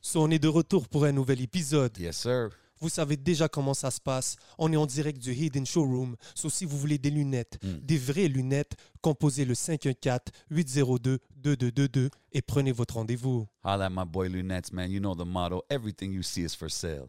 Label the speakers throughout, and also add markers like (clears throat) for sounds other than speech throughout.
Speaker 1: So, on est de retour pour un nouvel épisode.
Speaker 2: Yes, sir.
Speaker 1: Vous savez déjà comment ça se passe. On est en direct du Hidden Showroom. So, si vous voulez des lunettes, des vraies lunettes, composez le 514-802-2222 et prenez votre rendez-vous.
Speaker 2: Holla at my boy Lunettes, man. You know the motto. Everything you see is for sale.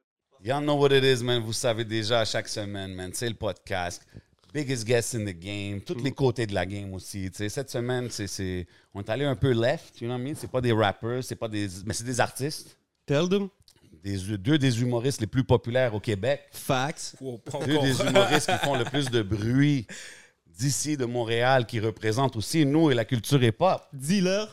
Speaker 2: Y'all know what it is, man. Vous savez déjà chaque semaine, man. C'est le podcast. Biggest guest in the game. Tous les côtés de la game aussi. Tu sais, cette semaine, c'est, c'est- on est allé un peu left. You know what I mean? C'est pas des rappers, c'est pas des, mais c'est des artistes.
Speaker 1: Tell them.
Speaker 2: Des, deux des humoristes les plus populaires au Québec.
Speaker 1: Facts.
Speaker 2: deux des humoristes qui font le plus de bruit d'ici, de Montréal, qui représentent aussi nous et la culture hip-hop.
Speaker 1: Dealer.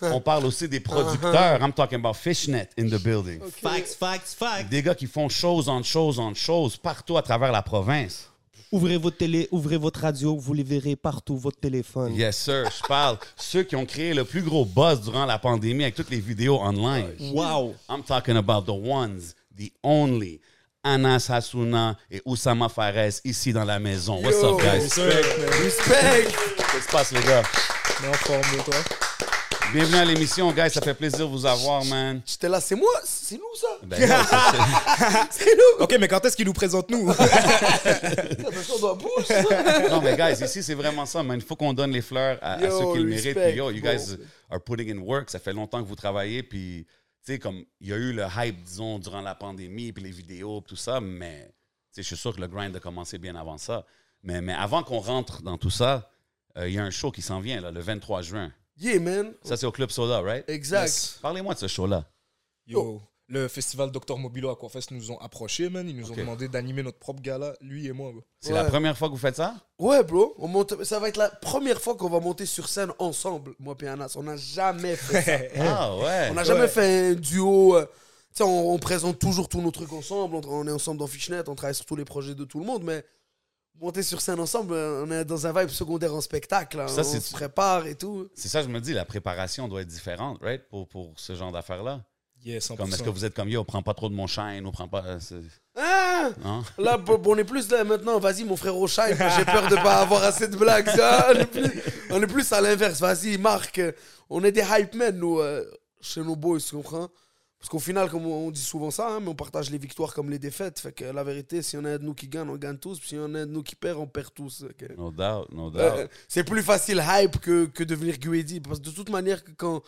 Speaker 2: On parle aussi des producteurs. I'm talking about Fishnet in the building.
Speaker 1: Facts, facts, facts.
Speaker 2: Des gars qui font chose en chose en chose partout à travers la province.
Speaker 1: Ouvrez votre télé, ouvrez votre radio, vous les verrez partout, votre téléphone.
Speaker 2: Yes, sir. Je parle ceux qui ont créé le plus gros buzz durant la pandémie avec toutes les vidéos online.
Speaker 1: Wow.
Speaker 2: I'm talking about the ones, the only. Anas Hassouna et Oussama Fares ici dans la maison. What's up, guys? Qu'est-ce qui se passe, les gars?
Speaker 3: toi.
Speaker 2: Bienvenue à l'émission, guys. Ça fait plaisir de vous avoir, man.
Speaker 3: J'étais là, c'est moi, c'est nous ça.
Speaker 2: Ben, yo, ça, c'est-
Speaker 3: (laughs) C'est nous.
Speaker 4: Ok, mais quand est-ce qu'il nous présente
Speaker 3: (laughs)
Speaker 4: nous (laughs)
Speaker 3: Putain, ça sort de la bouche. ça.
Speaker 2: (laughs) Non, mais guys, ici, c'est vraiment ça, man. Il faut qu'on donne les fleurs à, à
Speaker 3: Yo,
Speaker 2: ceux qui le
Speaker 3: respect,
Speaker 2: méritent. Puis, yo, you
Speaker 3: bro.
Speaker 2: guys are putting in work. Ça fait longtemps que vous travaillez. Puis, tu sais, comme il y a eu le hype, disons, durant la pandémie, puis les vidéos, puis tout ça. Mais, tu sais, je suis sûr que le grind a commencé bien avant ça. Mais, mais avant qu'on rentre dans tout ça, euh, il y a un show qui s'en vient, là, le 23 juin.
Speaker 3: Yeah, man.
Speaker 2: Ça, c'est au Club Soda, right?
Speaker 3: Exact.
Speaker 4: Yes.
Speaker 2: Parlez-moi de ce show-là.
Speaker 4: Yo, le festival Docteur Mobilo à Courfest nous ont approchés, man. Ils nous
Speaker 2: Ok.
Speaker 4: ont demandé d'animer notre propre gala, lui et moi. bro.
Speaker 2: C'est la
Speaker 3: Ouais.
Speaker 2: première fois que vous faites ça?
Speaker 3: Ouais, bro. On monte... Ça va être la première fois qu'on va monter sur scène ensemble, moi et Anas. On n'a jamais fait ça.
Speaker 2: Ah, ouais.
Speaker 3: Eh, On n'a jamais
Speaker 4: Ouais.
Speaker 3: fait un duo. euh, Tu sais, on, on présente toujours tous nos trucs ensemble. On, on est ensemble dans Fishnet, on travaille sur tous les projets de tout le monde, mais monter sur scène ensemble, euh, on est dans un vibe secondaire en spectacle. hein.
Speaker 2: Ça,
Speaker 3: on
Speaker 2: c'est-
Speaker 3: se prépare et tout.
Speaker 2: C'est ça, je me dis, la préparation doit être différente, right? Pour, pour ce genre d'affaires-là.
Speaker 4: Yeah, 100%.
Speaker 2: Comme est-ce que vous êtes comme yo, prends pas trop de mon chaîne ou prends pas. euh, c'est- hein?
Speaker 3: Ah
Speaker 2: non?
Speaker 3: Là, b- on est plus là maintenant. Vas-y, mon frère Rochelle, j'ai peur de pas avoir assez de blagues. ça. On est plus, on est plus à l'inverse. Vas-y, Marc, euh, on est des hype men, nous, euh, chez nos boys, tu comprends Parce qu'au final, comme on on dit souvent ça, hein, mais on partage les victoires comme les défaites. Fait que la vérité, si on a un de nous qui gagne, on gagne tous. Puis si on a un de nous qui perd, on perd tous. Fait que-
Speaker 2: No doubt, no doubt.
Speaker 3: euh, c'est plus facile hype que, que devenir Guedi. Parce que de toute manière, que quand,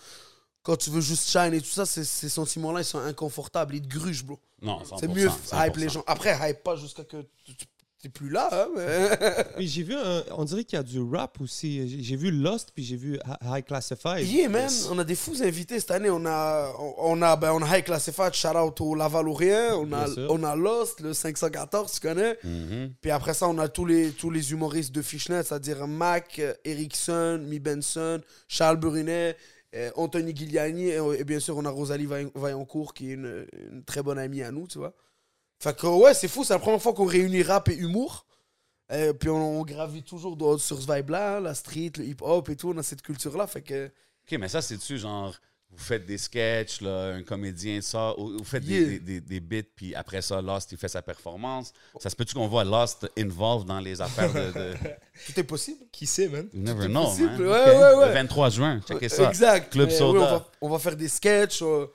Speaker 3: quand tu veux juste shine et tout ça, ces, ces sentiments-là, ils sont inconfortables. Ils te grugent, bro.
Speaker 2: non, 100%.
Speaker 3: C'est mieux
Speaker 2: 100%.
Speaker 3: hype les gens. Après, hype pas jusqu'à que tu tu- t'es plus là. hein,
Speaker 1: (laughs)
Speaker 3: mais-
Speaker 1: Mais j'ai vu, un- on dirait qu'il y a du rap aussi. J'ai- J'ai vu Lost, puis j'ai vu Hi- High Classified.
Speaker 3: yeah, man, on a des fous invités cette année. On a, on, on a, ben, on a High Classified, shout out au Lavalorien. On a,
Speaker 1: Bien sûr.
Speaker 3: on a Lost, le 514, tu connais.
Speaker 2: Mhm.
Speaker 3: Puis après ça, on a tous les, tous les humoristes de Fishnet, c'est-à-dire Mac, euh, Erickson, Mi Benson, Charles Brunet. euh, Anthony Gigliani et, et bien sûr on a Rosalie Vaillan- Vaillancourt qui est une, une très bonne amie à nous tu vois fait que ouais c'est fou c'est la première fois qu'on réunit rap et humour Euh, puis on, on gravit toujours dans- sur ce vibe là la street le hip hop et tout on a cette culture là fait que
Speaker 2: Ok, mais ça, c'est-tu genre, vous faites des sketchs, là, un comédien, ça, ou, vous faites des-
Speaker 3: Yeah.
Speaker 2: des, des, des bits, puis après ça, Lost, il fait sa performance. Ça se peut-tu qu'on voit Lost involved dans les affaires de.
Speaker 3: (laughs)
Speaker 2: de-
Speaker 3: tout est possible
Speaker 4: Qui sait, man
Speaker 2: You never know, man.
Speaker 3: possible, ouais, ouais, ouais.
Speaker 2: Le 23 juin, checkez ça.
Speaker 3: exact
Speaker 2: Club
Speaker 3: Mais oui,
Speaker 2: Soda.
Speaker 3: on, va, on va faire des sketchs euh,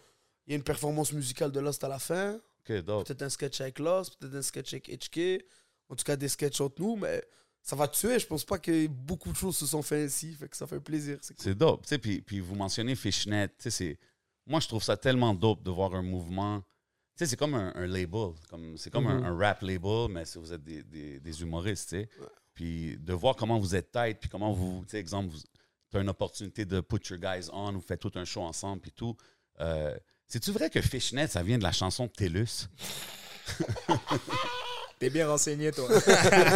Speaker 3: il y a une performance musicale de Lost à la fin
Speaker 2: Ok, dope.
Speaker 3: peut-être un sketch avec Lost, peut-être un sketch avec HK, en tout cas des sketchs entre nous, mais ça va tuer. Je pense pas que beaucoup de choses se sont faites ainsi, fait que ça fait plaisir. c'est cool.
Speaker 2: C'est dope. Tu sais, puis, puis vous mentionnez Fishnet. Tu sais, c'est- moi, je trouve ça tellement dope de voir un mouvement. Tu sais, c'est comme un, un label. comme C'est comme
Speaker 3: Mhm.
Speaker 2: un- un, rap label, mais si vous êtes des, des- des humoristes, tu sais. Puis de voir comment vous êtes tight, puis comment vous, tu sais, exemple, tu as une opportunité de put your guys on, vous faites tout un show ensemble, puis tout. Euh, C'est-tu vrai que Fishnet, ça vient de la chanson de Télus?
Speaker 4: T'es bien renseigné, toi.
Speaker 2: Fish
Speaker 3: (laughs)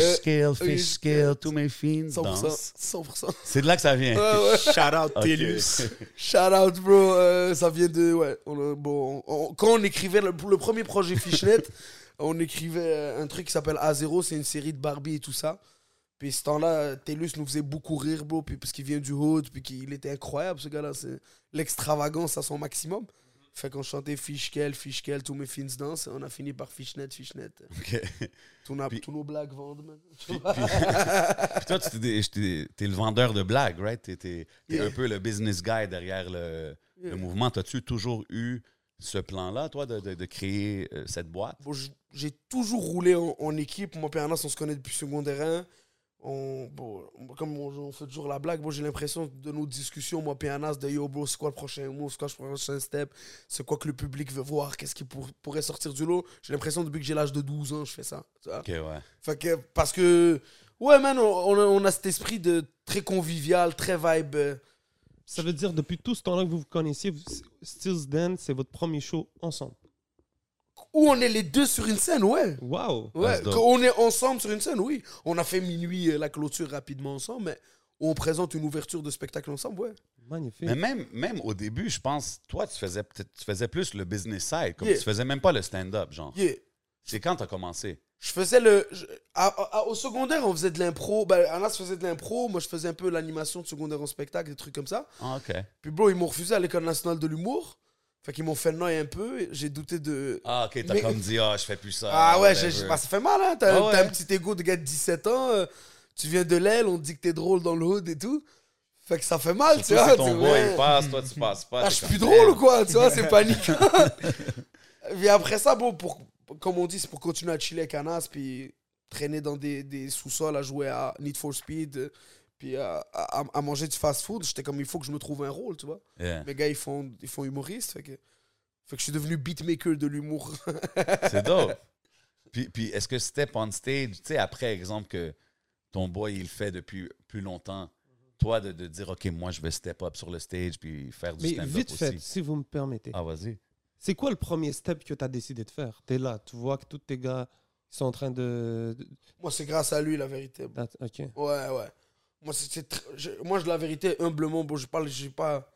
Speaker 3: Euh,
Speaker 2: scale,
Speaker 3: oui, euh,
Speaker 2: fish scale, tous mes films
Speaker 3: 100%.
Speaker 2: dansent.
Speaker 3: 100%.
Speaker 2: C'est de là que ça vient.
Speaker 3: Ouais, ouais.
Speaker 4: Shout out,
Speaker 2: Ok.
Speaker 4: Télus.
Speaker 3: Shout out, bro. Euh, ça vient de. Ouais, on a- bon, on- on- quand on écrivait le, le premier
Speaker 2: (laughs)
Speaker 3: projet Fishnet, on écrivait euh, un truc qui s'appelle A0, c'est une série de Barbie et tout ça. Puis ce temps-là, euh, Tellus nous faisait beaucoup rire, bro, puis, parce qu'il vient du Hood, puis qu'il était incroyable, ce gars-là. C'est l'extravagance à son maximum. Fait qu'on chantait Fishkel, Fishkel, tous mes fins dansent, et on a fini par Fishnet, Fishnet.
Speaker 2: Ok.
Speaker 3: Tous nos-
Speaker 2: Puis-
Speaker 3: tous nos blagues vendent, man.
Speaker 2: Puis, puis- (laughs) puis toi, tu t'es- je t'ai- t'es le vendeur de blagues, right? T'es t'es- t'es
Speaker 3: Yeah.
Speaker 2: un peu le business guy derrière le, le
Speaker 3: Yeah.
Speaker 2: mouvement. T'as-tu toujours eu ce plan-là, toi, de, de- de créer euh, cette boîte?
Speaker 3: Bon, j- j'ai toujours roulé en, en équipe. Moi et Anas, on se connaît depuis secondaire 1. On, bon, on- comme on, on fait toujours la blague, bon, j'ai l'impression de nos discussions, moi et Anas, de yo, bro, c'est quoi le prochain move, c'est quoi le prochain step, c'est quoi que le public veut voir, qu'est-ce qui pour- pourrait sortir du lot. J'ai l'impression depuis que j'ai l'âge de 12 ans, je fais ça. tu vois.
Speaker 2: Ok, ouais.
Speaker 3: Fait que, parce que, ouais, man, on, on a, on a cet esprit de très convivial, très vibe. euh,
Speaker 1: Ça veut dire, depuis tout ce temps-là que vous vous connaissiez, vous- Stills Den, c'est votre premier show ensemble.
Speaker 3: Où on est les deux sur une scène, ouais.
Speaker 1: Waouh!
Speaker 3: Ouais,
Speaker 2: That's dope.
Speaker 3: quand on est ensemble sur une scène, oui. On a fait minuit euh, la clôture rapidement ensemble, mais on présente une ouverture de spectacle ensemble, ouais.
Speaker 1: Magnifique.
Speaker 2: Mais même, même au début, je pense, toi, tu faisais peut-être tu faisais plus le business side. Comme
Speaker 3: Yeah.
Speaker 2: Tu faisais même pas le stand-up, genre.
Speaker 3: Yeah.
Speaker 2: C'est quand t'as commencé?
Speaker 3: Je faisais le. je- à- à- au secondaire, on faisait de l'impro. Ben, Anas faisait de l'impro. Moi, je faisais un peu l'animation de secondaire en spectacle, des trucs comme ça.
Speaker 2: Ah, ok.
Speaker 3: Puis, bro, ils m'ont refusé à l'École nationale de l'humour. Fait qu'ils m'ont fait noyer un peu. J'ai douté de.
Speaker 2: Ah, ok, t'as
Speaker 3: Mais-
Speaker 2: comme dit, ah, je fais plus ça.
Speaker 3: Ah, ouais, j'ai-
Speaker 2: whatever.
Speaker 3: j'ai- bah, ça fait mal, hein. T'as
Speaker 2: Ah ouais.
Speaker 3: t'as un petit ego de gars de 17 ans. euh, tu viens de l'aile, on te dit que t'es drôle dans le hood et tout. Fait que ça fait mal,
Speaker 2: Surtout
Speaker 3: tu vois.
Speaker 2: si
Speaker 3: tu-
Speaker 2: ton boy
Speaker 3: ouais.
Speaker 2: il passe, toi, tu passes pas.
Speaker 3: Ah,
Speaker 2: t'es
Speaker 3: je suis
Speaker 2: comme,
Speaker 3: plus drôle ou
Speaker 2: merde.
Speaker 3: quoi Tu vois, c'est panique. (laughs) Puis après ça, bon, pour, comme on dit, c'est pour continuer à chiller avec Anas, puis traîner dans des, des sous-sols à jouer à Need for Speed, euh, puis à, à- à manger du fast-food. J'étais comme, il faut que je me trouve un rôle, tu vois.
Speaker 2: Yeah.
Speaker 3: Mes gars, ils font, ils font humoriste, fait que, fait que je suis devenu beatmaker de l'humour. (laughs)
Speaker 2: C'est dope. Puis, puis est-ce que step on stage, tu sais, après, exemple, que ton boy, il le fait depuis plus longtemps, toi, de, de dire, OK, moi, je vais step up sur le stage, puis faire du
Speaker 1: Mais
Speaker 2: stand-up
Speaker 1: vite
Speaker 2: aussi.
Speaker 1: fait, si vous me permettez.
Speaker 2: Ah, vas-y.
Speaker 1: C'est quoi le premier step que tu as décidé de faire Tu es là, tu vois que tous tes gars sont en train de. de-
Speaker 3: Moi, c'est grâce à lui, la vérité. bro.
Speaker 1: d'att- Ok.
Speaker 3: Ouais, ouais. Moi, c'est, c'est tr- je, moi, je la vérité, humblement, bon, je parle, j'ai pas.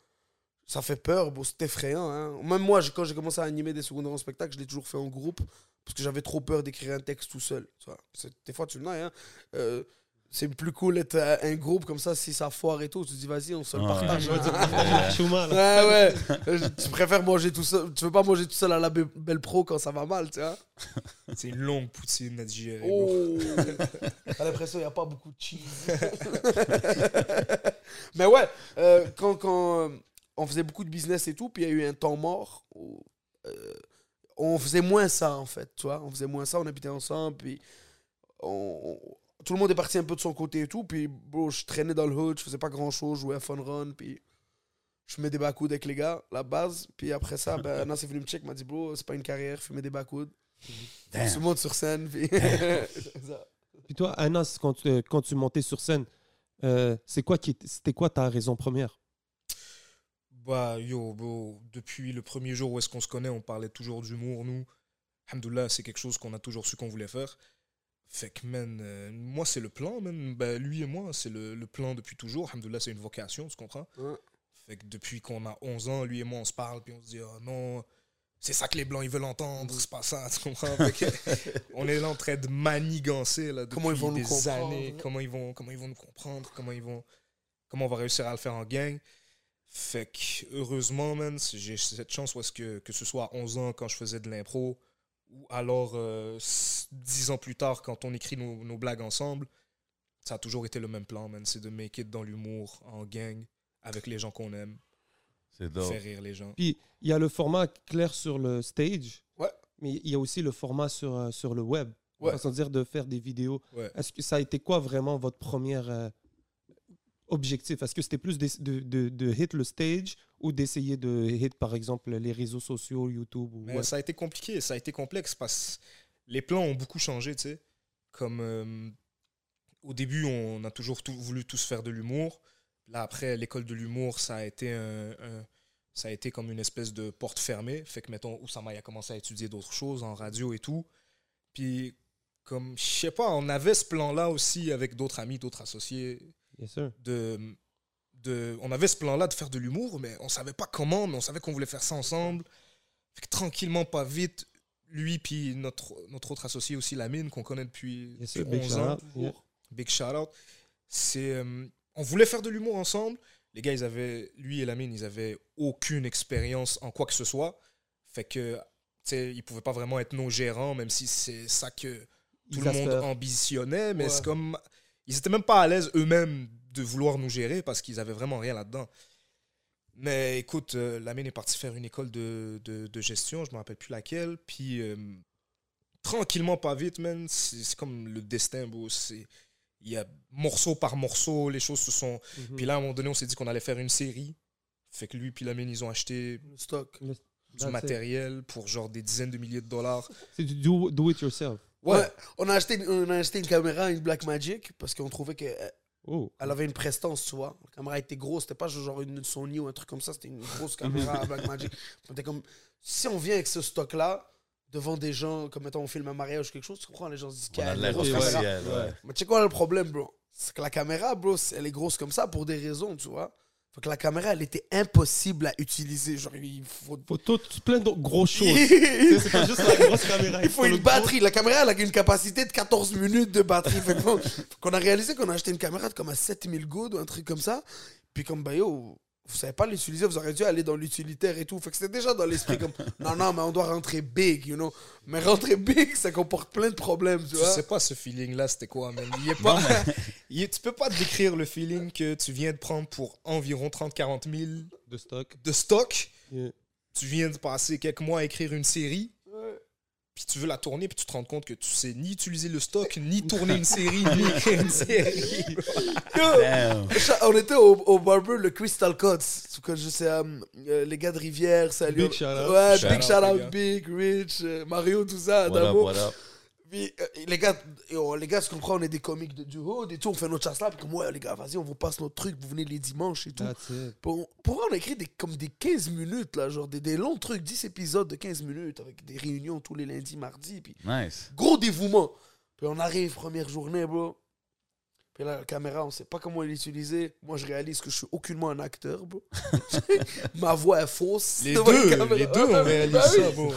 Speaker 3: Ça fait peur, bon, c'est effrayant. hein. Même moi, j'ai- quand j'ai commencé à animer des secondaires en spectacle, je l'ai toujours fait en groupe, parce que j'avais trop peur d'écrire un texte tout seul. tu vois. C'est- Des fois, tu n'as, hein. Euh, c'est plus cool d'être euh, un groupe comme ça, si ça foire et tout, tu te dis, vas-y, on se le
Speaker 2: Ouais.
Speaker 3: (laughs) partage.
Speaker 2: Ouais.
Speaker 1: Chouma, là.
Speaker 3: Ouais, ouais. Euh, je- tu préfères manger tout seul. Tu veux pas manger tout seul à la Be- Belle Pro quand ça va mal, tu vois.
Speaker 4: (laughs) C'est une longue poutine à digérer. gros.
Speaker 3: Oh (laughs) T'as l'impression qu'il n'y a pas beaucoup de cheese.
Speaker 4: Oh.
Speaker 3: Mais ouais, euh, quand, quand euh, on faisait beaucoup de business et tout, puis il y a eu un temps mort, où, euh, on faisait moins ça en fait, tu vois. On faisait moins ça, on habitait ensemble, puis on- on- tout le monde est parti un peu de son côté et tout. Puis bro, je traînais dans le hood, je faisais pas grand chose, je jouais à Fun Run, puis je mets des bacoudes avec les gars, la base. Puis après ça, ben, Nas est venu me check, m'a dit, bro, c'est pas une carrière, fumez des bacoudes.
Speaker 2: Damn.
Speaker 3: Tu montes sur scène, puis. (laughs) C'est ça.
Speaker 1: Puis toi, Anas, quand tu, euh, quand tu montais sur scène, euh, c'est quoi qui, c'était quoi ta raison première
Speaker 4: Bah, yo, bro, depuis le premier jour où est-ce qu'on se connaît, on parlait toujours d'humour, nous. Alhamdoulilah, c'est quelque chose qu'on a toujours su qu'on voulait faire. Fait que, man, euh, moi, c'est le plan, man. Bah, lui et moi, c'est le, le plan depuis toujours. Alhamdoulilah, c'est une vocation, tu comprends
Speaker 3: Ouais.
Speaker 4: Fait que depuis qu'on a 11 ans, lui et moi, on se parle, puis on se dit, oh non, c'est ça que les Blancs, ils veulent entendre, c'est pas ça, tu comprends
Speaker 3: (laughs)
Speaker 4: Fait que on est là en train de manigancer, là, depuis
Speaker 3: Comment ils vont nous
Speaker 4: des
Speaker 3: comprendre hein?
Speaker 4: années. Comment ils, vont, comment ils vont nous comprendre Comment ils vont... Comment on va réussir à le faire en gang fait que, heureusement, man, c'est- j'ai cette chance où est-ce que, que ce soit à 11 ans quand je faisais de l'impro, ou alors euh, s- 10 ans plus tard quand on écrit nos, nos blagues ensemble, ça a toujours été le même plan, man. C'est de make it dans l'humour, en gang, avec les gens qu'on aime,
Speaker 2: C'est dope.
Speaker 4: faire rire les gens.
Speaker 1: Puis il y a le format clair sur le stage.
Speaker 3: Ouais.
Speaker 1: Mais il y a aussi le format sur, euh, sur le web.
Speaker 3: Ouais.
Speaker 1: Façon de dire de faire des vidéos.
Speaker 4: Ouais.
Speaker 1: Est-ce que ça a été quoi vraiment votre premier euh, objectif Est-ce que c'était plus d'ess- de, de, de hit le stage ou d'essayer de hit par exemple les réseaux sociaux, YouTube ou
Speaker 4: Mais
Speaker 1: web?
Speaker 4: ça a été compliqué, ça a été complexe parce que les plans ont beaucoup changé, tu sais. Comme euh, au début, on a toujours tout- voulu tous faire de l'humour. Là, après, l'école de l'humour, ça a été un- un- ça a été comme une espèce de porte fermée. Fait que, mettons, Oussama il a commencé à étudier d'autres choses en radio et tout. Puis, comme, je sais pas, on avait ce plan-là aussi avec d'autres amis, d'autres associés.
Speaker 1: Bien sûr.
Speaker 4: De, de, on avait ce plan-là de faire de l'humour, mais on savait pas comment, mais on savait qu'on voulait faire ça ensemble. Fait que tranquillement, pas vite, lui, puis notre, notre autre associé aussi, Lamine, qu'on connaît depuis,
Speaker 1: Yes,
Speaker 4: depuis
Speaker 1: sir. Big
Speaker 4: 11
Speaker 1: shout
Speaker 4: ans.
Speaker 1: out. Yeah.
Speaker 4: Big shout out. C'est, euh, on voulait faire de l'humour ensemble. Les gars, ils avaient, lui et Lamine, ils avaient aucune expérience en quoi que ce soit. Fait que, tu sais, ils pouvaient pas vraiment être nos gérants, même si c'est ça que tout
Speaker 1: Ils
Speaker 4: le monde
Speaker 1: aspirent.
Speaker 4: ambitionnait, mais
Speaker 3: Ouais.
Speaker 4: c'est comme. Ils étaient même pas à l'aise eux-mêmes de vouloir nous gérer parce qu'ils avaient vraiment rien là-dedans. Mais écoute, euh, Lamine est parti faire une école de, de- de gestion, je me rappelle plus laquelle. Puis euh, tranquillement, pas vite, man, c'est c'est comme le destin, bro. C'est- Il y a morceau par morceau, les choses se sont.
Speaker 1: Mhm.
Speaker 4: Puis là, à un moment donné, on s'est dit qu'on allait faire une série. Fait que lui, puis Lamine, ils ont acheté
Speaker 3: Le stock.
Speaker 4: du
Speaker 1: That's it.
Speaker 4: matériel pour genre des dizaines de milliers de dollars.
Speaker 1: C'est du do, do it yourself.
Speaker 3: Ouais. On, a acheté, on a acheté une caméra, une Blackmagic, parce qu'on trouvait euh, qu'elle
Speaker 1: Oh.
Speaker 3: avait une prestance, tu vois. La caméra était grosse, c'était pas genre une Sony ou un truc comme ça, c'était une grosse caméra Blackmagic. On était comme, si on vient avec ce stock-là, devant des gens, comme mettons on filme un mariage ou quelque chose, tu comprends, les gens se disent,
Speaker 2: On a
Speaker 3: Quelle
Speaker 2: de l'air
Speaker 3: grosse
Speaker 1: ouais.
Speaker 3: caméra.
Speaker 2: officiel. ouais.
Speaker 3: Mais tu sais quoi le problème, bro? C'est que la caméra, bro, c'est- elle est grosse comme ça pour des raisons, tu vois. Fait que la caméra, elle était impossible à utiliser. Genre, il faut.
Speaker 1: Faut tout, plein de
Speaker 3: (laughs)
Speaker 1: grosses choses. Tu sais,
Speaker 3: il
Speaker 1: c'est pas juste la grosse caméra.
Speaker 3: (laughs) faut une
Speaker 1: le gros-
Speaker 3: batterie. La caméra, elle a une capacité de 14 minutes de batterie. Fait que bon, qu'on (laughs) a réalisé qu'on a acheté une caméra de comme à 7000 gouttes ou un truc comme ça. Puis comme, bah yo, vous savez pas l'utiliser, vous auriez dû aller dans l'utilitaire et tout. Fait que c'était déjà dans l'esprit comme, (laughs) non, non, mais on doit rentrer big, you know. Mais rentrer big, ça comporte plein de problèmes, tu
Speaker 4: Je
Speaker 3: vois.
Speaker 4: sais pas ce feeling-là, c'était quoi, man. Il est pas... (laughs) Il est- Tu peux pas décrire le feeling que tu viens de prendre pour environ 30-40 000
Speaker 1: de stock.
Speaker 4: de stock.
Speaker 1: Yeah.
Speaker 4: Tu viens de passer quelques mois à écrire une série. Puis tu veux la tourner, puis tu te rends compte que tu sais ni utiliser le stock, ni tourner une série, ni écrire une série.
Speaker 3: Yo,
Speaker 2: Damn.
Speaker 3: Euh, Cha- On était au, au barber, le Crystal Cuts. Tout cas, je sais, euh, euh, les gars de Rivière, salut.
Speaker 1: Big shout-out.
Speaker 3: Ouais,
Speaker 4: Shout-out,
Speaker 3: big shout
Speaker 4: les
Speaker 3: out,
Speaker 4: gars.
Speaker 3: Big, Rich, euh, Mario, tout ça,
Speaker 2: What up,
Speaker 3: Adamo.
Speaker 2: what up?
Speaker 3: Puis, euh, les gars, et on- les gars, ce qu'on prend, on est des comiques de, du hood et tout, on fait notre chasse là. Puis, comme, ouais, les gars, vas-y, on vous passe notre truc, vous venez les dimanches et tout.
Speaker 1: That's it.
Speaker 3: Puis on- Pourquoi on a écrit des, comme des 15 minutes, là, genre des, des longs trucs, 10 épisodes de 15 minutes avec des réunions tous les lundis, mardis. Puis,
Speaker 2: Nice.
Speaker 3: gros dévouement. Puis on arrive, première journée, bro. Puis là, la caméra, on sait pas comment l'utiliser. Moi, je réalise que je suis aucunement un acteur,
Speaker 4: (laughs)
Speaker 3: bro. Ma voix est fausse.
Speaker 4: Les
Speaker 3: devant la
Speaker 4: deux,
Speaker 3: caméra.
Speaker 4: les deux, on réalise
Speaker 3: Bah oui.
Speaker 4: ça, bon.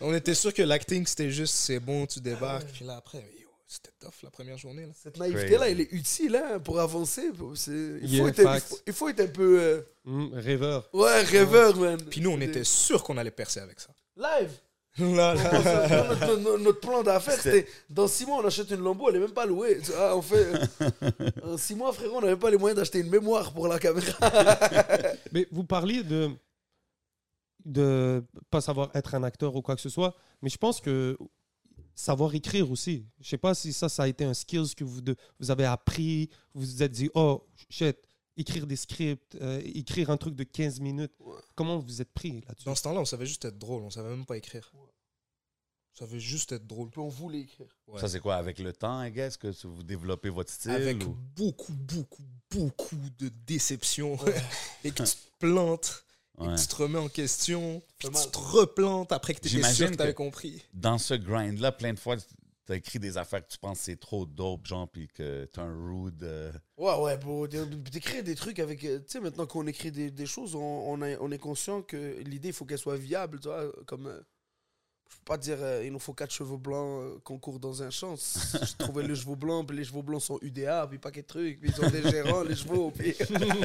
Speaker 4: On était sûr que l'acting, c'était juste, c'est bon, tu
Speaker 3: Ah
Speaker 4: débarques. Puis là, après, yo, c'était tough la première journée, là.
Speaker 3: Cette naïveté-là, elle est utile hein, pour avancer. bro. C'est- Il,
Speaker 1: Yeah,
Speaker 3: faut être, il,
Speaker 1: facts.
Speaker 3: faut, il faut être un peu... euh,
Speaker 1: Mm, rêveur.
Speaker 3: Ouais, rêveur, man.
Speaker 4: Puis nous, on était sûr qu'on allait percer avec ça. (laughs)
Speaker 3: Live
Speaker 4: Là, là.
Speaker 3: Parce que notre, notre- notre plan d'affaires, c'était dans 6 mois, on achète une Lambo, elle est même pas louée. Tu vois, on fait. euh, En 6 mois, frérot, on n'avait pas les moyens d'acheter une mémoire pour la caméra.
Speaker 1: Mais vous parliez de de pas savoir être un acteur ou quoi que ce soit, mais je pense que savoir écrire aussi. Je sais pas si ça ça a été un skills que vous de- vous avez appris, vous vous êtes dit oh shit, écrire des scripts, euh, écrire un truc de 15 minutes. Comment vous vous êtes pris là-dessus
Speaker 4: Dans ce temps-là, on savait juste être drôle, on savait même pas écrire. On savait juste être drôle.
Speaker 3: Puis on voulait écrire.
Speaker 4: Ouais.
Speaker 2: Ça, c'est quoi? Avec le temps, I guess, que vous développez votre style?
Speaker 4: Avec
Speaker 2: ou-
Speaker 4: beaucoup, beaucoup, beaucoup de déceptions. (laughs) et que tu te plantes, et
Speaker 2: Ouais.
Speaker 4: que tu te remets en question, puis
Speaker 3: Fait mal.
Speaker 4: tu te replantes après que tu étais
Speaker 2: J'imagine
Speaker 4: sûr que tu avais
Speaker 2: que-
Speaker 4: compris. (laughs)
Speaker 2: Dans ce grind-là, plein de fois, t'as écrit des affaires que tu penses que c'est trop dope, genre, puis que t'es un rude... euh,
Speaker 3: Ouais, ouais, bro. d- D'écrire des trucs avec. euh, Tu sais, maintenant qu'on écrit des, des choses, on, on, est- on est conscient que l'idée, il faut qu'elle soit viable, tu vois. Comme. euh, je peux pas dire, euh, il nous faut quatre cheveux blancs euh, qu'on court dans un champ. Je trouvais les cheveux blancs, puis les cheveux blancs sont UDA, puis paquet de trucs, puis ils ont des gérants, les chevaux, puis. (laughs)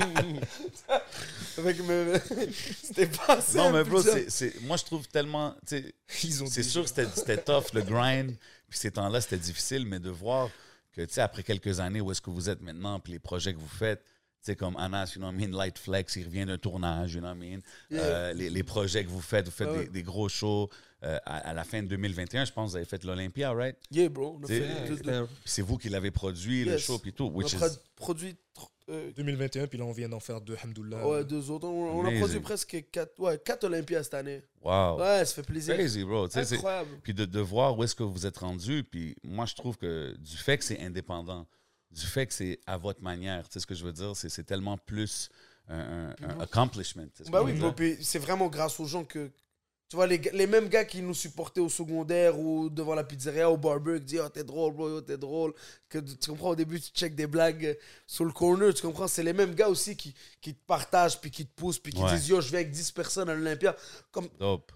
Speaker 3: Fait que, mais- (laughs) C'était pas ça.
Speaker 2: Non, mais bro, c'est- c'est- moi, je trouve tellement... tu sais,
Speaker 4: Ils ont
Speaker 2: C'est
Speaker 4: dit- euh,
Speaker 2: sûr que c'était- c'était tough, le grind. Puis ces temps-là, c'était difficile, mais de voir que, tu sais, après quelques années, où est-ce que vous êtes maintenant, puis les projets que vous faites, tu sais, comme Anas, you know what I mean, Light Flex, il revient d'un tournage, you know what I mean. Euh, les, les projets que vous faites, vous faites
Speaker 3: Ah ouais.
Speaker 2: des, des gros shows. Euh, à, à la fin de 2021, je pense que vous avez fait l'Olympia, right?
Speaker 3: Yeah, bro. On a,
Speaker 2: C'est-
Speaker 3: fait deux- deux-
Speaker 1: C'était-
Speaker 2: Puis c'est vous qui l'avez produit, le
Speaker 3: Yes.
Speaker 2: show, puis tout.
Speaker 3: on a
Speaker 2: Which is,
Speaker 3: pro- produit. tr- euh,
Speaker 4: 2021, puis là, on vient d'en faire deux, Hamdoullah.
Speaker 3: Ouais, deux autres. On, on a
Speaker 2: euh,
Speaker 3: produit
Speaker 2: Amazing.
Speaker 3: presque quatre, ouais, quatre Olympias cette année.
Speaker 2: wow.
Speaker 3: Ouais, ça fait plaisir.
Speaker 2: Crazy, bro. Tu sais, c'est-
Speaker 3: Incroyable.
Speaker 2: Puis de, de voir où est-ce que vous êtes rendu. Puis moi, je trouve que du fait que c'est indépendant, du fait que c'est à votre manière, tu sais ce que je veux dire, c'est, c'est tellement plus un, un- un accomplishment. tu sais ce que
Speaker 3: Bah
Speaker 2: je
Speaker 3: oui,
Speaker 2: veux
Speaker 3: bro,
Speaker 2: dire.
Speaker 3: puis c'est vraiment grâce aux gens que. tu Tu vois, les, gars- les mêmes gars qui nous supportaient au secondaire ou devant la pizzeria, au barber, qui disaient Oh, t'es drôle, bro, yo, t'es drôle. Que, tu tu comprends, au début, tu check des blagues euh, sur le corner. Tu comprends, c'est les mêmes gars aussi qui, qui te partagent, puis qui te poussent, puis qui
Speaker 2: Ouais.
Speaker 3: disent Yo, je vais avec 10 personnes à l'Olympia. Comme
Speaker 2: Dope.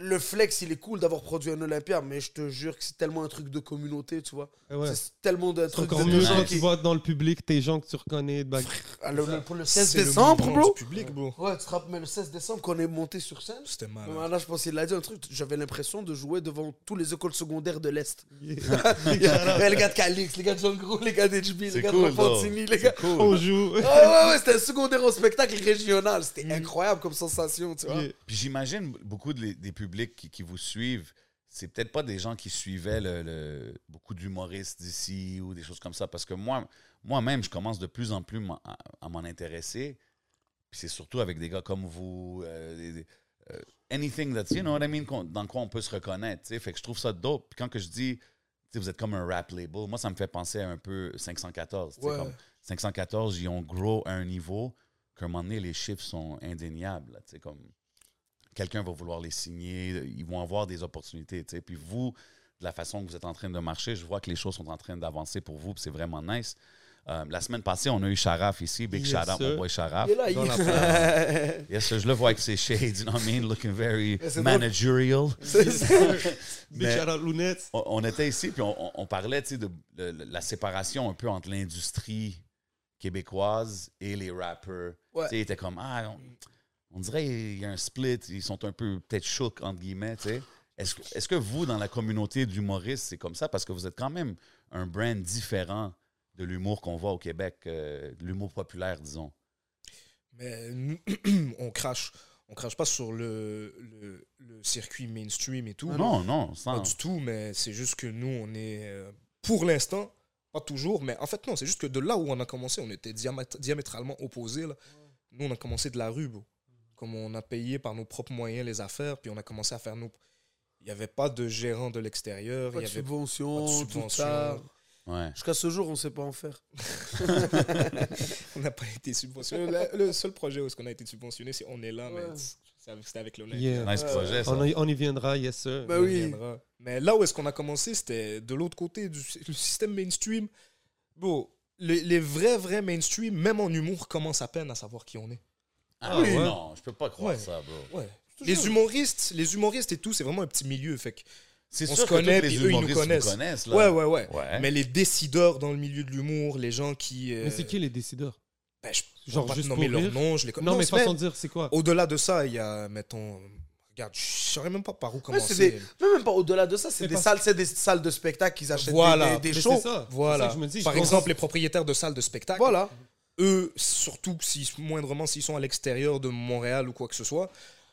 Speaker 3: le flex, il est cool d'avoir produit un Olympia, mais je te jure que c'est tellement un truc de communauté, tu vois.
Speaker 1: Eh ouais.
Speaker 3: C'est tellement un
Speaker 1: C'est
Speaker 3: truc
Speaker 1: encore
Speaker 3: de
Speaker 1: mieux
Speaker 3: gens
Speaker 1: quand
Speaker 2: nice.
Speaker 1: tu
Speaker 3: qui.
Speaker 1: vois dans le public tes gens que tu reconnais. de back-
Speaker 3: Ah, le- le- pour le 16
Speaker 4: C'est le
Speaker 3: décembre,
Speaker 4: mouvement
Speaker 3: bro.
Speaker 4: du public, bro.
Speaker 3: Ouais, tu te rappelles, mais le 16 décembre, qu'on est monté sur scène,
Speaker 4: C'était mal.
Speaker 3: Voilà, je pense qu'il a dit un truc. J'avais l'impression de jouer devant tous les écoles secondaires de l'Est. (laughs) Il y a- ouais, les gars de Calix, les gars de John Gros, les gars d'HB, les
Speaker 2: C'est
Speaker 3: gars
Speaker 2: cool,
Speaker 3: de Fantini, les gars.
Speaker 2: Cool.
Speaker 1: On joue.
Speaker 3: Ah ouais, ouais, c'était un secondaire au spectacle régional. C'était incroyable comme sensation, tu vois.
Speaker 1: Yeah.
Speaker 2: Puis j'imagine beaucoup de les- des publics qui, qui vous suivent, c'est peut-être pas des gens qui suivaient le, le- beaucoup d'humoristes d'ici ou des choses comme ça. Parce que moi, moi-même, je commence de plus en plus m'en- à, à m'en intéresser. Puis c'est surtout avec des gars comme vous. euh, des- des- euh, anything that's, you know what I mean, qu'on- dans quoi on peut se reconnaître. tu sais. Fait que je trouve ça dope. Puis quand que je dis, tu sais, vous êtes comme un rap label, moi, ça me fait penser à un peu 514. tu sais,
Speaker 3: Ouais.
Speaker 2: comme 514, ils ont grow à un niveau qu'à un moment donné, les chiffres sont indéniables. là, tu sais, comme quelqu'un va vouloir les signer, ils vont avoir des opportunités. tu sais. Puis vous, de la façon que vous êtes en train de marcher, je vois que les choses sont en train d'avancer pour vous, puis c'est vraiment nice. Euh, la semaine passée, on a eu Sharaf ici, Big
Speaker 1: Yes,
Speaker 2: Sharaf,
Speaker 1: sir.
Speaker 2: mon boy Sharaf.
Speaker 3: Il est là,
Speaker 1: Dans la
Speaker 3: il...
Speaker 2: Yes, sir, je le vois avec ses shades, you know what I mean, looking very
Speaker 3: Mais c'est drôle.
Speaker 2: managerial.
Speaker 3: C'est ça.
Speaker 1: Big (laughs)
Speaker 2: Mais-
Speaker 1: shout out lunettes.
Speaker 2: On, on était ici, puis on, on- on parlait tu sais, de, de- de la séparation un peu entre l'industrie québécoise et les rappers.
Speaker 3: Ouais.
Speaker 2: Tu sais, il était comme, ah, on, on dirait qu'il y a un split, ils sont un peu peut-être chocs, entre guillemets. tu sais. Est-ce que- est-ce que vous, dans la communauté d'humoristes, c'est comme ça? Parce que vous êtes quand même un brand différent de l'humour qu'on voit au Québec, euh, de l'humour populaire, disons.
Speaker 4: Mais nous, (clears throat) on crache. On crache pas sur le, le, le circuit mainstream et tout.
Speaker 2: Ah
Speaker 4: Ah,
Speaker 2: Non, non, sans.
Speaker 3: Hein.
Speaker 4: Pas du tout, mais c'est juste que nous, on est, euh, pour l'instant, pas toujours, mais en fait, non, c'est juste que de là où on a commencé, on était diamat- diamétralement opposés. là. Nous, on a commencé de la rue, bro. Comme on a payé par nos propres moyens les affaires, puis on a commencé à faire nos. Il n'y avait pas de gérant de l'extérieur, il
Speaker 3: Pas
Speaker 4: n'y
Speaker 3: de
Speaker 4: avait
Speaker 3: subvention,
Speaker 4: pas de
Speaker 3: tout ça.
Speaker 4: subvention.
Speaker 2: Ouais.
Speaker 3: Jusqu'à ce jour, on sait pas en faire.
Speaker 4: (laughs) On n'a pas été subventionné. Le, le seul projet où est-ce qu'on a été subventionné, c'est On est là,
Speaker 3: Ouais.
Speaker 4: mais c'est avec- c'était avec l'Olympique.
Speaker 1: Yeah.
Speaker 2: Nice
Speaker 3: Ouais.
Speaker 2: projet, ça.
Speaker 1: On, y, on y viendra, yes sir.
Speaker 3: Bah
Speaker 4: On
Speaker 3: oui.
Speaker 4: reviendra. Mais là où est-ce qu'on a commencé, c'était de l'autre côté du sy- le système mainstream. Bon, les, les vrais, vrais mainstream, même en humour, commencent à peine à savoir qui on est.
Speaker 2: Ah
Speaker 1: Oui.
Speaker 2: non, je peux pas croire
Speaker 4: Ouais.
Speaker 2: ça, bro.
Speaker 4: Ouais. Les humoristes, les humoristes et tout, c'est vraiment un petit milieu. Fait que,
Speaker 2: C'est
Speaker 4: On
Speaker 2: sûr
Speaker 4: se
Speaker 2: que tous
Speaker 4: connaît,
Speaker 2: les
Speaker 4: puis eux, ils nous
Speaker 2: humoristes
Speaker 4: connaissent.
Speaker 2: connaissent, là.
Speaker 4: ouais, ouais, ouais,
Speaker 2: Ouais.
Speaker 4: Mais les décideurs dans le milieu de l'humour, les gens qui. euh,
Speaker 1: Mais c'est qui les décideurs
Speaker 4: ben, je
Speaker 1: Genre
Speaker 4: Genre pas te
Speaker 1: juste
Speaker 4: nommer
Speaker 1: pour
Speaker 4: leur
Speaker 1: rire?
Speaker 4: nom, je les connais.
Speaker 1: Non, mais
Speaker 4: c'est vrai.
Speaker 1: façon de dire, c'est quoi
Speaker 4: Au-delà de ça, il y a, mettons. Regarde, je saurais même pas par où
Speaker 3: Mais c'est
Speaker 4: commencer.
Speaker 3: des- mais même pas au-delà de ça, c'est
Speaker 1: Mais
Speaker 3: des
Speaker 1: parce-
Speaker 3: salles, c'est des salles de spectacle qu'ils achètent des-
Speaker 4: Voilà.
Speaker 3: des, des
Speaker 1: Mais
Speaker 3: shows.
Speaker 1: c'est ça. C'est
Speaker 4: Voilà.
Speaker 1: ça que je me dis, je
Speaker 4: Par
Speaker 1: pense-
Speaker 4: exemple, les propriétaires de salles de spectacle.
Speaker 3: Voilà.
Speaker 4: eux, surtout si moindrement s'ils sont à l'extérieur de Montréal ou quoi que ce soit,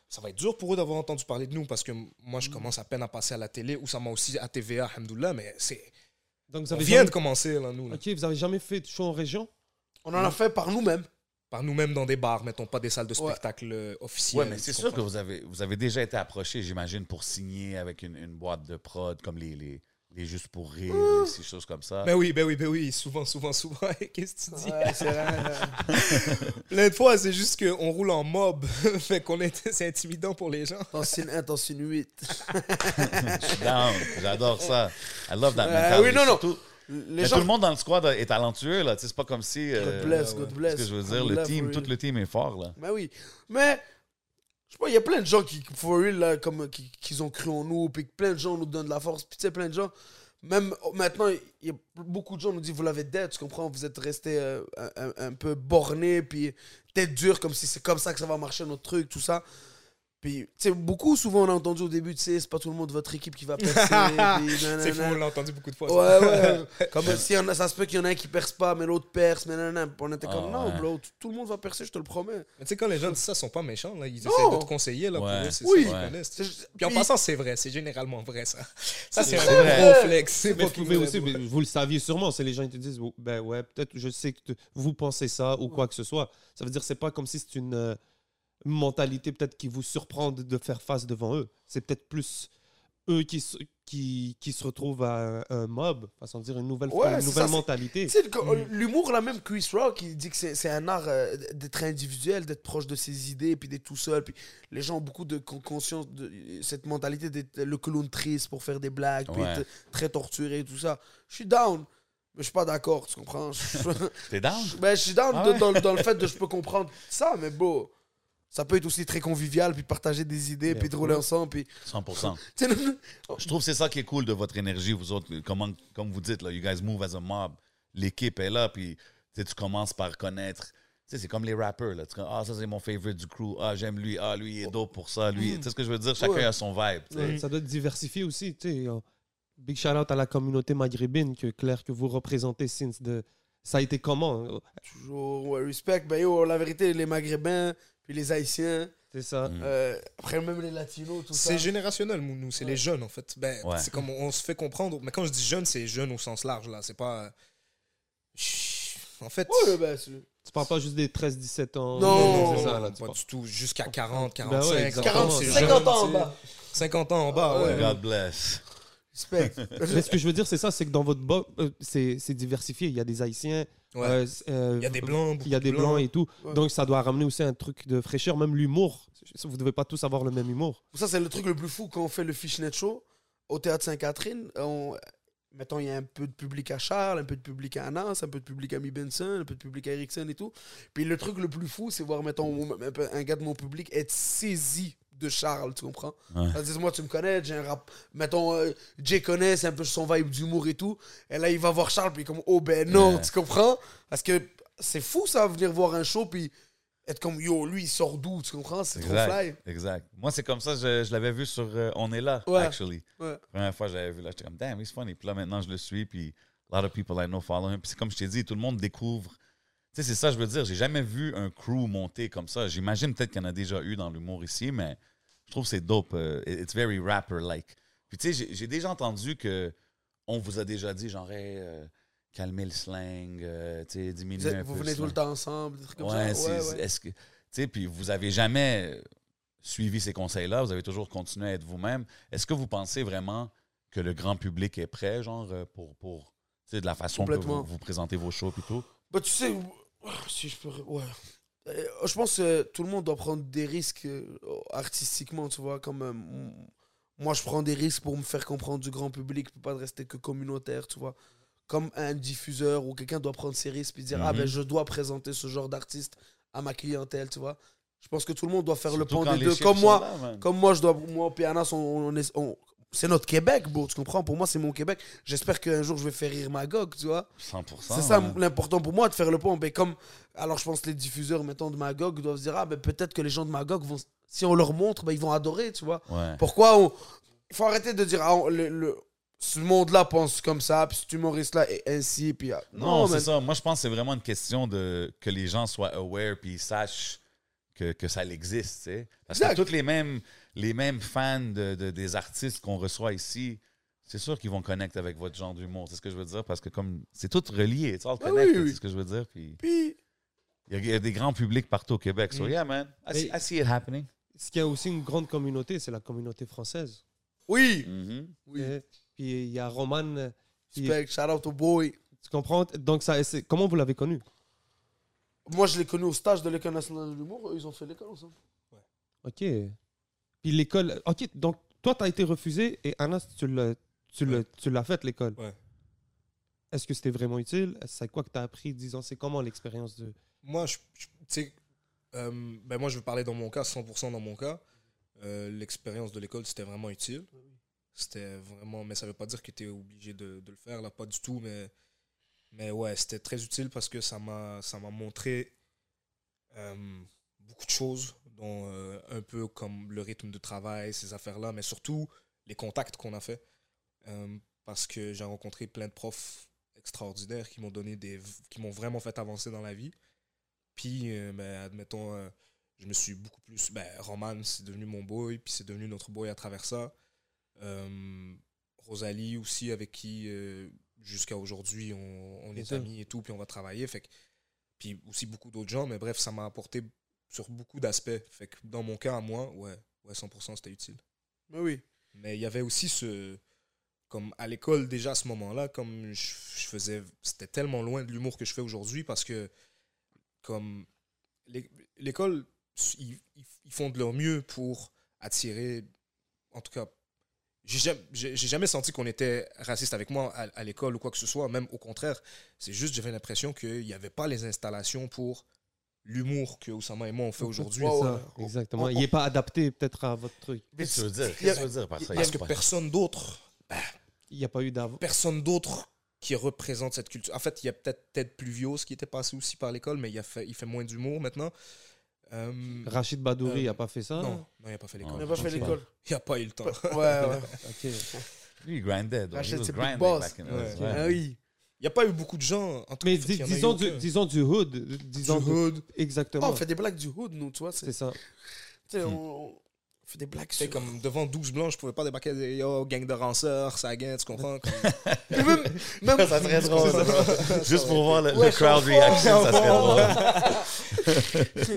Speaker 4: ça va être dur pour eux d'avoir entendu parler de nous parce que moi je commence à peine à passer à la télé ou ça m'a aussi à TVA, alhamdoulilah, mais c'est
Speaker 1: Donc, vous
Speaker 4: on
Speaker 1: avez
Speaker 4: vient
Speaker 1: jamais...
Speaker 4: de commencer là nous là.
Speaker 1: Ok, vous avez jamais fait de show en région
Speaker 3: On en a fait par nous-mêmes.
Speaker 4: par nous-mêmes dans des bars, mettons pas des salles de
Speaker 3: Ouais.
Speaker 4: spectacle euh, officielles.
Speaker 2: Ouais, mais c'est
Speaker 4: tu
Speaker 2: sûr que
Speaker 4: comprends?
Speaker 2: vous avez, vous avez déjà été approché, j'imagine, pour signer avec une, une boîte de prod comme les, les, les Juste pour rire, les- ces choses comme ça.
Speaker 4: Ben
Speaker 2: (laughs)
Speaker 4: oui, ben oui, ben oui, souvent, souvent, souvent. (laughs) Qu'est-ce que tu dis?
Speaker 3: Ouais, c'est vrai.
Speaker 4: Plein de fois, c'est juste qu'on roule en mob. (laughs) fait qu'on est, c'est intimidant pour les gens.
Speaker 3: Tension 1, tension 8.
Speaker 2: Je suis down. J'adore ça. I love that
Speaker 3: Euh,
Speaker 2: mentality.
Speaker 3: oui, non, non.
Speaker 2: Ah, Surtout-
Speaker 3: Les
Speaker 2: mais
Speaker 3: gens
Speaker 2: tout le monde dans le squad est talentueux, là. Tu sais, C'est pas comme si. euh,
Speaker 3: God bless, God bless.
Speaker 2: ce que je veux dire, le
Speaker 3: Alhamdoulilah,
Speaker 2: team,
Speaker 3: for
Speaker 2: tout
Speaker 3: real.
Speaker 2: le team est fort, là.
Speaker 3: Mais Ben oui. Mais, je sais pas, il y a plein de gens qui, for real, là, comme, qui, qui ont cru en nous, puis que plein de gens nous donnent de la force, puis tu sais, plein de gens. Même oh, maintenant, il y a beaucoup de gens nous disent, vous l'avez dead, tu comprends, vous êtes resté euh, un, un- un peu borné, puis tête dure, comme si c'est comme ça que ça va marcher notre truc, tout ça. Puis, tu sais, beaucoup, souvent, on a entendu au début, tu sais, c'est pas tout le monde de votre équipe qui va percer. puis
Speaker 4: C'est fou,
Speaker 3: nanana.
Speaker 4: on l'a entendu beaucoup de fois. ça.
Speaker 3: Ouais, ouais. comme si y en a, ça se peut qu'il y en a un qui perce pas, mais l'autre perce, mais nanana. On était comme,
Speaker 2: Ah,
Speaker 3: non,
Speaker 2: ouais.
Speaker 3: bro, tout- tout le monde va percer, je te le promets.
Speaker 4: Mais tu sais, quand les gens disent ça, ils sont pas méchants. Là. Ils
Speaker 3: Non.
Speaker 4: essaient de te conseiller. Là,
Speaker 2: Ouais.
Speaker 4: pour eux, c'est
Speaker 3: Oui.
Speaker 4: ça qu'ils
Speaker 2: Ouais.
Speaker 4: connaissent.
Speaker 3: C'est juste-
Speaker 4: Puis en
Speaker 3: puis-
Speaker 4: passant, c'est vrai. C'est généralement vrai, ça. Ça, c'est
Speaker 2: C'est vrai.
Speaker 4: un gros flex. C'est
Speaker 1: mais,
Speaker 4: fucking
Speaker 1: mais
Speaker 4: vrai,
Speaker 1: aussi,
Speaker 4: bro.
Speaker 1: mais vous le saviez sûrement, c'est les gens qui te disent, oh, ben ouais, peut-être, je sais que t- vous pensez ça ou quoi que ce soit. Ça veut dire, c'est pas comme si c'est une euh, mentalité peut-être qui vous surprend de, de faire face devant eux. C'est peut-être plus eux qui, se- qui, qui se retrouvent à un, un mob, façon de dire une nouvelle,
Speaker 3: Ouais,
Speaker 1: une
Speaker 3: c'est
Speaker 1: nouvelle
Speaker 3: ça, c'est-
Speaker 1: mentalité.
Speaker 3: Tu sais, le- l'humour, là, même Chris Rock, il dit que c'est c'est un art euh, d'être individuel, d'être proche de ses idées, puis d'être tout seul. Puis les gens ont beaucoup de con- conscience de euh, cette mentalité d'être le clown triste pour faire des blagues, puis
Speaker 2: Ouais.
Speaker 3: être très torturé et tout ça. Je suis down, mais je suis pas d'accord, tu comprends? (laughs) Je,
Speaker 2: T'es down?
Speaker 3: je- ben, je suis down
Speaker 2: Ah
Speaker 3: de-
Speaker 2: ouais?
Speaker 3: dans, dans le fait de je peux comprendre ça, mais bon. Ça peut être aussi très convivial, puis partager des idées,
Speaker 1: Mais
Speaker 3: puis drôler ensemble, puis...
Speaker 2: 100
Speaker 3: Tu sais, (laughs)
Speaker 2: Je trouve que c'est ça qui est cool de votre énergie, vous autres. Comment, comme vous dites, là, you guys move as a mob. L'équipe est là, puis tu sais, tu commences par connaître. Tu sais, c'est comme les rappers. Là. Tu dis, ah, ça, c'est mon favorite du crew. Ah, j'aime lui. Ah, lui, il est dope pour ça. Lui, tu sais ce que je veux dire? Chacun
Speaker 3: Ouais.
Speaker 2: a son vibe. tu sais.
Speaker 1: Ouais, Ça doit être diversifié aussi. tu sais, euh, Big shout out à la communauté maghrébine que Claire que vous représentez since de ça a été comment euh,
Speaker 3: Toujours, ouais, respect. Ben yo, la vérité, les Maghrébins, puis les Haïtiens,
Speaker 1: C'est ça.
Speaker 3: euh, après même les Latinos, tout ça.
Speaker 4: C'est générationnel, nous, nous, c'est les jeunes, en fait. Ben,
Speaker 2: Ouais.
Speaker 4: C'est comme on, on se fait comprendre. Mais quand je dis jeune, c'est jeune au sens large, là. C'est pas. euh, chut. En fait.
Speaker 3: Ouais, ben, c'est-
Speaker 1: Tu parles pas juste des 13-17 ans.
Speaker 3: Non,
Speaker 1: c'est
Speaker 3: non,
Speaker 1: ça, là, tu
Speaker 4: pas
Speaker 1: parles.
Speaker 4: du tout. Jusqu'à 40,
Speaker 1: Ben ouais,
Speaker 4: 45,
Speaker 1: exactement.
Speaker 3: 40,
Speaker 1: c'est
Speaker 3: 50 ans en
Speaker 4: jeune,
Speaker 3: bas.
Speaker 4: tu sais. 50 ans en bas, ouais.
Speaker 2: God bless.
Speaker 3: Respect. (laughs)
Speaker 1: Mais ce que je veux dire, c'est ça, c'est que dans votre bob, euh, c'est c'est diversifié. Il y a des Haïtiens,
Speaker 4: Ouais.
Speaker 1: euh, c'est, euh,
Speaker 4: Il y a des blancs.
Speaker 1: il y a
Speaker 4: beaucoup
Speaker 1: des
Speaker 4: de
Speaker 1: blancs et tout.
Speaker 3: Ouais.
Speaker 1: Donc ça doit ramener aussi un truc de fraîcheur, même l'humour. Vous devez pas tous avoir le même humour.
Speaker 3: ça, c'est le truc le plus fou quand on fait le Fishnet Show au Théâtre Sainte-Catherine. On... Mettons, il y a un peu de public à Charles, un peu de public à Anas, un peu de public à Mi Benson, un peu de public à Erickson et tout. Puis le truc le plus fou, c'est voir, mettons, mon- un peu- un gars de mon public être saisi de Charles, tu comprends?
Speaker 2: Ouais.
Speaker 3: Ça dit, moi, tu me connais, j'ai un rap. Mettons, euh, Jay connaît, c'est un peu son vibe d'humour et tout. Et là, il va voir Charles, puis il est comme, oh ben non,
Speaker 2: Ouais.
Speaker 3: tu comprends? Parce que c'est fou, ça, venir voir un show, puis être comme, yo, lui, il sort d'où, tu comprends? C'est trop
Speaker 2: Exact.
Speaker 3: fly.
Speaker 2: Exact. Moi, c'est comme ça, je, je l'avais vu sur euh, On est là,
Speaker 3: Ouais.
Speaker 2: actually.
Speaker 3: Ouais.
Speaker 2: Première fois, j'avais vu là, j'étais comme, damn, he's funny. Puis là, maintenant, je le suis, puis a lot of people I know follow him. Puis c'est comme je t'ai dit, tout le monde découvre. Tu sais, c'est ça, je veux dire, j'ai jamais vu un crew monter comme ça. J'imagine peut-être qu'il y en a déjà eu dans l'humour ici, mais je trouve que c'est dope. euh, It's very rapper-like. Puis tu sais, j'ai- j'ai déjà entendu que on vous a déjà dit, genre, hey, euh, calmez le slang, euh, tu sais,
Speaker 3: Vous,
Speaker 2: diminuez
Speaker 3: êtes-
Speaker 2: un
Speaker 3: vous
Speaker 2: peu le
Speaker 3: venez tout
Speaker 2: slang.
Speaker 3: le temps ensemble, des trucs comme
Speaker 2: Ouais,
Speaker 3: ça. Ouais,
Speaker 2: c'est-
Speaker 3: ouais.
Speaker 2: est-ce que. Tu sais, puis vous avez jamais euh, suivi ces conseils-là, vous avez toujours continué à être vous-même. Est-ce que vous pensez vraiment que le grand public est prêt, genre, euh, pour. pour tu sais, de la façon que
Speaker 3: Complètement.
Speaker 2: vous, vous présentez vos shows, puis tout?
Speaker 3: Bah, tu sais, si je peux. Ouais. Euh, Je pense que tout le monde doit prendre des risques euh, artistiquement, tu vois. Comme euh, m- moi, je prends des risques pour me faire comprendre du grand public, pour pas de rester que communautaire, tu vois. Comme un diffuseur ou quelqu'un doit prendre ses risques et dire Ah,
Speaker 2: Mhm.
Speaker 3: ben, je dois présenter ce genre d'artiste à ma clientèle, tu vois. Je pense que tout le monde doit faire le
Speaker 2: Surtout
Speaker 3: pont
Speaker 2: quand
Speaker 3: des
Speaker 2: les
Speaker 3: deux.
Speaker 2: chiffres
Speaker 3: Comme
Speaker 2: sont
Speaker 3: moi,
Speaker 2: là, man.
Speaker 3: comme moi, je dois, moi, Pianas, on, on est- on- c'est notre Québec, bro, tu comprends Pour moi, c'est mon Québec. J'espère qu'un jour, je vais faire rire Magog, tu vois.
Speaker 2: 100%.
Speaker 3: C'est ça
Speaker 2: man.
Speaker 3: l'important pour moi de faire le pont. Mais comme, alors je pense que les diffuseurs, mettons, de Magog doivent se dire, ah, ben peut-être que les gens de Magog vont, si on leur montre, ben, ils vont adorer, tu vois.
Speaker 2: Ouais.
Speaker 3: Pourquoi on. Il faut arrêter de dire, ah, on- le, le- ce monde-là pense comme ça, puis cet humoriste-là est ainsi, puis. ah.
Speaker 2: Non,
Speaker 3: mais
Speaker 2: c'est ça. Moi, je pense que c'est vraiment une question de que les gens soient aware puis ils sachent que, que ça existe. tu sais. Parce que
Speaker 3: Exact.
Speaker 2: tous les mêmes, les mêmes fans de, de- des artistes qu'on reçoit ici, c'est sûr qu'ils vont connecter avec votre genre d'humour. C'est ce que je veux dire. Parce que comme c'est tout relié. It's all
Speaker 3: Ah oui,
Speaker 2: connected.
Speaker 3: oui.
Speaker 2: C'est ce que je veux dire. Puis
Speaker 3: Puis,
Speaker 2: il y, a- il y a des grands publics partout au Québec. So,
Speaker 1: Mm.
Speaker 2: yeah, man. I see,
Speaker 1: Mais-
Speaker 2: I see it happening.
Speaker 1: Ce qui a aussi une grande communauté, c'est la communauté française.
Speaker 3: oui,
Speaker 2: Mhm.
Speaker 3: oui.
Speaker 1: Et puis il y a Roman. euh, qui-
Speaker 3: Respect, shout out au boy.
Speaker 1: tu comprends Donc ça, c'est- comment vous l'avez connu
Speaker 3: Moi, je l'ai connu au stage de l'École nationale de l'humour, eux, ils ont fait l'école ensemble.
Speaker 1: Ok. Puis l'école. Ok, donc toi, tu as été refusé et Anas, tu l'as, tu l'as, tu l'as fait l'école.
Speaker 4: Ouais.
Speaker 1: Est-ce que c'était vraiment utile C'est quoi que tu as appris Disons, c'est comment l'expérience de.
Speaker 4: Moi, je, je- tu sais, euh, ben moi, je vais parler dans mon cas, 100% dans mon cas. Euh, L'expérience de l'école, c'était vraiment utile. C'était vraiment, mais ça veut pas dire que tu es obligé de, de le faire, là, pas du tout. Mais, mais ouais, c'était très utile parce que ça m'a ça m'a montré euh, beaucoup de choses, dont euh, un peu comme le rythme de travail, ces affaires-là, mais surtout les contacts qu'on a fait. Euh, parce que j'ai rencontré plein de profs extraordinaires qui m'ont donné des qui m'ont vraiment fait avancer dans la vie. Puis, euh, ben, admettons, euh, je me suis beaucoup plus. Ben, Roman, c'est devenu mon boy, puis c'est devenu notre boy à travers ça. Euh, Rosalie aussi, avec qui euh, jusqu'à aujourd'hui, on, on
Speaker 1: Bien
Speaker 4: est
Speaker 1: sûr.
Speaker 4: amis et tout, puis on va travailler. Fait que- puis aussi beaucoup d'autres gens, mais bref, ça m'a apporté sur beaucoup d'aspects. Fait que dans mon cas, à moi, ouais, ouais 100% c'était utile.
Speaker 3: Mais oui.
Speaker 4: Mais il y avait aussi ce. Comme à l'école, déjà à ce moment-là, comme je, je faisais. C'était tellement loin de l'humour que je fais aujourd'hui parce que, comme. l'é- L'école, ils, ils- ils font de leur mieux pour attirer. En tout cas, j'ai jamais, j'ai j'ai jamais senti qu'on était raciste avec moi à, à l'école ou quoi que ce soit, même au contraire. C'est juste, j'avais l'impression qu'il n'y avait pas les installations pour l'humour que Oussama et moi on fait aujourd'hui.
Speaker 1: C'est
Speaker 3: Ouais,
Speaker 1: ça,
Speaker 3: ouais.
Speaker 1: exactement. Il n'est pas adapté peut-être à votre truc.
Speaker 2: Qu'est-ce que tu veux dire?
Speaker 3: Il y
Speaker 2: Qu'est-ce
Speaker 3: a-
Speaker 2: que tu veux dire par ça?
Speaker 4: Parce
Speaker 2: Il y
Speaker 4: que
Speaker 2: a pas-
Speaker 4: personne d'autre
Speaker 1: Il n'y a pas eu d'avant.
Speaker 4: personne d'autre qui représente cette culture. En fait, il y a peut-être Ted Pluvios qui était passé aussi par l'école, mais il, a fait, il fait moins d'humour maintenant. Euh,
Speaker 1: Rachid Badouri
Speaker 4: Euh,
Speaker 1: n'a pas fait ça.
Speaker 4: non, Euh, non, il n'a pas fait
Speaker 2: Ah,
Speaker 4: l'école.
Speaker 3: Il n'a pas fait
Speaker 1: Ok.
Speaker 3: l'école.
Speaker 4: Il n'a pas eu le temps.
Speaker 3: Ouais, ouais.
Speaker 1: Ok.
Speaker 2: Lui, il grindait. donc,
Speaker 3: Rachid,
Speaker 2: he was
Speaker 3: c'est Big
Speaker 2: grinding
Speaker 3: Boss.
Speaker 2: back in the-
Speaker 4: Ouais.
Speaker 2: ouais.
Speaker 3: Ah oui.
Speaker 4: Il n'y a pas eu beaucoup de gens. En tout
Speaker 1: Mais
Speaker 4: cas,
Speaker 1: dis-
Speaker 4: il y en a eu
Speaker 1: disons, du,
Speaker 4: aucun.
Speaker 1: disons du hood. Disons
Speaker 4: Du
Speaker 1: de-
Speaker 4: hood.
Speaker 1: Exactement.
Speaker 3: Oh, on fait des blagues du hood, nous, tu vois. C'est,
Speaker 1: c'est ça.
Speaker 3: tu sais, on, on fait des blagues
Speaker 4: Tu sais,
Speaker 3: sur... (laughs)
Speaker 4: comme devant 12 blancs, je pouvais pas débarquer des yo, gang de ranceurs, ça gagne,
Speaker 2: (laughs)
Speaker 4: tu comprends? Comme-
Speaker 3: Mais même, même...
Speaker 2: Ça
Speaker 4: (laughs)
Speaker 2: serait drôle. Juste pour voir le, le
Speaker 3: Ouais,
Speaker 2: crowd
Speaker 3: c'est
Speaker 2: reaction,
Speaker 3: fort,
Speaker 2: ça
Speaker 3: c'est (laughs)
Speaker 2: serait
Speaker 3: fort.
Speaker 2: drôle.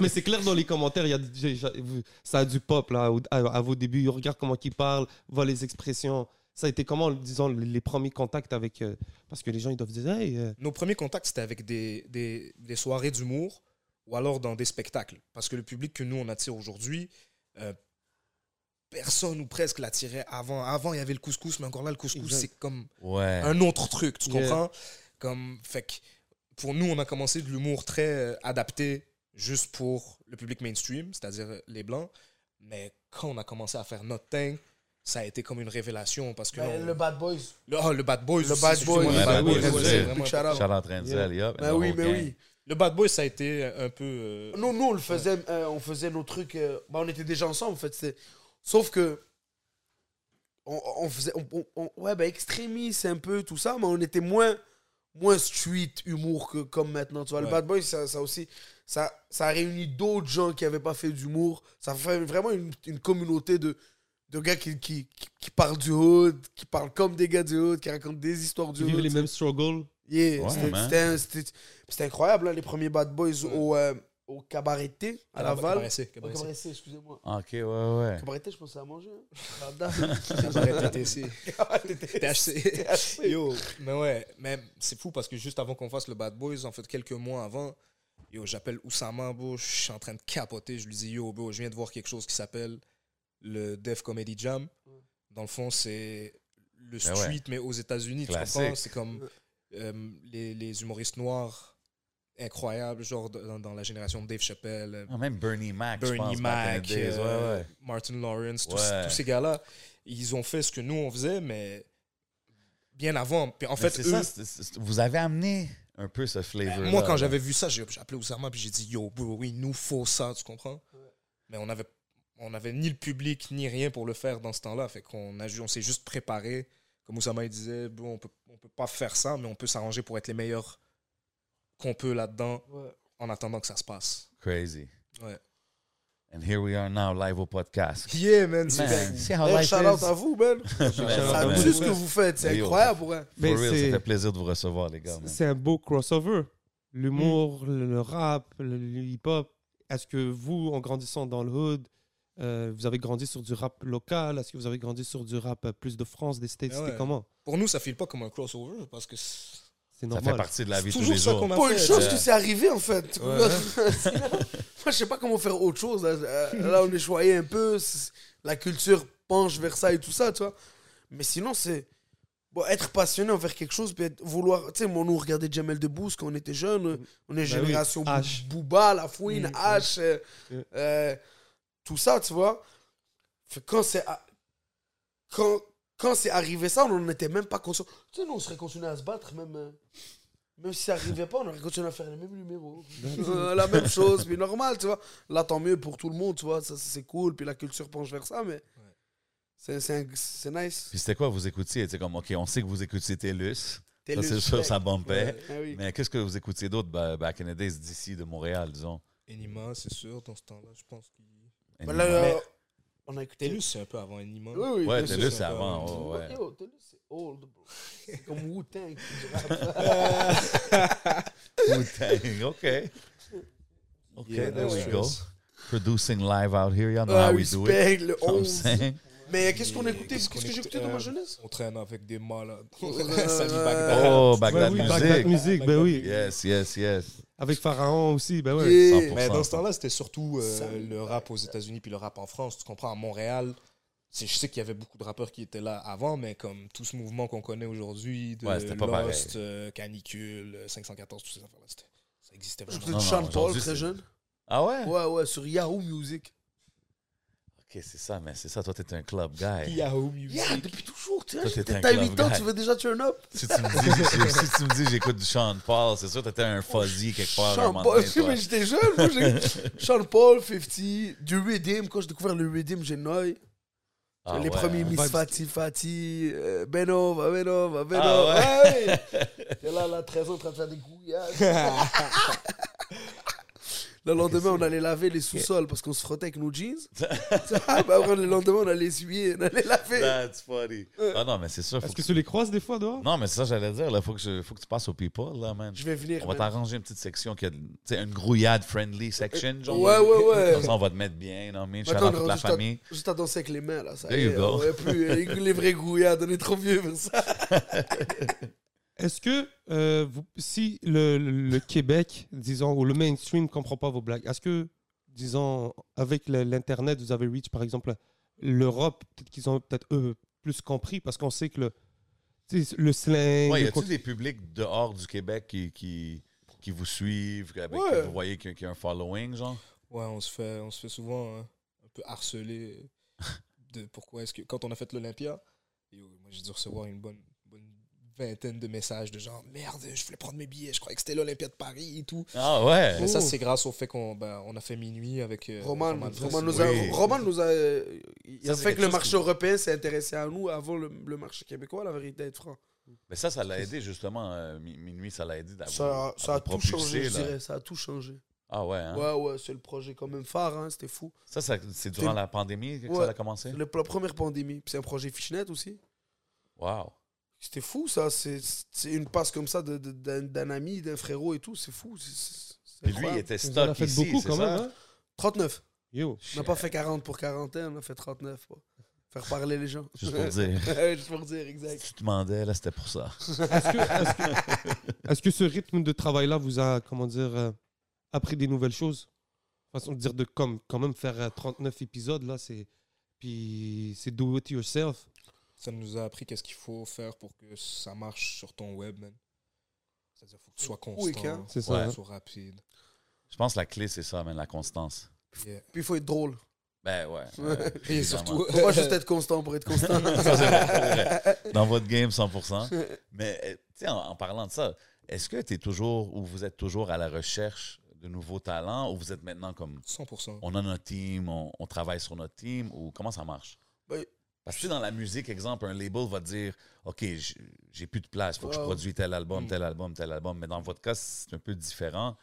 Speaker 1: Mais c'est clair dans les commentaires, il y a, j'ai- j'ai- vous- ça a du pop là, au- à, à vos débuts. Regarde comment ils parlent, voit les expressions. Ça a été comment, disons, les, les premiers contacts avec. euh, parce que les gens, ils doivent dire, hey, euh,
Speaker 4: Nos premiers contacts, c'était avec des, des, des soirées d'humour ou alors dans des spectacles. Parce que le public que nous, on attire aujourd'hui, euh, personne ou presque l'attirait avant. Avant, il y avait le couscous, mais encore là, le couscous,
Speaker 1: Exact.
Speaker 4: c'est comme
Speaker 2: Ouais.
Speaker 4: un autre truc, tu
Speaker 1: Yeah.
Speaker 4: comprends? Comme, fait que pour nous, on a commencé de l'humour très euh, adapté juste pour le public mainstream, c'est-à-dire euh, les Blancs. Mais quand on a commencé à faire notre thing, ça a été comme une révélation parce que... là,
Speaker 3: Ben,
Speaker 4: on-
Speaker 3: le Bad Boys.
Speaker 4: le, ah, le Bad Boys. aussi,
Speaker 3: Bad
Speaker 4: excusez-moi,
Speaker 3: Boys.
Speaker 4: le
Speaker 2: Ouais,
Speaker 4: Bad
Speaker 2: Bad
Speaker 4: Boys,
Speaker 2: Boys,
Speaker 4: ouais,
Speaker 2: c'est-
Speaker 4: vraiment
Speaker 3: Big shout out.
Speaker 2: Charles en train de dire, yup.
Speaker 3: Ben oui, ben oui.
Speaker 4: le Bad Boy, ça a été un peu. euh,
Speaker 3: Nous, nous on le faisait, euh, on faisait nos trucs. euh, bah, on était déjà ensemble, en fait. c'est- Sauf que. On, on faisait. on- on- on- ouais, bah, extrémiste un peu, tout ça, mais on était moins. Moins street humour que comme maintenant. Tu vois, le
Speaker 4: Ouais.
Speaker 3: Bad Boy, ça, ça aussi. Ça, ça a réuni d'autres gens qui n'avaient pas fait d'humour. Ça fait vraiment une, une communauté de, de gars qui, qui, qui, qui parlent du hood, qui parlent comme des gars du hood, qui racontent des histoires du
Speaker 1: ils vivent
Speaker 3: hood.
Speaker 1: les mêmes struggles.
Speaker 3: Yeah,
Speaker 2: Ouais,
Speaker 3: c'était-
Speaker 2: man.
Speaker 3: c'était un- c'était c'était incroyable, hein, les premiers Bad Boys au, euh, au cabaret T,
Speaker 4: Ah,
Speaker 3: à Laval.
Speaker 4: Cabaret C,
Speaker 3: Au
Speaker 4: Cabaret C.
Speaker 3: cabaret C, excusez-moi.
Speaker 2: Ok, ouais, ouais.
Speaker 3: Cabaret T, je pensais à manger. hein. (laughs)
Speaker 4: Cabaret TTC.
Speaker 3: Lambda.
Speaker 4: THC. Yo, mais ouais, mais c'est fou parce que juste avant qu'on fasse le Bad Boys, en fait, quelques mois avant, yo, j'appelle Oussama, bro, je suis en train de capoter. Je lui dis, yo, bro, je viens de voir quelque chose qui s'appelle le Def Comedy Jam. Dans le fond, c'est le
Speaker 2: Ben ouais.
Speaker 4: street, mais aux États-Unis, tu
Speaker 2: Classique.
Speaker 4: comprends? C'est comme euh, les, les humoristes noirs incroyables, genre dans, dans la génération de Dave Chappelle, euh,
Speaker 2: Ah, même Bernie Mac, je
Speaker 4: Bernie
Speaker 2: pense, back in
Speaker 4: Mac,
Speaker 2: the days,
Speaker 4: euh,
Speaker 2: ouais, ouais.
Speaker 4: Martin Lawrence, tous,
Speaker 2: Ouais.
Speaker 4: tous ces gars-là, ils ont fait ce que nous on faisait, mais bien avant. Puis en
Speaker 2: Mais
Speaker 4: fait,
Speaker 2: c'est
Speaker 4: eux,
Speaker 2: ça, c'est- c'est- vous avez amené un peu ce flavor
Speaker 4: moi quand j'avais vu ça, j'ai j'ai appelé Oussama puis j'ai dit yo bro, oui, il nous faut ça, tu comprends Mais on avait on avait ni le public ni rien pour le faire dans ce temps-là, fait qu'on a ju- on s'est juste préparé. Comme Oussama il disait, bon, on peut on peut pas faire ça, mais on peut s'arranger pour être les meilleurs qu'on peut là-dedans
Speaker 3: Ouais.
Speaker 4: en attendant que ça se passe.
Speaker 2: Crazy.
Speaker 4: Ouais.
Speaker 2: And here we are now, live au podcast.
Speaker 4: Yeah man, c'est
Speaker 2: Man,
Speaker 4: fou.
Speaker 2: see how
Speaker 3: Hey,
Speaker 2: life is.
Speaker 3: shout-out
Speaker 2: (laughs)
Speaker 3: Eh, à vous, man. Ça
Speaker 1: Ouais.
Speaker 3: a
Speaker 1: Ouais.
Speaker 3: tout ce que vous faites, c'est
Speaker 2: Yo.
Speaker 3: incroyable, ouais.
Speaker 1: Mais
Speaker 2: For real,
Speaker 1: c'est-
Speaker 2: ça fait plaisir de vous recevoir, les gars. man.
Speaker 1: C'est un beau crossover. L'humour, le le rap, le le hip-hop. Est-ce que vous, en grandissant dans le hood, euh, vous avez grandi sur du rap local Est-ce que vous avez grandi sur du rap euh, plus de France, des States
Speaker 4: Ah
Speaker 1: C'était
Speaker 4: ouais.
Speaker 1: comment
Speaker 4: Pour nous, ça file pas comme un crossover parce que c'est-
Speaker 1: C'est
Speaker 2: Ça
Speaker 1: normal.
Speaker 2: fait partie de la vie
Speaker 4: C'est
Speaker 2: de tous les
Speaker 4: toujours ça
Speaker 2: jours.
Speaker 4: qu'on a
Speaker 3: Pas une
Speaker 4: fait.
Speaker 3: chose
Speaker 2: euh,
Speaker 3: que c'est arrivé, en fait. (laughs)
Speaker 4: Ouais.
Speaker 3: Moi, je sais pas comment faire autre chose. Là,
Speaker 1: (laughs)
Speaker 3: Euh, là, on est choyé un peu. c'est- La culture penche vers ça et tout ça, tu vois. Mais sinon, c'est... Bon, être passionné envers quelque chose, puis être- vouloir... Tu sais, moi, nous, on regardait Jamel Debbouze quand on était jeunes. euh, On
Speaker 1: Bah
Speaker 3: est
Speaker 1: oui,
Speaker 3: génération Bou-
Speaker 1: H.
Speaker 3: Booba, La Fouine,
Speaker 1: Mm,
Speaker 3: H, euh,
Speaker 1: Ouais.
Speaker 3: euh, tout ça, tu vois. Fait que quand c'est... ah, à- Quand, quand c'est arrivé ça, on n'était même pas conscient. Tu sais, nous, on serait continué à se battre, même... euh, Même si ça arrivait pas, on aurait continué à faire les mêmes numéros. Euh, la même chose, mais normal, tu vois. Là, tant mieux pour tout le monde, tu vois. Ça, c'est cool. Puis la culture penche vers ça, mais... c'est- C'est un- c'est nice.
Speaker 2: Puis c'était quoi, vous écoutiez? Tu sais, comme, OK, on sait que vous écoutiez TELUS. Ça, c'est
Speaker 3: Tellus,
Speaker 2: sûr,
Speaker 3: mec.
Speaker 2: ça bombait.
Speaker 3: Ah oui.
Speaker 2: Mais qu'est-ce que vous écoutiez d'autre ba- back in the days d'ici, de Montréal, disons?
Speaker 4: Enima, c'est sûr, dans ce temps-là, je pense qu'il.
Speaker 3: Bah là,
Speaker 2: Anyway.
Speaker 3: euh, on a écouté.
Speaker 4: Telus, c'est un peu avant Enima.
Speaker 3: Oui, oui,
Speaker 2: ouais,
Speaker 3: bien sûr.
Speaker 2: TELUS,
Speaker 4: c'est
Speaker 2: c'est
Speaker 4: un peu
Speaker 2: avant.
Speaker 3: Yo,
Speaker 2: oh, (laughs)
Speaker 3: (laughs)
Speaker 2: ouais.
Speaker 3: Yo, Telus, c'est old, bro. C'est comme Wu-Tang. qui dira après.
Speaker 2: Wu-Tang, OK. OK,
Speaker 4: Yeah,
Speaker 2: there
Speaker 3: that's
Speaker 2: we
Speaker 4: true.
Speaker 2: go. Producing live out here, y'all know
Speaker 3: Ah,
Speaker 2: how we do it.
Speaker 3: respect, le
Speaker 2: You know what I'm
Speaker 3: 11.
Speaker 2: saying?
Speaker 3: Mais qu'est-ce qu'on
Speaker 4: Et
Speaker 3: écoutait Qu'est-ce
Speaker 4: qu'est-ce qu'on
Speaker 3: que j'écoutais
Speaker 4: écoutait,
Speaker 3: dans ma
Speaker 4: euh,
Speaker 3: jeunesse
Speaker 4: On traîne avec
Speaker 2: (laughs)
Speaker 4: des malades. (laughs)
Speaker 3: Ouais.
Speaker 4: Samy Bagdad.
Speaker 2: Oh,
Speaker 1: Ben
Speaker 2: Bagdad
Speaker 1: oui, Bagdad
Speaker 2: Music.
Speaker 1: Music, ben oui.
Speaker 2: Yes, yes, yes.
Speaker 1: Avec Pharaon aussi, ben ouais.
Speaker 3: Yeah.
Speaker 2: 100%.
Speaker 4: Mais dans ce temps-là, c'était surtout euh,
Speaker 3: Samy
Speaker 4: le rap aux États-Unis puis le rap en France. Tu comprends, à Montréal, c'est- je sais qu'il y avait beaucoup de rappeurs qui étaient là avant, mais comme tout ce mouvement qu'on connaît aujourd'hui, de
Speaker 2: Ouais, c'était pas pareil.
Speaker 4: Lost, euh, Canicule, euh, 514, toutes ces affaires-là, c'était- ça existait vraiment.
Speaker 3: J'écoutais
Speaker 2: Non,
Speaker 3: du
Speaker 2: non,
Speaker 3: Sean Paul
Speaker 2: aujourd'hui,
Speaker 3: très
Speaker 2: c'est-
Speaker 3: jeune.
Speaker 2: Ah ouais?
Speaker 3: Ouais, ouais, sur Yahoo Music.
Speaker 2: Ok, c'est ça, mais c'est ça. Toi, t'es un club guy.
Speaker 4: Yahoo Music.
Speaker 3: Yeah, depuis toujours, tu
Speaker 2: Toi, t'es
Speaker 3: sais.
Speaker 2: un
Speaker 3: T'as 8
Speaker 2: club
Speaker 3: ans,
Speaker 2: guy.
Speaker 3: tu veux déjà turn up.
Speaker 2: Si tu me dis, si tu me dis j'écoute du Sean Paul, c'est sûr que t'étais un fuzzy quelque part. à un
Speaker 3: Sean
Speaker 2: moment
Speaker 3: Paul, (laughs)
Speaker 2: donné,
Speaker 3: mais
Speaker 2: toi.
Speaker 3: j'étais jeune. Moi,
Speaker 2: (laughs)
Speaker 3: j'ai- Sean Paul, 50, du Redeem. Quand j'ai découvert le Redeem, j'ai noyé.
Speaker 2: Ah
Speaker 3: les
Speaker 2: ouais,
Speaker 3: premiers
Speaker 2: hein.
Speaker 3: Miss
Speaker 1: Vibes-
Speaker 3: Fati, Fati, euh, Benova, Benova, Benova.
Speaker 2: Ah
Speaker 3: ouais.
Speaker 2: (laughs)
Speaker 3: Et là, là, 13 ans, en train de faire des gouillages. (laughs) Le lendemain, on allait laver les sous-sols parce qu'on se frottait avec nos
Speaker 2: (laughs)
Speaker 3: jeans. Ah, bah, après, le lendemain, on allait essuyer, on allait
Speaker 2: (laughs)
Speaker 3: laver.
Speaker 2: That's funny. Ah non, mais c'est sûr. faut
Speaker 1: Est-ce
Speaker 2: que
Speaker 1: que tu les croises des fois dehors?
Speaker 2: tu- Non, mais c'est ça, que j'allais dire. Là, faut que, je- faut que tu passes au people, là, man.
Speaker 3: Je vais venir.
Speaker 2: On va
Speaker 3: man.
Speaker 2: t'arranger une petite section qui a de- tu sais, une grouillade friendly section. Genre,
Speaker 3: Ouais, ouais, ouais.
Speaker 2: Comme ça, on va te mettre bien. Non, mais
Speaker 3: Maintenant,
Speaker 2: shout-out toute
Speaker 3: on est
Speaker 2: la
Speaker 3: juste à-
Speaker 2: famille.
Speaker 3: Juste à danser avec les mains, là. Ça
Speaker 2: There
Speaker 3: y
Speaker 2: you
Speaker 3: est,
Speaker 2: go.
Speaker 3: on
Speaker 2: (laughs)
Speaker 3: aurait plus euh, les vrais gouillades, on est trop vieux pour ça.
Speaker 1: Est-ce que euh, vous- si le, le- le Québec, disons, ou le mainstream comprend pas vos blagues, est-ce que, disons, avec le- l'Internet, vous avez reach, par exemple, l'Europe, peut-être qu'ils ont peut-être eux plus compris, parce qu'on sait que le, tu sais, le slang,
Speaker 2: Ouais, y
Speaker 1: le
Speaker 2: a-tu
Speaker 1: quoi-
Speaker 2: des publics dehors du Québec qui, qui, qui vous suivent, avec qui
Speaker 3: Ouais.
Speaker 2: vous voyez qu'il y a- qu'il y a un following, genre?
Speaker 4: Ouais, on se fait, on se fait souvent hein, un peu harceler de pourquoi est-ce que quand on a fait l'Olympia, yo, moi j'ai dû recevoir une bonne, bonne vingtaine de messages de genre merde, je voulais prendre mes billets, je croyais que c'était l'Olympia de Paris et tout.
Speaker 2: Ah ouais!
Speaker 4: Mais ça
Speaker 3: Oh.
Speaker 4: c'est grâce au fait qu'on ben, on a fait minuit avec euh,
Speaker 3: Roman,
Speaker 4: Fest.
Speaker 3: Roman nous a.
Speaker 2: Oui.
Speaker 3: Roman nous a euh, il
Speaker 2: Ça,
Speaker 3: a
Speaker 2: c'est
Speaker 3: fait
Speaker 2: quelque
Speaker 3: que le
Speaker 2: chose
Speaker 3: marché
Speaker 2: qui-
Speaker 3: européen s'est intéressé à nous avant le, le marché québécois, la vérité être franc.
Speaker 2: Mais ça, ça l'a aidé justement, euh, mi- minuit, ça l'a aidé d'avoir.
Speaker 3: Ça, ça a tout changé, je dirais. Ça a tout changé.
Speaker 2: Ah ouais, hein?
Speaker 3: Ouais, ouais, c'est le projet quand même phare, hein, c'était fou.
Speaker 2: Ça, ça- c'est durant
Speaker 3: C'est-
Speaker 2: la pandémie que
Speaker 3: Ouais.
Speaker 2: ça a commencé?
Speaker 3: C'est le- la première pandémie. Puis c'est un projet Fishnet aussi.
Speaker 2: Wow!
Speaker 3: C'était fou, ça. C'est c'est une passe comme ça de- de- d'un d'un ami, d'un frérot et tout. C'est fou. c'est- c'est- c'est
Speaker 2: Puis lui, il
Speaker 3: incroyable.
Speaker 2: était
Speaker 1: Vous en
Speaker 2: stock
Speaker 1: avez fait
Speaker 2: ici,
Speaker 1: beaucoup
Speaker 2: c'est
Speaker 1: quand
Speaker 2: ça?
Speaker 1: même, hein?
Speaker 3: 39.
Speaker 1: Yo.
Speaker 3: On n'a pas fait 40 pour 41, on a fait 39 pour faire parler les gens.
Speaker 2: Juste pour dire.
Speaker 3: Juste pour dire, exact.
Speaker 2: Tu te demandais, là, c'était pour ça.
Speaker 1: Est-ce que, est-ce
Speaker 2: (laughs)
Speaker 1: que- est-ce que ce rythme de travail-là vous a, comment dire, euh, appris des nouvelles choses Façon de dire de comme, quand même faire euh, 39 épisodes, là, c'est. Puis c'est do it yourself.
Speaker 4: Ça nous a appris qu'est-ce qu'il faut faire pour que ça marche sur ton web, man. C'est-à-dire faut que tu sois constant,
Speaker 3: Oui, hein.
Speaker 1: C'est
Speaker 4: faut
Speaker 1: ça.
Speaker 4: que
Speaker 1: hein?
Speaker 4: tu sois rapide.
Speaker 2: Je pense que la clé, c'est ça, man, la constance.
Speaker 4: Yeah.
Speaker 3: Puis il faut être drôle.
Speaker 2: Ben ouais.
Speaker 3: Ouais.
Speaker 4: Et
Speaker 2: évidemment.
Speaker 4: surtout
Speaker 3: Faut pas
Speaker 4: (laughs)
Speaker 3: juste être constant pour être constant.
Speaker 2: Ça, c'est vrai, c'est vrai. Hein? Dans votre game, 100%. Mais euh, tu sais, en, en parlant de ça, est-ce que tu es toujours ou vous êtes toujours à la recherche de nouveaux talents ou vous êtes maintenant comme
Speaker 4: 100%.
Speaker 2: on a notre team, on, on travaille sur notre team ou comment ça marche?
Speaker 3: Ben,
Speaker 2: Parce que tu sais, dans la musique, exemple, un label va dire OK, j- j'ai plus de place, faut que je
Speaker 3: Ouais.
Speaker 2: produise tel album,
Speaker 4: Mm.
Speaker 2: tel album, tel album. Mais dans votre cas, c'est un peu différent.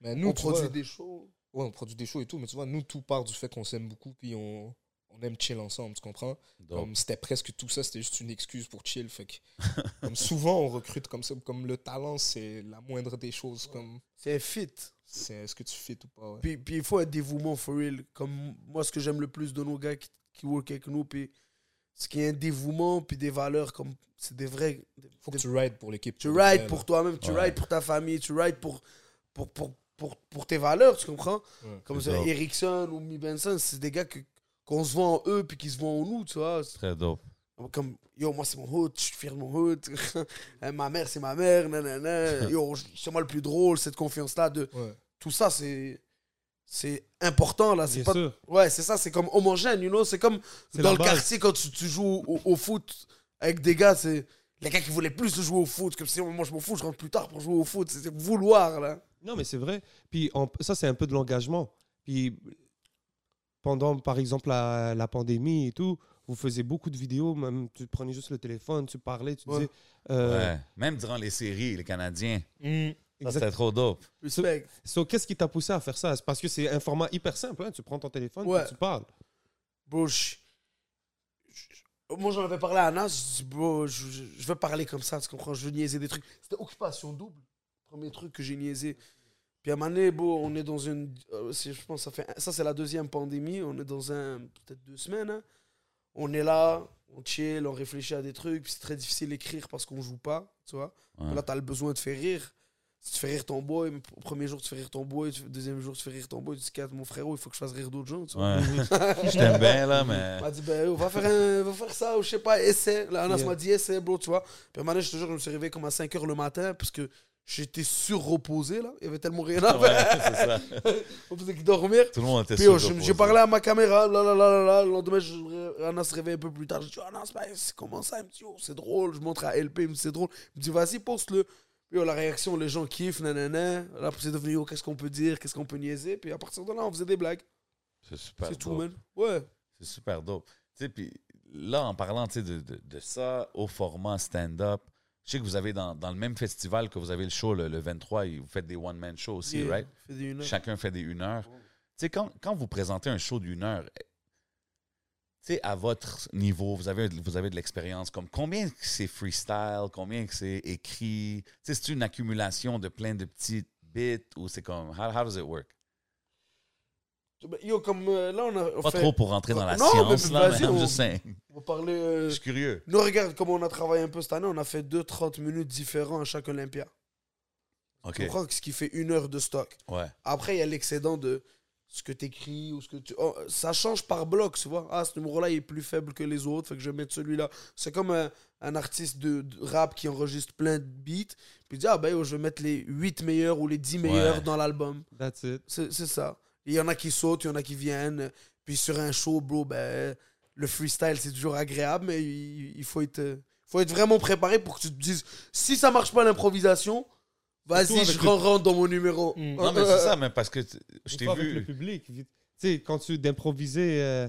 Speaker 4: Mais nous
Speaker 3: Nous, on
Speaker 4: tu
Speaker 3: produit
Speaker 4: vois-
Speaker 3: des shows.
Speaker 4: Ouais, on produit des shows et tout, mais tu vois, nous, tout part du fait qu'on s'aime beaucoup, puis on, on aime chill ensemble, tu comprends?
Speaker 2: Donc,
Speaker 4: Comme c'était presque tout ça, c'était juste une excuse pour chill. Fait que, (laughs) comme souvent, on recrute comme ça, comme le talent, c'est la moindre des choses. Comme,
Speaker 3: C'est un fit.
Speaker 4: c'est est-ce que tu fais ou pas? ouais.
Speaker 3: Puis, puis il faut un dévouement for real. Comme moi, ce que j'aime le plus de nos gars qui, qui work avec nous, puis ce qui est un dévouement, puis des valeurs comme. C'est des vrais. des-
Speaker 4: Faut que
Speaker 3: des-
Speaker 4: tu rides pour l'équipe.
Speaker 3: tu
Speaker 4: pour de vrai,
Speaker 3: rides
Speaker 4: là.
Speaker 3: pour toi-même, tu
Speaker 2: Ouais.
Speaker 3: rides pour ta famille, tu rides pour, pour, pour, pour, pour tes valeurs, tu comprends
Speaker 4: Ouais.
Speaker 3: Comme
Speaker 2: C'est
Speaker 3: ça,
Speaker 2: dope.
Speaker 3: Ericsson ou Mi Benson, c'est des gars que- qu'on se voit en eux, puis qui se voient en nous, tu vois. C'est
Speaker 2: très dope.
Speaker 3: Comme, yo, moi c'est mon hood, je suis fier de mon hood. (laughs) Hein, ma mère, c'est ma mère, nanana. Yo, c'est moi le plus drôle, cette confiance-là de
Speaker 4: Ouais.
Speaker 3: tout ça, c'est c'est important
Speaker 2: Ah,
Speaker 3: là. C'est
Speaker 1: Bien
Speaker 3: pas
Speaker 1: sûr.
Speaker 3: ouais, c'est ça, c'est comme homogène, you know. C'est comme
Speaker 1: C'est la
Speaker 3: dans le
Speaker 1: base.
Speaker 3: quartier quand tu, tu joues au, au foot avec des gars, c'est les gars qui voulaient plus jouer au foot. Comme si moi je m'en fous, je rentre plus tard pour jouer au foot. C'est c'est vouloir là.
Speaker 1: Non, mais c'est vrai. Puis on- ça, c'est un peu de l'engagement. Puis pendant, par exemple, la, la pandémie et tout, vous faisiez beaucoup de vidéos. Même tu prenais juste le téléphone, tu parlais, tu
Speaker 3: Ouais.
Speaker 1: disais. euh,
Speaker 2: Ouais. Même durant les séries, les Canadiens,
Speaker 4: Mm.
Speaker 2: ça,
Speaker 1: exact-
Speaker 2: c'était trop dope.
Speaker 3: Respect.
Speaker 1: So, qu'est-ce qui t'a poussé à faire ça C'est Parce que c'est un format hyper simple. hein. Tu prends ton téléphone,
Speaker 3: Ouais.
Speaker 1: puis tu parles.
Speaker 3: Bro, je- je- moi j'en avais parlé à Anas. Je dis, bro, je, je, je veux parler comme ça, tu comprends Je veux niaiser des trucs. C'était occupation double. Premier truc que j'ai niaisé. Puis à un moment donné, bro, on est dans une. euh, c'est- je pense que ça fait. Ça, c'est la deuxième pandémie. On est dans un. Peut-être deux semaines. hein. on est là, on chill, on réfléchit à des trucs, puis c'est très difficile d'écrire parce qu'on joue pas, tu vois.
Speaker 2: Ouais.
Speaker 3: Là, t'as le besoin de faire rire. Si tu fais rire ton boy, au premier jour, tu fais rire ton boy, tu- deuxième jour, tu fais rire ton boy, tu te dis, Quatre, mon frérot, il faut que je fasse rire d'autres gens, tu vois.
Speaker 2: Ouais. je t'aime bien, là,
Speaker 3: (laughs)
Speaker 2: mais.
Speaker 3: Elle m'a dit, ben, on va faire, un- va faire ça, ou je sais pas, essai. La Anas
Speaker 1: Yeah.
Speaker 3: m'a dit, essai, bro, tu vois. Puis un moment donné, je te jure, je me suis réveillé comme à 5 h le matin, parce que j'étais surreposé, là. Il y avait tellement rien à
Speaker 2: Ouais,
Speaker 3: faire. (laughs)
Speaker 2: c'est ça.
Speaker 3: On faisait que dormir.
Speaker 2: Tout le monde était
Speaker 3: Puis oh,
Speaker 2: sur
Speaker 3: je- j'ai parlé à ma caméra, là, là, là, là, là. Le lendemain, je- Anas se réveille un peu plus tard. Je dis, Anas, ben, c'est comment ça Il me dit, oh, c'est drôle. Je montre à LP, il me dit, c'est drôle. Il me dit, vas-y, poste-le. Puis oh, la réaction, les gens kiffent, nanana. Là, c'est devenu, oh, qu'est-ce qu'on peut dire, qu'est-ce qu'on peut niaiser. Puis à partir de là, on faisait des blagues.
Speaker 2: C'est super.
Speaker 3: c'est tout,
Speaker 2: dope.
Speaker 3: man. Ouais.
Speaker 2: C'est super dope. Tu sais, puis là, en parlant tu sais, de, de, de ça au format stand-up, je sais que vous avez dans, dans le même festival que vous avez le show le, le 23, et vous faites des one-man shows aussi,
Speaker 3: Yeah.
Speaker 2: right?
Speaker 3: Fais des une heure. Oh.
Speaker 2: Chacun fait des une heure. Tu sais, quand, quand vous présentez un show d'une heure, eh, tu sais, à votre niveau, vous avez, vous avez de l'expérience, comme combien que c'est freestyle, combien que c'est écrit? Tu sais, c'est une accumulation de plein de petites bits ou c'est comme, how, how does it work?
Speaker 3: Ben, Yo, comme euh, là, on a. on
Speaker 2: Pas
Speaker 3: fait-
Speaker 2: trop pour rentrer dans la
Speaker 3: Non, mais
Speaker 2: science, là, mais
Speaker 3: vas-y,
Speaker 2: I'm
Speaker 3: on-
Speaker 2: just saying.
Speaker 3: On va parler. euh,
Speaker 2: Je suis curieux.
Speaker 3: Nous, regarde comment on a travaillé un peu cette année. On a fait 2-30 minutes différents à chaque Olympia.
Speaker 2: OK,
Speaker 3: Tu comprends ce qui fait une heure de stock.
Speaker 2: ouais.
Speaker 3: Après, il y a l'excédent de ce que tu écris ou ce que tu. oh, ça change par bloc, tu vois. Ah, ce numéro-là, il est plus faible que les autres, fait que je vais mettre celui-là. C'est comme un, un artiste de, de rap qui enregistre plein de beats, puis il dit, ah ben, yo, je vais mettre les 8 meilleurs ou les 10 meilleurs
Speaker 2: Ouais.
Speaker 3: dans l'album.
Speaker 1: That's it.
Speaker 3: C'est c'est ça. Il y en a qui sautent, il y en a qui viennent. Puis sur un show, bro, ben, le freestyle, c'est toujours agréable, mais il, il faut, être, euh, faut être vraiment préparé pour que tu te dises si ça marche pas l'improvisation, vas-y,
Speaker 1: Surtout
Speaker 3: je
Speaker 1: avec le-
Speaker 3: rentre dans mon numéro. Euh,
Speaker 4: Mm.
Speaker 2: Hmm. Non, mais c'est ça, mais parce que tu- je
Speaker 1: Une
Speaker 2: t'ai
Speaker 1: fois avec le
Speaker 2: vu.
Speaker 1: public. vite. Tu sais, quand tu d'improviser euh,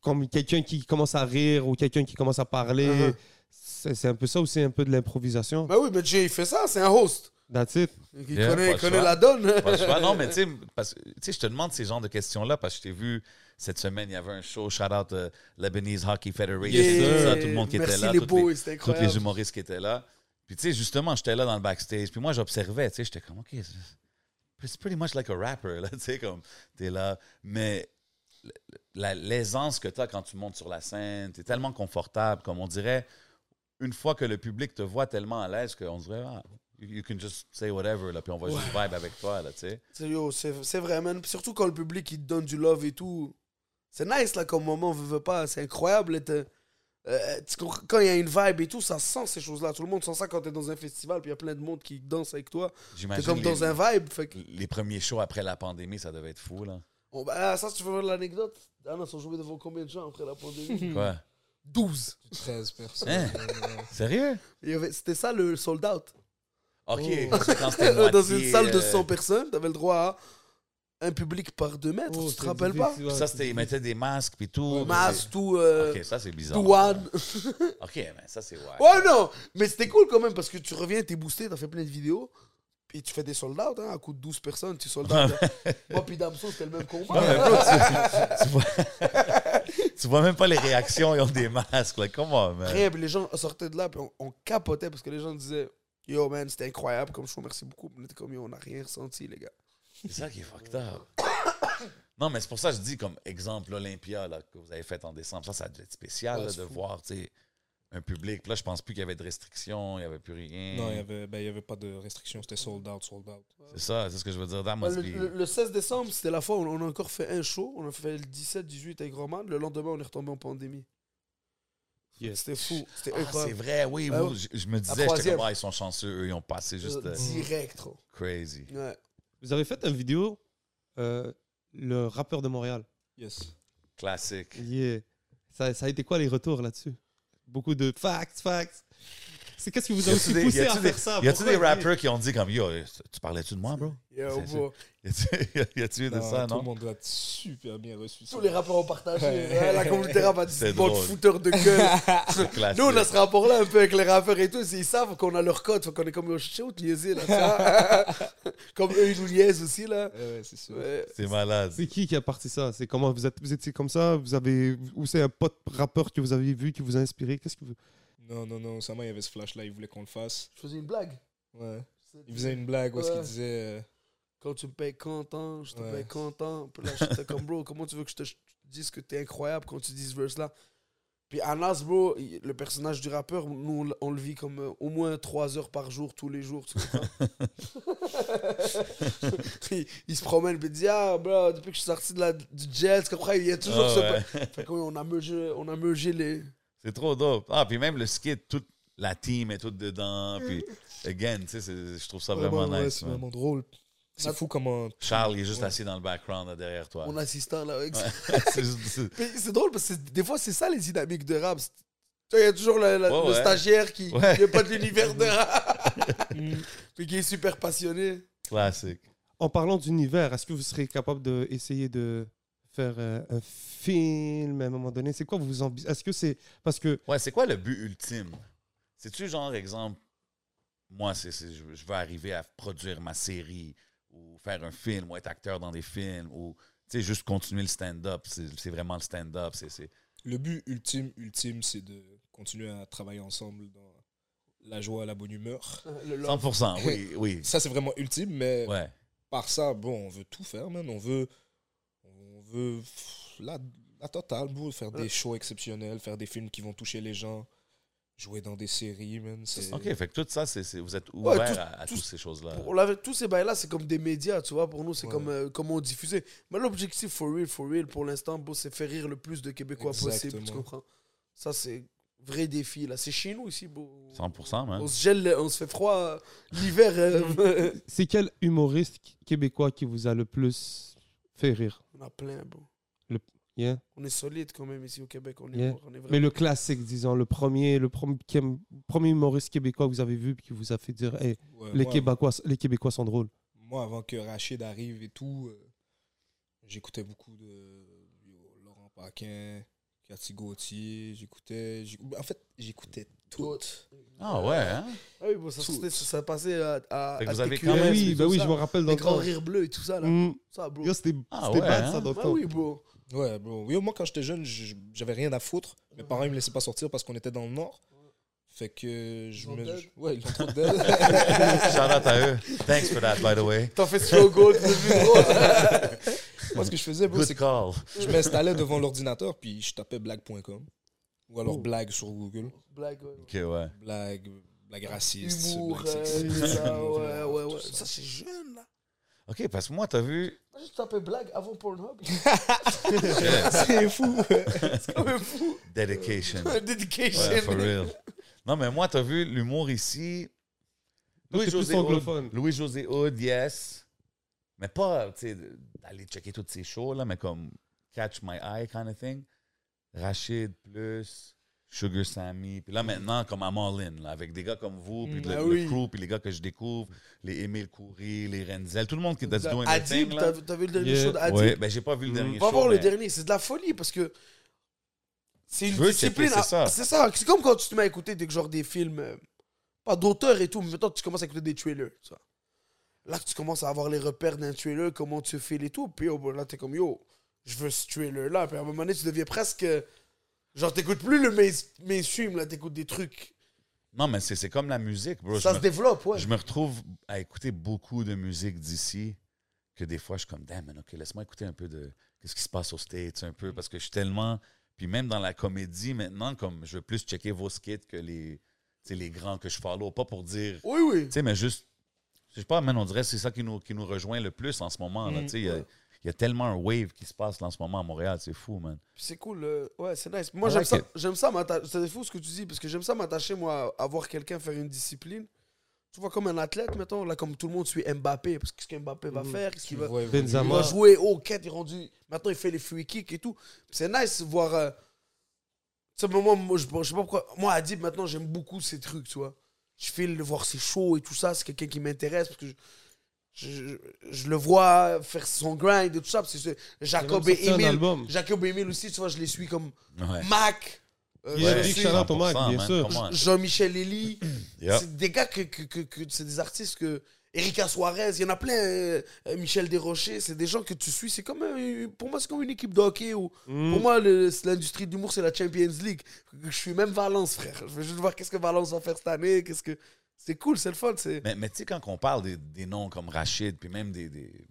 Speaker 1: comme quelqu'un qui commence à rire ou quelqu'un qui commence à parler,
Speaker 3: Uh-huh.
Speaker 1: c'est c'est un peu ça aussi, un peu de l'improvisation.
Speaker 3: Ben oui, mais Jay, il fait ça, c'est un host.
Speaker 1: That's it.
Speaker 3: Il
Speaker 2: Yeah,
Speaker 3: connaît,
Speaker 2: pas
Speaker 3: il
Speaker 2: le
Speaker 3: connaît
Speaker 2: choix.
Speaker 3: la donne.
Speaker 2: Pas souvent, non, mais tu sais, parce que, tu sais, je te demande ces genres de questions-là parce que je t'ai vu cette semaine, il y avait un show, shout out euh, Lebanese Hockey Federation,
Speaker 3: Yeah.
Speaker 2: tout ça, tout le monde qui
Speaker 3: Merci
Speaker 2: était là,
Speaker 3: les
Speaker 2: toutes
Speaker 3: boys,
Speaker 2: les-
Speaker 3: c'était
Speaker 2: tous
Speaker 3: incroyable.
Speaker 2: les humoristes qui étaient là. Puis tu sais, justement, j'étais là dans le backstage, puis moi j'observais, tu sais, j'étais comme, OK, c'est- it's pretty much like a rapper, là, (laughs) tu sais, comme, t'es là. Mais la- l'aisance que tu as quand tu montes sur la scène, tu es tellement confortable, comme on dirait, une fois que le public te voit tellement à l'aise qu'on dirait, ah, you you can just say whatever, là, puis on va juste vibe avec toi, là, tu sais.
Speaker 3: C'est- yo, C'est c'est vrai, man. Puis surtout quand le public, il te donne du love et tout. C'est nice, là, comme moment, on veut pas. C'est incroyable. d'être, euh, tu comprends- quand il y a une vibe et tout, ça sent ces choses-là. Tout le monde sent ça quand t'es dans un festival, puis il y a plein de monde qui danse avec toi. T'es
Speaker 2: J'imagine.
Speaker 3: comme
Speaker 2: les-
Speaker 3: dans un vibe. Fait que-
Speaker 2: les premiers shows après la pandémie, ça devait être fou, là.
Speaker 3: Bon, ben, ah, ça, si tu veux voir l'anecdote Ah non, ils sont joués devant combien de gens après la pandémie
Speaker 1: (laughs)
Speaker 2: Quoi?
Speaker 3: 12.
Speaker 4: 13 personnes.
Speaker 2: Hein?
Speaker 4: euh,
Speaker 2: Sérieux?
Speaker 3: Il y avait- C'était ça le sold out.
Speaker 2: OK.
Speaker 4: Oh.
Speaker 2: Quand c'était
Speaker 3: Euh, (laughs) dans
Speaker 2: moitié,
Speaker 3: une salle de
Speaker 2: euh,
Speaker 3: 100 personnes, t'avais le droit à un public par 2 mètres,
Speaker 1: Oh,
Speaker 3: tu te
Speaker 1: c'est
Speaker 3: rappelles
Speaker 1: difficile,
Speaker 3: pas
Speaker 1: ouais,
Speaker 2: Ça,
Speaker 1: c'est
Speaker 2: c'était, ils mettaient des masques puis tout.
Speaker 3: Masse, tout. euh,
Speaker 2: OK, ça, c'est bizarre.
Speaker 3: Douane.
Speaker 2: OK, mais ça, c'est wack. (laughs)
Speaker 3: Ouais, non! Mais c'était cool quand même parce que tu reviens, t'es boosté, t'as fait plein de vidéos. Puis tu fais des sold out, hein, à coup de 12 personnes, tu sold out. hein. Moi, puis Damso, c'était le même combat.
Speaker 2: Non, mais bro, tu, tu- tu vois... tu vois (laughs) même pas les réactions, ils ont des masques. Like, come on, man.
Speaker 3: Rien, puis les gens sortaient de là, puis on, on capotait parce que les gens disaient Yo, man, c'était incroyable, comme je vous remercie beaucoup. Puis On était comme Yo, on n'a rien ressenti, les gars.
Speaker 2: C'est ça qui est fucked up. Non, mais c'est pour ça que je dis, comme exemple, l'Olympia là, que vous avez fait en décembre, ça, ça devait être spécial
Speaker 3: Ouais,
Speaker 2: là,
Speaker 3: c'est
Speaker 2: de
Speaker 3: fou.
Speaker 2: voir tu sais, un public. Puis là, je pense plus qu'il y avait de restrictions, il n'y avait plus rien.
Speaker 4: Non, il n'y avait, ben, il y avait pas de restriction. C'était sold out, sold out.
Speaker 2: C'est ça, c'est ce que je veux dire. That
Speaker 3: Ouais,
Speaker 2: must
Speaker 3: Le,
Speaker 2: be-
Speaker 3: le- le 16 décembre, c'était la fois où on a encore fait un show. On a fait le 17-18 avec Roman. Le lendemain, on est retombé en pandémie.
Speaker 1: Yes.
Speaker 3: C'était fou. C'était
Speaker 2: Ah, c'est
Speaker 3: incroyable.
Speaker 2: vrai, oui.
Speaker 3: Ben
Speaker 2: vous,
Speaker 3: oui.
Speaker 2: je, je me disais, j'étais
Speaker 3: troisième.
Speaker 2: comme, ah, ils sont chanceux, eux, ils ont passé juste euh,
Speaker 3: Direct, trop.
Speaker 2: crazy.
Speaker 3: Ouais.
Speaker 1: Vous avez fait une vidéo, euh, le rappeur de Montréal.
Speaker 4: Yes.
Speaker 2: Classique.
Speaker 1: Yeah. Ça, ça a été quoi les retours là-dessus Beaucoup de facts, facts. C'est qu'est-ce qui vous a aussi
Speaker 2: des,
Speaker 1: poussé à
Speaker 2: y-a-tu des-
Speaker 1: faire
Speaker 4: Ah,
Speaker 1: ça
Speaker 2: y a-tu
Speaker 1: Pourquoi
Speaker 2: des rappers qui ont dit, comme, yo, tu parlais-tu de moi, bro? (laughs)
Speaker 3: Yo,
Speaker 2: C'est-
Speaker 3: bro.
Speaker 2: Y a-tu- y a-tu eu de ça,
Speaker 4: tout
Speaker 2: non?
Speaker 4: le monde a super bien reçu ça.
Speaker 3: Tous les rappeurs ont partagé.
Speaker 4: Ouais.
Speaker 3: Ouais, euh, la communauté rap a
Speaker 2: (laughs)
Speaker 3: dit
Speaker 2: C'est
Speaker 3: bon
Speaker 2: drôle. Ah,
Speaker 3: fouteur
Speaker 2: (laughs)
Speaker 3: de gueule.
Speaker 2: C'est classique.
Speaker 3: Nous, on a ce rapport-là un peu avec les rappeurs et tout. c'est- Ils savent qu'on a leur code. Faut qu'on est comme au show, niaiser, là. tu vois. comme eux, ils nous liaisent aussi, là.
Speaker 4: Ouais, ouais, c'est sûr.
Speaker 3: Ouais.
Speaker 2: C'est malade.
Speaker 1: C'est qui qui a parti ça C'est comment vous êtes vous étiez comme ça Vous avez ou c'est un pote rappeur que vous avez vu qui vous a inspiré Qu'est-ce que vous
Speaker 4: Non, non, non. Seulement, il y avait ce flash-là. Il voulait qu'on le fasse.
Speaker 3: Je faisais une blague.
Speaker 4: Ouais. Il faisait une blague où est-ce
Speaker 3: Ouais.
Speaker 4: qu'il disait... euh,
Speaker 3: Quand tu me payes content, je te
Speaker 4: Ouais.
Speaker 3: paye content. Puis là, j'étais comme, bro, comment tu veux que je te je te dise que t'es incroyable quand tu dis ce verse-là Puis Anas, bro, il- le personnage du rappeur, nous, on l- on le vit comme euh, au moins 3 heures par jour, tous les jours. tu
Speaker 2: (laughs)
Speaker 3: comprends? (laughs) il, il se promène, puis il dit Ah, bro, depuis que je suis sorti de la, du jet, tu comprends, Il y a toujours
Speaker 2: Ah
Speaker 3: ce.
Speaker 2: ouais.
Speaker 3: Fait que, oui, on a meugé, on a meugé les.
Speaker 2: C'est trop dope. Ah, puis même le skit, toute la team est toute dedans. Puis, again, tu sais, c'est- je trouve ça Ah, vraiment
Speaker 4: ouais,
Speaker 2: nice.
Speaker 4: c'est
Speaker 2: man.
Speaker 4: vraiment drôle. C'est
Speaker 3: Ma-
Speaker 4: fou comment.
Speaker 2: Charles, il est juste
Speaker 4: Ouais.
Speaker 2: assis dans le background, là, derrière toi.
Speaker 3: Mon assistant, là. avec-
Speaker 2: Ouais. (laughs) C'est juste- c'est-
Speaker 3: (laughs) Puis c'est drôle parce que c'est- des fois, c'est ça les dynamiques de rap. C'est- Tu vois, il y a toujours le, le-
Speaker 2: Ouais,
Speaker 3: le
Speaker 2: ouais.
Speaker 3: stagiaire qui n'est
Speaker 2: Ouais.
Speaker 3: pas de
Speaker 1: (laughs)
Speaker 3: l'univers de rap,
Speaker 4: Mm.
Speaker 3: puis qui est super passionné.
Speaker 2: classique.
Speaker 1: En parlant d'univers, est-ce que vous serez capable d'essayer de faire euh, un film à un moment donné C'est quoi vous ambi- Est-ce que c'est parce que
Speaker 2: Ouais, c'est quoi le but ultime? C'est-tu genre, exemple, moi, c'est c'est- je, je veux arriver à produire ma série ou faire un film ou être acteur dans des films ou, tu sais, juste continuer le stand-up. C'est c'est vraiment le stand-up. c'est- c'est-
Speaker 4: Le but ultime, ultime, c'est de continuer à travailler ensemble dans la joie, la bonne humeur.
Speaker 3: Le love.
Speaker 2: 100%, oui, oui.
Speaker 4: Ça, (laughs) c'est vraiment ultime, mais
Speaker 2: Ouais.
Speaker 4: par ça, bon, on veut tout faire, man. On veut, on veut pff, la, la totale, bro. Faire des shows exceptionnels, faire des films qui vont toucher les gens, jouer dans des séries, man. C'est
Speaker 2: OK, fait que tout ça, c'est c'est- vous êtes
Speaker 3: Ouais,
Speaker 2: ouvert
Speaker 3: tout-
Speaker 2: à, à
Speaker 3: tout-
Speaker 2: toutes ces choses-là.
Speaker 3: Pour- on avait- tous ces bails-là, c'est comme des médias, tu vois. Pour nous, c'est
Speaker 4: Ouais.
Speaker 3: comme euh, comment diffuser. Mais l'objectif, for real, for real, pour l'instant, bro, c'est faire rire le plus de Québécois possible, tu
Speaker 4: Exactement.
Speaker 3: comprends Ça, c'est vrai défi, là. C'est chez nous ici, bro.
Speaker 2: 100%, man.
Speaker 3: On se gèle, on se fait froid euh, l'hiver. euh,
Speaker 1: c'est quel humoriste qu- québécois qui vous a le plus fait rire
Speaker 3: (laughs) on a plein, bro.
Speaker 1: Yeah.
Speaker 3: On est solide quand même ici au Québec. On est,
Speaker 1: Yeah.
Speaker 3: on est vraiment-
Speaker 1: Mais le classique, disons, le premier, le prom- qui aime- premier humoriste québécois que vous avez vu puis qui vous a fait dire Hey,
Speaker 4: ouais,
Speaker 1: les,
Speaker 4: moi,
Speaker 1: Québécois, les Québécois sont drôles.
Speaker 4: Moi, avant que Rachid arrive et tout, euh, j'écoutais beaucoup de yo, Laurent Paquin, Cathy Gauthier. J'écoutais. j'éc- ben, En fait, j'écoutais tout.
Speaker 2: Ah ouais, hein?
Speaker 3: Ah oui, bon, ça, c'était- ça, ça passait à, à,
Speaker 2: Fait que
Speaker 3: à
Speaker 2: vous avez
Speaker 3: TQS,
Speaker 2: quand
Speaker 1: Ben
Speaker 2: même-
Speaker 1: oui,
Speaker 3: mais
Speaker 1: ben
Speaker 3: tout
Speaker 1: oui,
Speaker 3: euh, ça.
Speaker 1: je me rappelle dans
Speaker 3: Les
Speaker 1: le
Speaker 3: grands
Speaker 1: temps.
Speaker 3: rires bleus et tout ça, là.
Speaker 1: Mm.
Speaker 3: Ça, bro.
Speaker 1: Yo, C'était
Speaker 2: Ah
Speaker 1: c'était
Speaker 2: ouais,
Speaker 1: bad,
Speaker 2: hein?
Speaker 1: ça, dans le
Speaker 3: Ah
Speaker 1: temps.
Speaker 3: oui, bro.
Speaker 4: Ouais, bro. Oui, moi, quand j'étais jeune, je- j'avais rien à foutre. Mes parents, ils me laissaient pas sortir parce qu'on était dans le Nord. Fait que je
Speaker 3: l'ont
Speaker 4: me.
Speaker 3: dead.
Speaker 4: Ouais, ils l'ont trop dead.
Speaker 2: (laughs) Shout out à eux. Thanks for that, by the way.
Speaker 3: T'en fais slow go, t'es plus gros.
Speaker 4: moi, ce que je faisais, bro,
Speaker 2: Good
Speaker 4: c'est que
Speaker 2: call.
Speaker 4: je m'installais devant l'ordinateur, puis je tapais blague.com. Ou alors
Speaker 1: Oh.
Speaker 4: blague sur Google.
Speaker 3: (laughs) Blague, ouais.
Speaker 2: OK, ouais.
Speaker 4: Blague, blague raciste.
Speaker 3: Humour,
Speaker 4: blague sexiste,
Speaker 3: euh, ça,
Speaker 4: humour,
Speaker 3: ouais, ouais,
Speaker 4: (laughs) tout
Speaker 3: ouais.
Speaker 4: ça.
Speaker 3: Ça, c'est jeune, là.
Speaker 2: OK, parce que moi, t'as vu...
Speaker 3: T'as juste tapé blague avant (laughs) Pornhub.
Speaker 4: C'est fou.
Speaker 3: C'est quand même fou.
Speaker 2: Dedication.
Speaker 3: Dedication.
Speaker 2: Ouais, for real. Non, mais moi, t'as vu, l'humour ici...
Speaker 1: Toi, t'es plus
Speaker 2: Louis-José
Speaker 1: anglophone.
Speaker 2: Hood, Louis-José Hood, yes. Mais pas, tu sais, d'aller checker toutes ces shows, là, mais comme catch my eye kind of thing. Rachid plus... Sugar Sammy, puis là maintenant comme à Marlin, là, avec des gars comme vous, puis
Speaker 4: Mm,
Speaker 2: le,
Speaker 3: ah
Speaker 2: le
Speaker 3: oui.
Speaker 2: crew, puis les gars que je découvre, les Émile Coury, les Renzel, tout le monde qui est doing their
Speaker 3: Adib,
Speaker 2: thing, là.
Speaker 3: t'as vu- t'as vu le dernier
Speaker 1: Yeah.
Speaker 3: show d'Adib
Speaker 2: Ouais, ben j'ai pas vu le dernier.
Speaker 3: Va
Speaker 2: show,
Speaker 3: voir le
Speaker 2: mais-
Speaker 3: dernier, c'est de la folie parce que c'est une
Speaker 2: veux
Speaker 3: discipline.
Speaker 2: checker, c'est ça.
Speaker 3: à- C'est ça. C'est comme quand tu te mets à écouter des, genre, des films, euh, pas d'auteur et tout, mais maintenant tu commences à écouter des trailers. tu vois. Là, tu commences à avoir les repères d'un trailer, comment tu fais et tout. Puis oh, bon, là, t'es comme yo, je veux ce trailer là. Puis à un moment donné, tu deviens presque. Genre, t'écoutes plus le main- mainstream, là, t'écoutes des trucs.
Speaker 2: Non, mais c'est c'est comme la musique, bro.
Speaker 3: ça
Speaker 2: je,
Speaker 3: se
Speaker 2: me,
Speaker 3: développe, ouais.
Speaker 2: je me retrouve à écouter beaucoup de musique d'ici que des fois, je suis comme, damn, man, OK, laisse-moi écouter un peu de qu'est-ce qui se passe aux States, un peu, parce que je suis tellement. Puis même dans la comédie, maintenant, comme je veux plus checker vos skits que les, tu sais, les grands que je follow. Pas pour dire.
Speaker 3: Oui, oui.
Speaker 2: Tu sais, mais juste. Je sais pas, man, on dirait que c'est ça qui nous, qui nous rejoint le plus en ce moment. là,
Speaker 4: Mm.
Speaker 2: tu sais, Il y, a, il y a tellement un wave qui se passe là, en ce moment à Montréal. C'est fou, man.
Speaker 3: Puis c'est cool. euh, ouais, c'est nice. Moi,
Speaker 2: I
Speaker 3: j'aime
Speaker 2: like
Speaker 3: ça.
Speaker 2: it.
Speaker 3: J'aime ça m'attacher. C'est fou ce que tu dis, parce que j'aime ça m'attacher, moi, à voir quelqu'un faire une discipline. Tu vois, comme un athlète, mettons, là, comme tout le monde suit Mbappé, parce que ce que Mbappé va
Speaker 1: Mhm.
Speaker 3: faire, qu'est-ce qu'il va.
Speaker 4: Ouais,
Speaker 3: Il
Speaker 1: Benzema.
Speaker 3: va jouer au quête, il est rendu. Maintenant, il fait les free kicks et tout. Puis C'est nice de voir. euh, Tu sais, moi, moi, je, je sais pas pourquoi. Moi, Adib, maintenant, j'aime beaucoup ces trucs, tu vois. Je file le voir ses shows et tout ça. C'est quelqu'un qui m'intéresse parce que je, je- je- je le vois faire son grind et tout ça. Parce que c'est- Jacob
Speaker 1: Il a
Speaker 3: et
Speaker 1: même sorti un
Speaker 3: Emile.
Speaker 1: album.
Speaker 3: Jacob et Emile aussi, tu vois, je les suis comme
Speaker 2: Ouais.
Speaker 3: Mac. euh,
Speaker 1: Yeah,
Speaker 3: je
Speaker 1: big
Speaker 3: suis
Speaker 1: shout out au Mac,
Speaker 2: 100%,
Speaker 1: bien
Speaker 2: man,
Speaker 1: sûr.
Speaker 2: come on.
Speaker 3: Jean-Michel Elie.
Speaker 2: Yep.
Speaker 3: C'est des gars que, que, que, que- c'est des artistes que. Erika Suarez, il y en a plein. euh, euh, Michel Desrochers, c'est des gens que tu suis. C'est comme euh, pour moi, c'est comme une équipe de hockey. Ou,
Speaker 1: Mm.
Speaker 3: Pour moi, le- c'est l'industrie de l'humour, c'est la Champions League. Je suis même Valence, frère. Je veux juste voir qu'est-ce que Valence va faire cette année. Qu'est-ce que c'est cool, c'est le fun. C'est
Speaker 2: Mais, mais tu sais, quand on parle des, des noms comme Rachid, puis même des. des-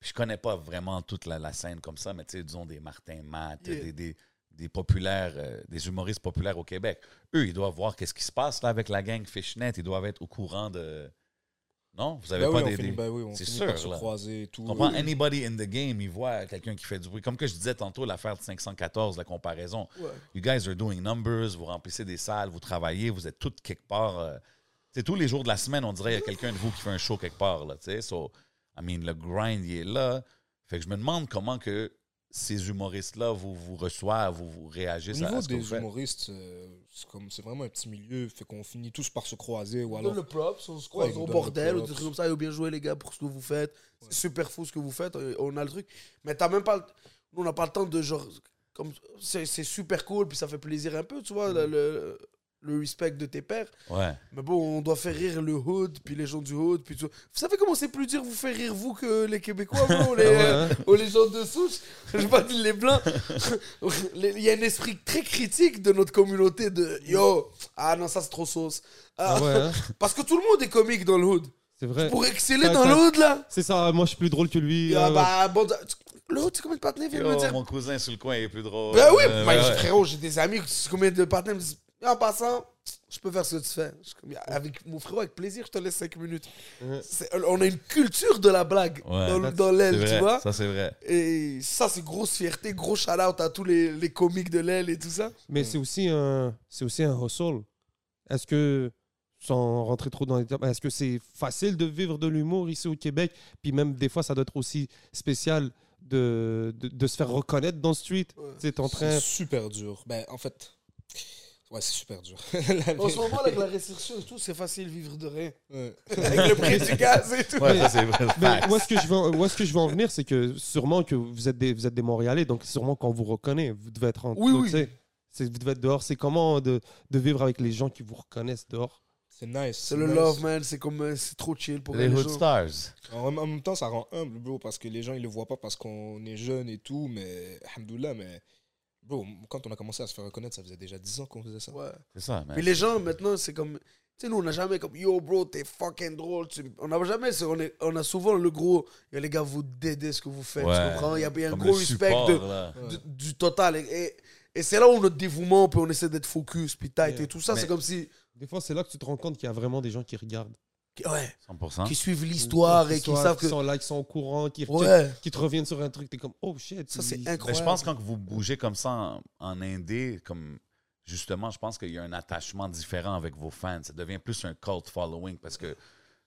Speaker 2: puis je connais pas vraiment toute la, la scène comme ça, mais tu sais, disons des Martin Matt,
Speaker 3: Yeah.
Speaker 2: des, des, des populaires, euh, des humoristes populaires au Québec. Eux, ils doivent voir qu'est-ce qui se passe là avec la gang Fishnet. Ils doivent être au courant de. Non, vous avez
Speaker 4: Ben
Speaker 2: pas
Speaker 4: oui, on
Speaker 2: des.
Speaker 4: finit,
Speaker 2: des-
Speaker 4: ben oui, on
Speaker 2: C'est
Speaker 4: finit
Speaker 2: sûr,
Speaker 4: par se
Speaker 2: là.
Speaker 4: croiser et tout.
Speaker 2: Tu comprends? Anybody in the game, il voit quelqu'un qui fait du bruit. Comme que je disais tantôt, l'affaire de 514, la comparaison.
Speaker 3: Ouais.
Speaker 2: You guys are doing numbers, vous remplissez des salles, vous travaillez, vous êtes toutes quelque part. euh, tu sais, tous les jours de la semaine, on dirait qu'il y a quelqu'un de vous qui fait un show quelque part. Là, tu sais. so, I mean, le grind, il est là. Fait que je me demande comment que ces humoristes-là vous, vous reçoivent, vous, vous
Speaker 4: Au
Speaker 2: réagissent à-
Speaker 4: niveau
Speaker 2: à ce que vous
Speaker 4: des
Speaker 2: faites.
Speaker 4: humoristes, euh, c'est comme- c'est vraiment un petit milieu, fait qu'on finit tous par se croiser ou
Speaker 3: On
Speaker 4: alors
Speaker 3: donne le props, on se
Speaker 4: Ouais,
Speaker 3: croise
Speaker 4: ils
Speaker 3: au
Speaker 4: donnent le
Speaker 3: bordel, ou des
Speaker 4: props.
Speaker 3: trucs comme ça. Yo, bien joué, les gars, pour ce que vous faites. C'est super fou ce que vous faites. euh, On a le truc. Mais t'as même pas. le- Nous, on n'a pas le temps de genre. comme C'est c'est super cool, puis ça fait plaisir un peu, tu vois, le- le, le respect de tes pères.
Speaker 2: Ouais.
Speaker 3: Mais bon, on doit faire rire le hood, puis les gens du hood, puis tout. Vous savez comment c'est plus dur vous faire rire, vous, que les Québécois, bro, les, euh, ou les gens de souche (laughs) Je vais pas dire les Blancs. (laughs) Les- Il y a un esprit très critique de notre communauté de « Yo, ah non, ça c'est trop sauce. Ah,
Speaker 1: Ah ouais, hein?
Speaker 3: Parce que tout le monde est comique dans le hood.
Speaker 1: C'est vrai.
Speaker 3: Pour exceller
Speaker 1: Ouais,
Speaker 3: dans
Speaker 1: ça-
Speaker 3: le hood, là.
Speaker 1: C'est ça, moi je suis plus drôle que lui.
Speaker 3: Ah
Speaker 1: euh,
Speaker 3: bah, bon, le hood, c'est combien de partenaires viennent
Speaker 2: Yo,
Speaker 3: me dire
Speaker 2: mon cousin sur le coin il est plus drôle.
Speaker 3: Ben oui,
Speaker 2: Euh,
Speaker 3: bah,
Speaker 2: ouais, ouais.
Speaker 3: frérot, j'ai des amis, c'est combien de partenaires me disent en passant, je peux faire ce que tu fais. Je suis comme, avec mon frérot, avec plaisir, je te laisse 5 minutes.
Speaker 1: Ouais.
Speaker 3: C'est- On a une culture de la blague
Speaker 2: Ouais.
Speaker 3: dans,
Speaker 2: Ça,
Speaker 3: dans
Speaker 2: C'est
Speaker 3: l'aile, tu
Speaker 2: vrai,
Speaker 3: vois.
Speaker 2: Ça, c'est vrai.
Speaker 3: (laughs) Et ça, c'est grosse fierté, gros shout-out à tous les, les comiques de l'aile et tout ça.
Speaker 1: Mais c'est aussi un c'est aussi un hustle. Est-ce que sans rentrer trop dans les termes, est-ce que c'est facile de vivre de l'humour ici au Québec Puis même des fois, ça doit être aussi spécial de, de, de se faire reconnaître dans le street.
Speaker 3: Ouais.
Speaker 1: Tu sais, t'es en train.
Speaker 4: c'est super dur. Ben, en fait, ouais, c'est super dur. (laughs)
Speaker 3: En ce moment, avec la restriction et tout, c'est facile de vivre de rien.
Speaker 4: Ouais.
Speaker 3: Avec le prix du gaz et tout.
Speaker 2: Ouais, ça, c'est vrai.
Speaker 1: Mais
Speaker 2: Facts.
Speaker 1: où est-ce que je veux en- où est-ce que je veux en venir, c'est que sûrement que vous êtes des vous êtes des Montréalais, donc sûrement qu'on vous reconnaît, vous devez être en
Speaker 3: Oui, oui.
Speaker 1: tu sais, c'est- vous devez être dehors. C'est comment de, de vivre avec les gens qui vous reconnaissent dehors
Speaker 4: C'est nice.
Speaker 3: C'est le
Speaker 4: nice.
Speaker 3: love, man, c'est comme, euh, c'est trop chill pour
Speaker 2: Les
Speaker 3: les,
Speaker 2: Hood
Speaker 3: gens.
Speaker 2: Stars.
Speaker 4: En, en même temps, ça rend humble, bro, parce que les gens, ils le voient pas parce qu'on est jeune et tout, mais alhamdoulilah, mais bro, quand on a commencé à se faire reconnaître, ça faisait déjà 10 ans qu'on faisait ça.
Speaker 3: Ouais.
Speaker 2: C'est ça, man.
Speaker 3: Puis les gens, maintenant, c'est comme. Tu sais, nous, on n'a jamais comme Yo, bro, t'es fucking drôle. tu- On n'a jamais. c'est- On, est- on a souvent le gros. Yo, les gars, vous dédez ce que vous faites.
Speaker 2: Ouais.
Speaker 3: Tu comprends Il y a, il y a un
Speaker 2: Comme
Speaker 3: gros
Speaker 2: le
Speaker 3: respect
Speaker 2: support,
Speaker 3: de,
Speaker 2: là.
Speaker 4: Ouais.
Speaker 3: du- du total. Et, et- et c'est là où notre dévouement, puis on essaie d'être focus, puis tight
Speaker 1: Yeah.
Speaker 3: et tout ça.
Speaker 2: Mais-
Speaker 3: C'est comme si.
Speaker 1: Des fois, c'est là que tu te rends compte qu'il y a vraiment des gens qui regardent.
Speaker 3: qui- Ouais,
Speaker 2: 100%.
Speaker 3: qui suivent l'histoire et qui
Speaker 1: L'histoire,
Speaker 3: savent
Speaker 1: qui
Speaker 3: que.
Speaker 1: sont là, qui sont au courant, qui,
Speaker 3: Ouais,
Speaker 1: qui te reviennent sur un truc, t'es comme oh shit.
Speaker 3: ça, c'est
Speaker 1: il-
Speaker 2: Mais
Speaker 3: incroyable.
Speaker 2: je pense que quand vous bougez comme ça en, en indé, comme justement, je pense qu'il y a un attachement différent avec vos fans. Ça devient plus un cult following parce que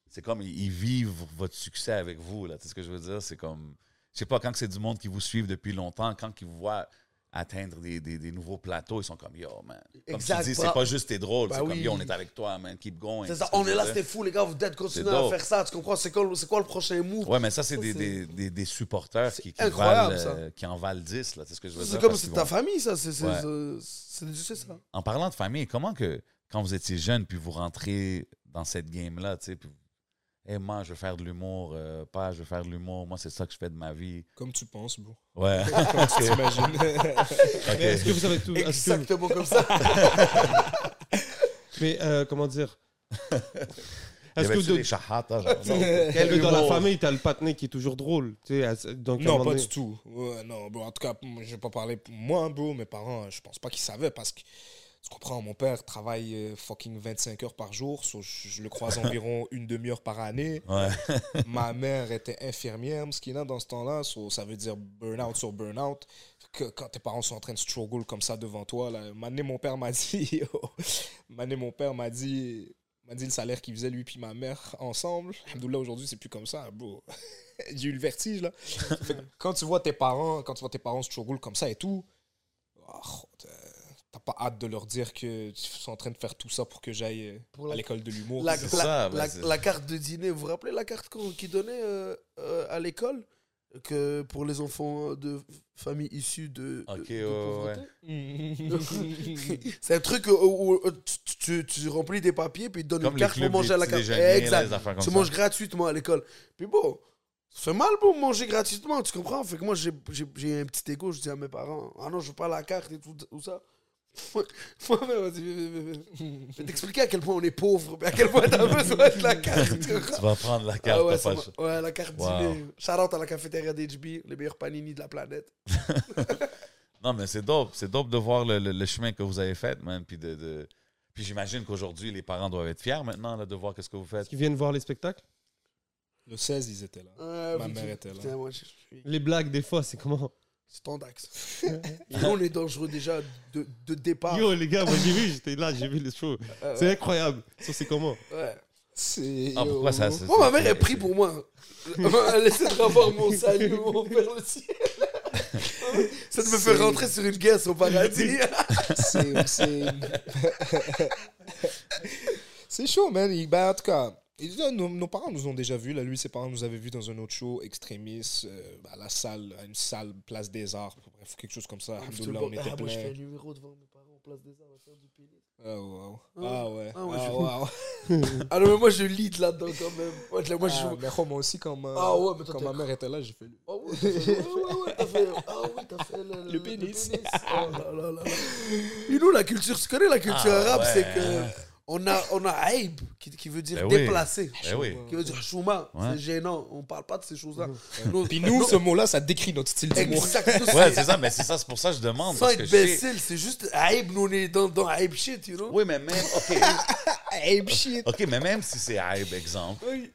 Speaker 2: c'est comme ils ils vivent votre succès avec vous. Là. Tu sais ce que je veux dire? C'est comme, je sais pas, quand c'est du monde qui vous suivent depuis longtemps, quand ils vous voient atteindre des, des- des nouveaux plateaux, ils sont comme yo, man. Comme
Speaker 3: Exact,
Speaker 2: tu dis,
Speaker 3: bah-
Speaker 2: c'est pas juste t'es drôle,
Speaker 3: bah
Speaker 2: c'est comme
Speaker 3: oui.
Speaker 2: yo, on est avec toi, man, keep going.
Speaker 3: C'est
Speaker 2: Tu sais
Speaker 3: ça,
Speaker 2: ce que
Speaker 3: on
Speaker 2: je
Speaker 3: est là,
Speaker 2: veux
Speaker 3: c'est
Speaker 2: dire?
Speaker 3: fou, les gars, vous devez continuer à
Speaker 2: dope.
Speaker 3: faire ça. Tu comprends C'est quoi, le- c'est quoi le prochain move
Speaker 2: Ouais, mais ça, c'est
Speaker 3: Ça,
Speaker 2: des,
Speaker 3: c'est-
Speaker 2: des, des- des supporters
Speaker 3: C'est
Speaker 2: qui, qui,
Speaker 3: incroyable,
Speaker 2: valent,
Speaker 3: ça.
Speaker 2: euh, qui en valent 10. Là, tu sais ce que je veux
Speaker 3: C'est
Speaker 2: dire?
Speaker 3: comme
Speaker 2: Parce
Speaker 3: c'est
Speaker 2: qu'ils
Speaker 3: ta
Speaker 2: vont-
Speaker 3: famille, ça. C'est c'est-
Speaker 2: Ouais.
Speaker 3: c'est- c'est- c'est ça.
Speaker 2: En parlant de famille, comment que quand vous étiez jeune, puis vous rentrez dans cette game-là, tu sais, puis hey, moi, je veux faire de l'humour, euh, pas, je veux faire de l'humour, moi, c'est ça que je fais de ma vie.
Speaker 4: Comme tu penses, bro.
Speaker 3: (laughs)
Speaker 2: Ouais.
Speaker 4: Comme
Speaker 1: (laughs)
Speaker 4: tu t'imagines.
Speaker 1: Mais Est-ce que vous avez tout est-ce que-
Speaker 3: Exactement comme ça.
Speaker 1: Mais euh, comment dire
Speaker 3: (laughs)
Speaker 1: Est-ce
Speaker 2: Est-ce
Speaker 1: que
Speaker 2: que
Speaker 1: de-
Speaker 2: les chahata, genre,
Speaker 4: (laughs)
Speaker 2: non.
Speaker 3: (laughs)
Speaker 1: que dans la
Speaker 2: humour.
Speaker 1: famille, t'as le patiné qui est toujours drôle tu sais, à- donc à un
Speaker 4: Non,
Speaker 1: moment
Speaker 4: pas
Speaker 1: donné-
Speaker 4: du tout. Ouais, non, bro, en tout cas, moi, je vais pas parler pour moi, hein, bro. Mes parents, euh, je pense pas qu'ils savaient parce que, tu comprends, mon père travaille euh, fucking 25 heures par jour. so je, je le
Speaker 1: (laughs)
Speaker 4: croise environ une demi-heure par année.
Speaker 2: Ouais.
Speaker 4: Ma mère était infirmière, a dans ce temps-là. so ça veut dire burn-out sur burn-out. Que, quand tes parents sont en train de struggle comme ça devant toi, là, un moment donné, mon père m'a (laughs) dit, yo, un moment donné, mon père m'a dit, m'a dit le salaire qu'il faisait lui puis ma mère ensemble. Alhamdoulilah, aujourd'hui, c'est plus comme ça, bro. (laughs) J'ai eu le vertige, là. Fait que quand tu vois tes parents, quand tu vois tes parents struggle comme ça et tout, ah, t'as t'as pas hâte de leur dire que tu sont en train de faire tout ça pour que j'aille euh,
Speaker 3: Pour la-
Speaker 4: à l'école de l'humour.
Speaker 3: La,
Speaker 2: C'est
Speaker 3: la-
Speaker 2: ça, ben,
Speaker 3: la-
Speaker 2: c'est-
Speaker 3: la carte de dîner, vous vous rappelez la carte qu'on qui donnait euh, euh, à l'école que pour les enfants de familles issues de,
Speaker 2: Ok,
Speaker 3: de- de
Speaker 2: ouais,
Speaker 3: pauvreté
Speaker 4: Mm.
Speaker 3: (laughs) C'est un truc où, où- où tu, tu- tu remplis des papiers puis ils te donnent
Speaker 2: Comme
Speaker 3: une
Speaker 2: les
Speaker 3: carte pour
Speaker 2: clubs,
Speaker 3: manger à la
Speaker 2: les
Speaker 3: carte.
Speaker 2: petits déjeuners, là,
Speaker 3: exact.
Speaker 2: les affaires comme
Speaker 3: Tu
Speaker 2: ça.
Speaker 3: manges gratuitement à l'école. Puis bon, ça fait mal pour manger gratuitement, tu comprends Fait que moi, j'ai- j'ai j'ai un petit égo, je dis à mes parents Ah non, je veux pas la carte et tout, tout ça. Moi-même, on dit, Viens, viens, viens, viens. Je vais t'expliquer à quel point on est pauvre, mais à quel point t'as besoin de la carte. tu comprends
Speaker 2: Tu vas prendre la carte,
Speaker 3: Ah ouais,
Speaker 2: t'as
Speaker 3: ça
Speaker 2: pas le
Speaker 3: m'a-
Speaker 2: choix.
Speaker 3: ouais, la carte
Speaker 2: Wow.
Speaker 3: dîner. Shout out à la cafétéria d'HB, les meilleurs panini de la planète.
Speaker 2: Non, mais c'est dope. C'est dope de voir le, le- le chemin que vous avez fait, man. Puis, de, de- puis j'imagine qu'aujourd'hui, les parents doivent être fiers maintenant là, de voir qu'est-ce que vous
Speaker 3: (laughs)
Speaker 2: faites.
Speaker 1: Qui viennent voir les spectacles.
Speaker 4: Le 16, ils étaient là.
Speaker 3: Euh,
Speaker 4: Ma
Speaker 3: oui,
Speaker 4: mère
Speaker 3: tu-
Speaker 4: était là.
Speaker 3: putain, moi, je suis-
Speaker 1: Les blagues, des fois, c'est comment
Speaker 3: C'est ton dax. (laughs) Nous, on est dangereux déjà de, de départ.
Speaker 1: Yo, les gars, moi j'ai vu, j'étais là, j'ai vu les shows.
Speaker 3: Bah. Euh,
Speaker 1: C'est incroyable. Ça, c'est comment
Speaker 3: ouais.
Speaker 4: C'est.
Speaker 2: Ah, pourquoi ça? c'est-
Speaker 3: Moi, ma mère
Speaker 2: c'est-
Speaker 3: est pris pour moi. Laissez-moi avoir mon (laughs) salut, mon père le ciel. Ça te me fait
Speaker 4: C'est-
Speaker 3: rentrer sur une guerre au (laughs) paradis.
Speaker 4: C'est- C'est (laughs) C'est chaud, man. Il- ben, en tout cas, ils- euh, nos, nos parents nous ont déjà vus. Là, lui, ses parents nous avaient vus dans un autre show, Extremis, euh, à la salle, à une salle Place des Arts, bref, quelque chose comme ça. Alhamdoulilah, on était
Speaker 3: Ah, moi, je fais
Speaker 4: plein.
Speaker 3: un numéro devant mes parents en place des arts, on va faire du pénis.
Speaker 4: Ah, wow.
Speaker 3: Ah,
Speaker 4: Ah, ouais.
Speaker 3: ah, ouais,
Speaker 4: Ah,
Speaker 3: je-
Speaker 4: wow.
Speaker 3: Ah non, mais moi, je lead là-dedans quand même. (laughs) Moi, je- moi, je-
Speaker 4: Ah, mais oh, moi aussi, quand, ma-
Speaker 3: Ah, ouais, mais toi,
Speaker 4: quand
Speaker 3: t'es-
Speaker 4: ma mère était là, j'ai
Speaker 3: (laughs)
Speaker 4: fait lui.
Speaker 3: Ah ouais, t'as fait- ouais, ouais, ouais, t'as fait, ah ouais, t'as fait le,
Speaker 4: Le pénis.
Speaker 3: Oh là là là. Et nous, la culture, tu connais la culture
Speaker 2: Ah,
Speaker 3: arabe,
Speaker 2: ouais.
Speaker 3: c'est que on a, on a aïb, qui, qui veut dire
Speaker 2: Ben oui.
Speaker 3: déplacé.
Speaker 2: Eh oui.
Speaker 3: Qui veut dire chouma,
Speaker 2: Ouais.
Speaker 3: c'est gênant, on parle pas de ces choses-là. Nous,
Speaker 4: Puis nous, ce mot-là, ça décrit notre style d'humour.
Speaker 3: exact, nous,
Speaker 2: Ouais,
Speaker 3: c'est
Speaker 2: c'est ça, mais c'est ça, c'est pour ça que je demande.
Speaker 3: sans
Speaker 2: parce que
Speaker 3: être hein?
Speaker 2: je sais-
Speaker 3: imbécile, c'est juste aïb, nous on est dans, dans aïb shit, you know.
Speaker 2: Oui, mais même, OK,
Speaker 4: Hey, shit. (laughs)
Speaker 2: OK, mais même si c'est hype, exemple,
Speaker 3: Oui.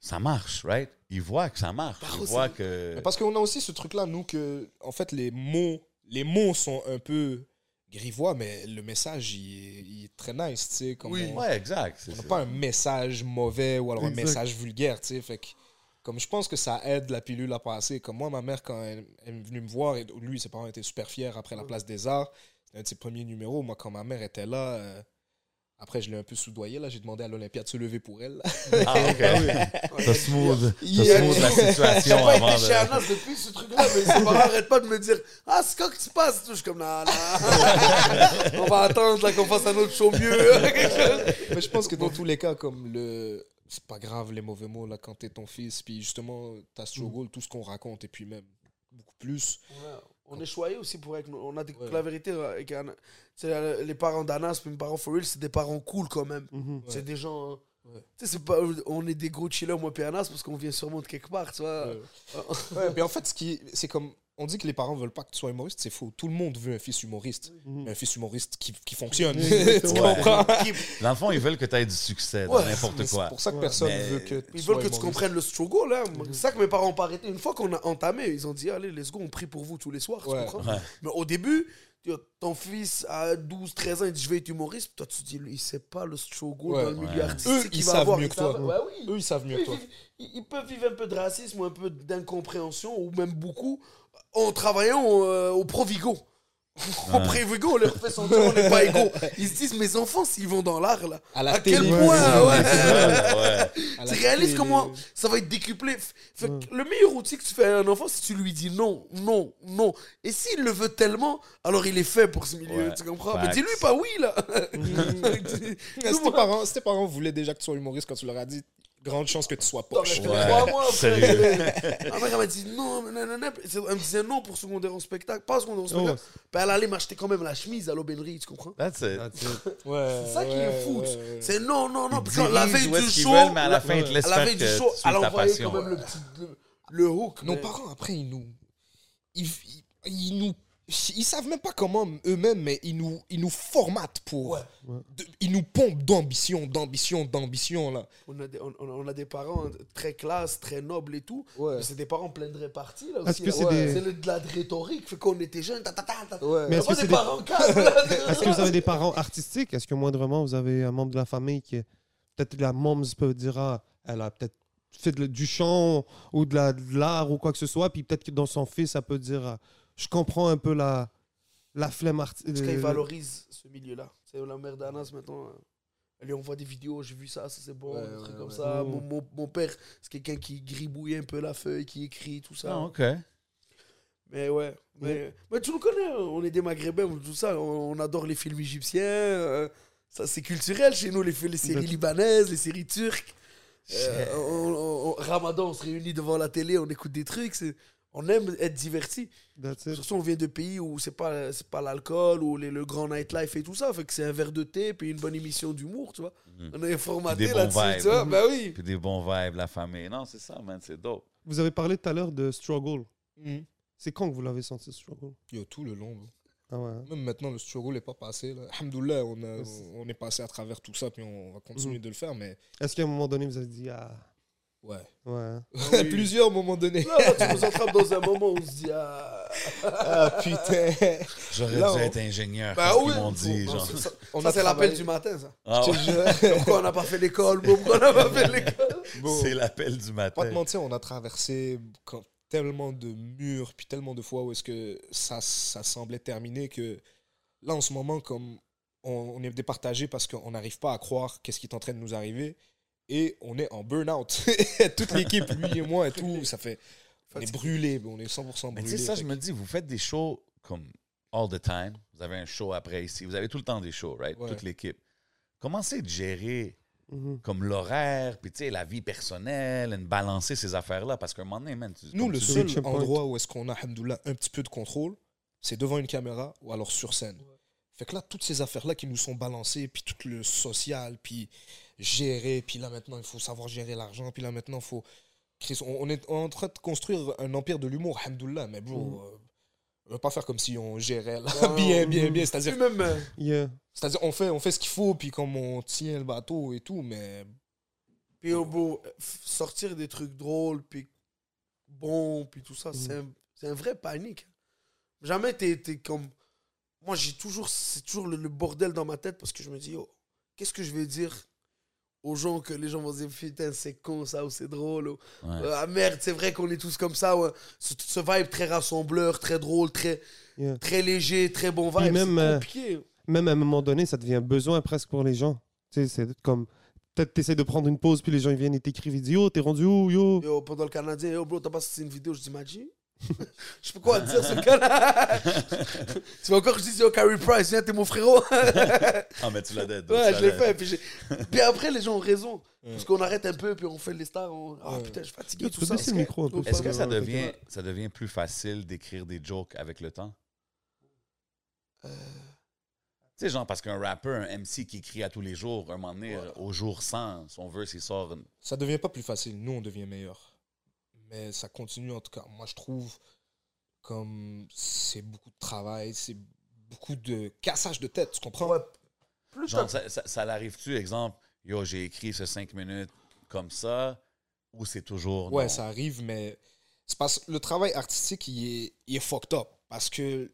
Speaker 2: ça marche, right? Ils voient que ça marche.
Speaker 3: Par
Speaker 2: Ils
Speaker 3: contre,
Speaker 2: voient
Speaker 3: c'est-
Speaker 2: que.
Speaker 4: Mais parce qu'on a aussi ce truc-là, nous, que, en fait, les mots, les mots sont un peu grivois, mais le message, il est, il est très nice, tu sais. comme
Speaker 3: Oui.
Speaker 4: on-
Speaker 2: Ouais, exact. c'est
Speaker 4: On n'a
Speaker 2: ça.
Speaker 4: pas un message mauvais ou alors
Speaker 1: Exact.
Speaker 4: un message vulgaire, tu sais. Fait que, comme je pense que ça aide la pilule à passer. Comme moi, ma mère, quand elle, elle est venue me voir, et lui, ses parents étaient super fiers après la place des arts. C'était un de ses premiers numéros. Moi, quand ma mère était là, euh, après, je l'ai un peu soudoyé. Là, j'ai demandé à l'Olympia de se lever pour elle.
Speaker 2: Ah, OK. T'as smooth, t'as
Speaker 4: Yeah.
Speaker 2: smooth
Speaker 3: (laughs)
Speaker 2: la
Speaker 3: J'ai
Speaker 2: situation
Speaker 3: pas été
Speaker 2: avant
Speaker 3: chez
Speaker 2: de.
Speaker 3: Anas depuis ce truc-là, mais ses parents arrêtent pas de me dire Ah, c'est quand que tu passes tout. Je suis comme, non, non. On va attendre là, qu'on fasse un autre show
Speaker 4: (laughs)
Speaker 3: mieux.
Speaker 4: Mais je pense que dans tous les cas, comme le. C'est pas grave les mauvais mots, là, quand t'es ton fils. Puis justement, t'as
Speaker 3: Mm.
Speaker 4: struggle, tout ce qu'on raconte, et puis même beaucoup plus.
Speaker 3: On est choyé aussi pour avec nous. On a des-
Speaker 4: Ouais.
Speaker 3: la vérité, euh, avec Anna- tu sais, les parents d'Anas, puis mes parents for real, c'est des parents cool quand même.
Speaker 1: Mhm.
Speaker 3: C'est des gens. hein.
Speaker 4: Ouais.
Speaker 3: Tu sais, c'est pas, on est des gros chillers, moi et Anas, parce qu'on vient sûrement de quelque part, tu vois.
Speaker 4: euh, Ouais, mais en fait, ce qui, c'est comme. On dit que les parents veulent pas que tu sois humoriste, c'est faux. Tout le monde veut un fils humoriste.
Speaker 1: Mhm.
Speaker 3: Mm.
Speaker 4: Mais un fils humoriste qui, qui fonctionne.
Speaker 1: Ouais.
Speaker 4: (laughs) tu comprends?
Speaker 2: Dans le fond, ils veulent que t'aies du succès dans
Speaker 3: Ouais,
Speaker 4: Mais
Speaker 2: n'importe
Speaker 4: C'est
Speaker 2: quoi.
Speaker 4: pour ça que
Speaker 1: Ouais.
Speaker 4: personne
Speaker 2: Mais-
Speaker 4: veut que.
Speaker 3: Ils
Speaker 4: sois
Speaker 3: veulent que tu
Speaker 4: humoriste.
Speaker 3: comprennes le struggle, là.
Speaker 4: Mhm.
Speaker 3: C'est ça que mes parents ont pas arrêté. Une fois qu'on a entamé, ils ont dit Allez, let's go, on prie pour vous tous les soirs. tu
Speaker 4: Ouais.
Speaker 3: comprends
Speaker 2: Ouais.
Speaker 3: Mais au début, tu vois, ton fils à 12, 13 ans, il dit Je vais être humoriste. Puis toi, tu te dis Il sait pas le struggle
Speaker 4: Ouais.
Speaker 3: dans le milieu
Speaker 2: Ouais.
Speaker 3: artistique.
Speaker 4: Eux,
Speaker 3: qu'il
Speaker 4: ils
Speaker 3: va
Speaker 4: savent
Speaker 3: avoir.
Speaker 4: mieux
Speaker 3: Ils
Speaker 4: que toi.
Speaker 3: savent- ouais, oui.
Speaker 4: Eux, ils savent mieux
Speaker 3: Eux,
Speaker 4: que
Speaker 3: ils
Speaker 4: toi.
Speaker 3: vivent- Ils, ils peuvent vivre un peu de racisme ou un peu d'incompréhension, ou même beaucoup, en travaillant euh, au Provigo. (laughs) Au
Speaker 2: Ouais.
Speaker 3: Provigo, on leur fait sentir qu'on n'est pas égaux. Ils se disent Mes enfants, s'ils vont dans l'art, là.
Speaker 4: À la
Speaker 3: À quel
Speaker 4: télé.
Speaker 3: point
Speaker 2: (laughs) Ouais, ouais.
Speaker 3: ouais. (laughs)
Speaker 4: à la
Speaker 3: Tu réalises
Speaker 4: télé.
Speaker 3: comment ça va être décuplé. F- fait que Le meilleur outil que tu fais à un enfant, c'est que tu lui dis non, non, non. Et s'il le veut tellement, alors il est fait pour ce milieu,
Speaker 2: Ouais,
Speaker 3: tu comprends
Speaker 2: facts.
Speaker 3: Mais dis-lui pas oui, là (laughs)
Speaker 4: Si tes parents, si tes parents voulaient déjà que tu sois humoriste quand tu leur as dit, grande chance que tu sois poche.
Speaker 3: T'aurais fait
Speaker 2: Ouais.
Speaker 3: trois mois, frère.
Speaker 2: Sérieux.
Speaker 3: Ma mère, elle m'a dit non, mais nanana. C'est- Elle me disait non pour secondaire en spectacle, pas secondaire en
Speaker 1: Oh,
Speaker 3: spectacle. Puis elle allait m'acheter quand même la chemise à l'aubainerie, tu comprends
Speaker 2: That's it.
Speaker 1: that's it.
Speaker 4: Ouais,
Speaker 3: C'est ça qui est
Speaker 4: ouais,
Speaker 3: fou.
Speaker 4: ouais,
Speaker 3: tu-
Speaker 4: ouais.
Speaker 3: C'est non, non, non.
Speaker 2: Ils
Speaker 3: Parce que
Speaker 2: dirigent
Speaker 3: la veille
Speaker 2: où est-ce
Speaker 3: du
Speaker 2: qu'ils
Speaker 3: show,
Speaker 2: veulent, mais à la fin, ils te laissent
Speaker 3: à la
Speaker 2: faire
Speaker 3: veille du
Speaker 2: que
Speaker 3: show,
Speaker 2: tu suives
Speaker 3: elle
Speaker 2: ta
Speaker 3: envoyait
Speaker 2: passion.
Speaker 3: quand même le petit le- le hook.
Speaker 4: Nos
Speaker 3: mais-
Speaker 4: parents, après, ils nous. Ils, ils- ils nous. Ils savent même pas comment eux-mêmes, mais ils nous, ils nous formatent pour.
Speaker 3: Ouais.
Speaker 4: de- ils nous pompent d'ambition, d'ambition, d'ambition, là.
Speaker 3: On a, des, on, on- on a des parents très classe, très nobles et tout.
Speaker 4: Ouais.
Speaker 3: Mais Euh, c'est des parents pleins de répartie. là,
Speaker 1: Est-ce
Speaker 3: aussi,
Speaker 1: que
Speaker 3: là.
Speaker 1: c'est
Speaker 3: Ouais.
Speaker 1: des-
Speaker 3: C'est le- de la rhétorique. Fait qu'on était jeunes. Ta, ta, ta, ta.
Speaker 1: Mais est-ce que
Speaker 3: Pas des
Speaker 1: c'est des-
Speaker 3: parents calmes, là.
Speaker 1: (laughs) Est-ce que vous avez des parents artistiques? Est-ce que moindrement, vous avez un membre de la famille qui est... Peut-être la moms peut dire, ah, elle a peut-être fait de- du chant ou de la- de l'art ou quoi que ce soit, puis peut-être que dans son fils, elle peut dire, ah, je comprends un peu la, la flemme euh, artistique.
Speaker 3: Parce qu'ils valorisent ce milieu-là. C'est la mère d'Anas maintenant. hein. Elle lui envoie des vidéos, j'ai vu ça, ça c'est bon,
Speaker 4: Ouais,
Speaker 3: des
Speaker 4: ouais,
Speaker 3: trucs comme
Speaker 4: ouais.
Speaker 3: ça.
Speaker 1: Mmh.
Speaker 3: Mon, mon- mon père, c'est quelqu'un qui gribouille un peu la feuille, qui écrit, tout ça.
Speaker 2: Ah, OK.
Speaker 3: Mais ouais. Mais, mais tu nous connais, hein, on est des Maghrébins, on- tout ça. On, on adore les films égyptiens. euh, ça, c'est culturel chez nous, les, fi- les séries
Speaker 1: Exact.
Speaker 3: libanaises, les séries turques. Euh, on- on- on- Ramadan, on se réunit devant la télé, on écoute des trucs. c'est- On aime être divertis. Surtout, on vient de pays où c'est pas, c'est pas l'alcool, ou les- le grand nightlife et tout ça. Fait que c'est un verre de thé, puis une bonne émission d'humour, tu vois.
Speaker 2: Mhm.
Speaker 3: On est formaté
Speaker 2: Des bons
Speaker 3: là-dessus, tu
Speaker 2: vibes. Mm.
Speaker 3: vois. Bah oui.
Speaker 2: Puis des bons vibes, la famille. Non, c'est ça, man. C'est dope.
Speaker 1: Vous avez parlé tout à l'heure de struggle. C'est quand que vous l'avez senti, ce struggle
Speaker 4: Mmh. Yo, tout le long. bro.
Speaker 1: Ah ouais.
Speaker 4: Même maintenant, le struggle n'est pas passé. Là. Alhamdoulilah, on, a-
Speaker 1: Ouais, c'est-
Speaker 4: on est passé à travers tout ça, puis on va continuer de le faire, mais
Speaker 1: Est-ce qu'à un moment donné, vous avez dit, ah,
Speaker 4: ouais.
Speaker 1: ouais. hein.
Speaker 3: oui.
Speaker 4: (laughs) Plusieurs moments donnés.
Speaker 3: Là, là, tu nous attrapes dans un moment où on se dit ah.
Speaker 4: Ah (laughs) putain.
Speaker 2: J'aurais
Speaker 4: Là,
Speaker 2: dû
Speaker 4: on-
Speaker 2: être ingénieur.
Speaker 3: Bah
Speaker 2: comme
Speaker 3: oui,
Speaker 2: ils m'ont dit,
Speaker 3: on- on-
Speaker 2: genre.
Speaker 3: ça-
Speaker 4: On
Speaker 3: ça,
Speaker 4: a
Speaker 3: c'est
Speaker 4: travaillé.
Speaker 3: l'appel du matin, ça.
Speaker 2: Ah ouais,
Speaker 3: Pourquoi on n'a pas fait l'école bro? Pourquoi on n'a pas fait
Speaker 1: (laughs)
Speaker 3: l'école
Speaker 4: Bon.
Speaker 2: c'est l'appel du
Speaker 4: Pas te
Speaker 2: matin.
Speaker 4: mentir, on a traversé comme tellement de murs, puis tellement de fois où est-ce que ça, ça semblait terminé que là, en ce moment, comme on, on est départagé parce qu'on n'arrive pas à croire qu'est-ce qui est en train de nous arriver et on est en burn-out. (laughs) Toute l'équipe, lui et moi et tout, ça fait. On est brûlé, on est 100%
Speaker 2: Mais
Speaker 4: brûlé.
Speaker 2: tu sais, ça, je
Speaker 4: fait
Speaker 2: me dis, vous faites des shows comme all the time. Vous avez un show après ici. Vous avez tout le temps des shows, right?
Speaker 4: Ouais.
Speaker 2: Toute l'équipe. Comment c'est de gérer
Speaker 1: Mhm.
Speaker 2: comme l'horaire, puis tu sais, la vie personnelle, and balancer ces affaires-là? Parce qu'à un moment donné, man, tu-
Speaker 4: Nous,
Speaker 2: comme
Speaker 4: le
Speaker 2: tu
Speaker 1: dis-
Speaker 4: seul
Speaker 1: Reaching point.
Speaker 4: endroit où est-ce qu'on a, alhamdoulilah, un petit peu de contrôle, c'est devant une caméra ou alors sur scène. Fait que là, toutes ces affaires-là qui nous sont balancées, puis tout le social, puis gérer, puis là maintenant, il faut savoir gérer l'argent, puis là maintenant, il faut... Chris, on, on est en train de construire un empire de l'humour, alhamdoulilah, mais bro,
Speaker 1: Mhm.
Speaker 4: euh, on va pas faire comme si on gérait là,
Speaker 3: Ouais,
Speaker 4: (laughs) bien,
Speaker 3: on-
Speaker 4: bien, bien,
Speaker 3: Puis
Speaker 4: c'est-à-dire
Speaker 3: même, euh,
Speaker 1: Yeah.
Speaker 4: c'est-à-dire on fait, on fait ce qu'il faut, puis comme on tient le bateau et tout, mais
Speaker 3: puis oh, bro, f- sortir des trucs drôles, puis bon, puis tout ça, c'est
Speaker 1: Mm.
Speaker 3: un, c'est un vrai panique. Jamais t'es t'es comme. Moi, j'ai toujours. C'est toujours le, le bordel dans ma tête parce que je me dis, oh, qu'est-ce que je vais dire aux gens que les gens vont se dire, putain, c'est con ça, ou c'est drôle, ou
Speaker 2: Ouais.
Speaker 3: Euh, ah merde, c'est vrai qu'on est tous comme ça, ouais. Ce, ce vibe très rassembleur, très drôle, très,
Speaker 1: Yeah.
Speaker 3: très léger, très bon
Speaker 1: Puis
Speaker 3: vibe.
Speaker 1: même,
Speaker 3: c'est
Speaker 1: euh,
Speaker 3: compliqué.
Speaker 1: Même à un moment donné, ça devient un besoin presque pour les gens. Tu sais, c'est comme. Peut-être t'essaies de prendre une pause, puis les gens ils viennent et t'écrivent, ils disent Yo, t'es rendu où, yo
Speaker 3: Yo, pendant le Canadien, yo bro, t'as pas sorti une vidéo, je dis Maji. (laughs) je sais pas quoi dire sur le Canadien. tu vas encore que je dis, yo, Carey Price, viens, t'es mon frérot. (laughs)
Speaker 2: Ah, mais tu l'as dit. tu
Speaker 3: ouais,
Speaker 2: l'as
Speaker 3: je l'ai
Speaker 2: dit.
Speaker 3: fait. Puis, j'ai- puis après, les gens ont raison.
Speaker 4: Ouais.
Speaker 3: Parce qu'on arrête un peu, puis on fait les stars. on- Ah
Speaker 4: Ouais.
Speaker 3: putain, je suis fatigué,
Speaker 1: Yo,
Speaker 3: tout
Speaker 1: peux
Speaker 3: ça.
Speaker 1: baisser le micro un peu.
Speaker 2: Est-ce que
Speaker 1: Ouais,
Speaker 2: ça
Speaker 1: ouais,
Speaker 2: devient, ça devient plus facile d'écrire des jokes avec le temps? Tu sais, genre, parce qu'un rappeur, un MC qui écrit à tous les jours, un moment donné, au jour 100, si on veut, s'il sort une-
Speaker 4: ça devient pas plus facile. Nous, on devient meilleur. Mais ça continue, en tout cas. Moi, je trouve comme c'est beaucoup de travail, c'est beaucoup de cassage de tête, tu comprends?
Speaker 3: Plus
Speaker 2: Genre, ça, ça, ça l'arrive-tu, exemple, yo, j'ai écrit ce 5 minutes comme ça, ou c'est toujours.
Speaker 4: Ouais,
Speaker 2: Oh, non?
Speaker 4: ça arrive, mais c'est parce le travail artistique, il est, il est fucked up. Parce que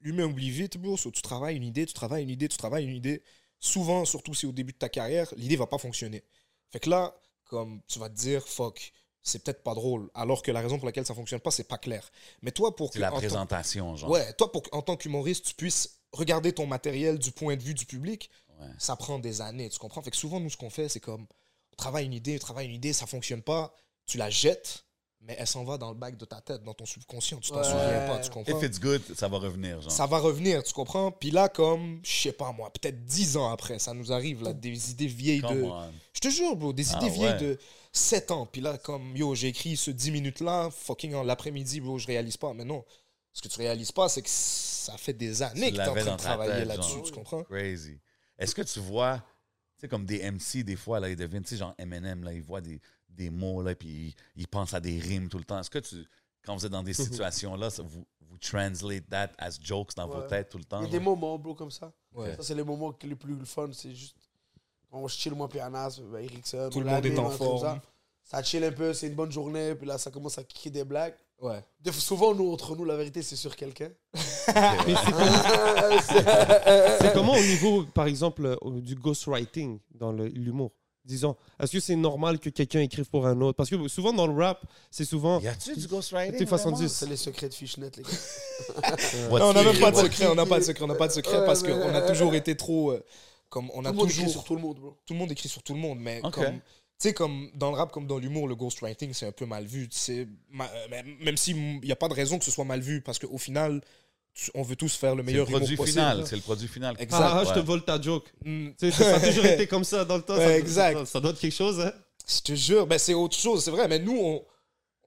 Speaker 4: l'humain oublie vite, bro. So, tu travailles une idée, tu travailles une idée, tu travailles une idée. Souvent, surtout si au début de ta carrière, l'idée va pas fonctionner. Fait que là, comme tu vas te dire, fuck, c'est peut-être pas drôle. Alors que la raison pour laquelle ça fonctionne pas, c'est pas clair. Mais toi, pour
Speaker 2: C'est la
Speaker 4: en tant-
Speaker 2: présentation, genre.
Speaker 4: Ouais, toi, pour, en tant qu'humoriste, tu puisses regarder ton matériel du point de vue du public,
Speaker 2: Ouais.
Speaker 4: ça prend des années, tu comprends? Fait que souvent, nous, ce qu'on fait, c'est comme, on travaille une idée, on travaille une idée, ça fonctionne pas, tu la jettes, mais elle s'en va dans le bac de ta tête, dans ton subconscient, tu t'en
Speaker 3: Ouais.
Speaker 4: souviens pas, tu comprends?
Speaker 2: If it's good, ça va revenir, genre.
Speaker 4: Ça va revenir, tu comprends? Puis là, comme, je sais pas moi, peut-être dix ans après, ça nous arrive, là, des idées vieilles
Speaker 2: Come
Speaker 4: de...
Speaker 2: on.
Speaker 4: Je te jure, bro, des
Speaker 2: Ah,
Speaker 4: idées vieilles
Speaker 2: ouais.
Speaker 4: de 7 ans. Puis là, comme, yo, j'ai écrit ce 10 minutes-là, fucking en l'après-midi, bro, je réalise pas. Mais non, ce que tu réalises pas, c'est que ça fait des années
Speaker 2: Tu
Speaker 4: que t'es en
Speaker 2: l'avais
Speaker 4: train
Speaker 2: dans
Speaker 4: de
Speaker 2: ta
Speaker 4: travailler
Speaker 2: tête,
Speaker 4: là-dessus,
Speaker 2: genre.
Speaker 4: tu comprends?
Speaker 2: Crazy. Est-ce que tu vois, tu sais, comme des MC, des fois, là, ils deviennent, tu sais, genre M&M, là, ils voient des, des mots, là, puis ils, ils pensent à des rimes tout le temps. Est-ce que tu, quand vous êtes
Speaker 4: (laughs)
Speaker 2: dans des situations là, ça, vous, vous translate that as jokes dans vos
Speaker 3: Ouais.
Speaker 2: têtes tout le temps?
Speaker 3: Il y a des
Speaker 2: genre?
Speaker 3: moments, bro, comme ça.
Speaker 4: Ouais.
Speaker 3: Ça, c'est les moments qui les plus fun. C'est juste. On chill, moi, puis Anas, ben, Ericsson.
Speaker 4: Tout le
Speaker 3: Lamy,
Speaker 4: monde est en
Speaker 3: un truc comme
Speaker 4: forme.
Speaker 3: Ça. Ça chill un peu, c'est une bonne journée, puis là, ça commence à kicker des blagues.
Speaker 4: Ouais.
Speaker 3: Des fois, souvent, nous, entre nous, la vérité, c'est sur quelqu'un.
Speaker 1: Mais c'est
Speaker 3: Ah, c'est-
Speaker 1: C'est comment au niveau, par exemple, euh, au- du ghostwriting dans le- l'humour Disons, est-ce que c'est normal que quelqu'un écrive pour un autre Parce que souvent dans le rap, c'est souvent.
Speaker 2: Y a-tu du
Speaker 1: T'es
Speaker 2: ghostwriting?
Speaker 1: façon de
Speaker 2: vraiment?
Speaker 1: dire-
Speaker 3: c'est les secrets de Fishnet, les gars.
Speaker 2: What
Speaker 4: Non, on n'a
Speaker 2: you-
Speaker 4: même pas de
Speaker 2: what-
Speaker 4: secret, on n'a pas de secret, on n'a pas de secret
Speaker 3: Ouais,
Speaker 4: parce
Speaker 3: mais-
Speaker 4: qu'on a toujours été trop. euh, comme on
Speaker 3: Tout
Speaker 4: a
Speaker 3: le monde
Speaker 4: toujours.
Speaker 3: écrit sur tout le monde, bro.
Speaker 4: tout le monde écrit sur tout le monde, mais
Speaker 2: Ok.
Speaker 4: comme. Tu sais, comme dans le rap, comme dans l'humour, le ghostwriting, c'est un peu mal vu. tu sais. Ma- euh, même- même s'il n'y a pas de raison que ce soit mal vu, parce qu'au final, tu- on veut tous faire
Speaker 2: C'est le
Speaker 4: le meilleur humour
Speaker 2: produit
Speaker 4: possible.
Speaker 2: final. C'est le produit final.
Speaker 4: Exact.
Speaker 1: Ah, ah, je te
Speaker 2: Ouais.
Speaker 1: vole ta joke.
Speaker 4: Mm.
Speaker 1: Tu sais, ça a toujours été comme ça dans le temps.
Speaker 4: Ouais,
Speaker 1: ça-
Speaker 4: exact.
Speaker 1: Ça, ça doit être quelque chose, hein
Speaker 4: Je te jure, ben c'est autre chose, c'est vrai. Mais nous, on,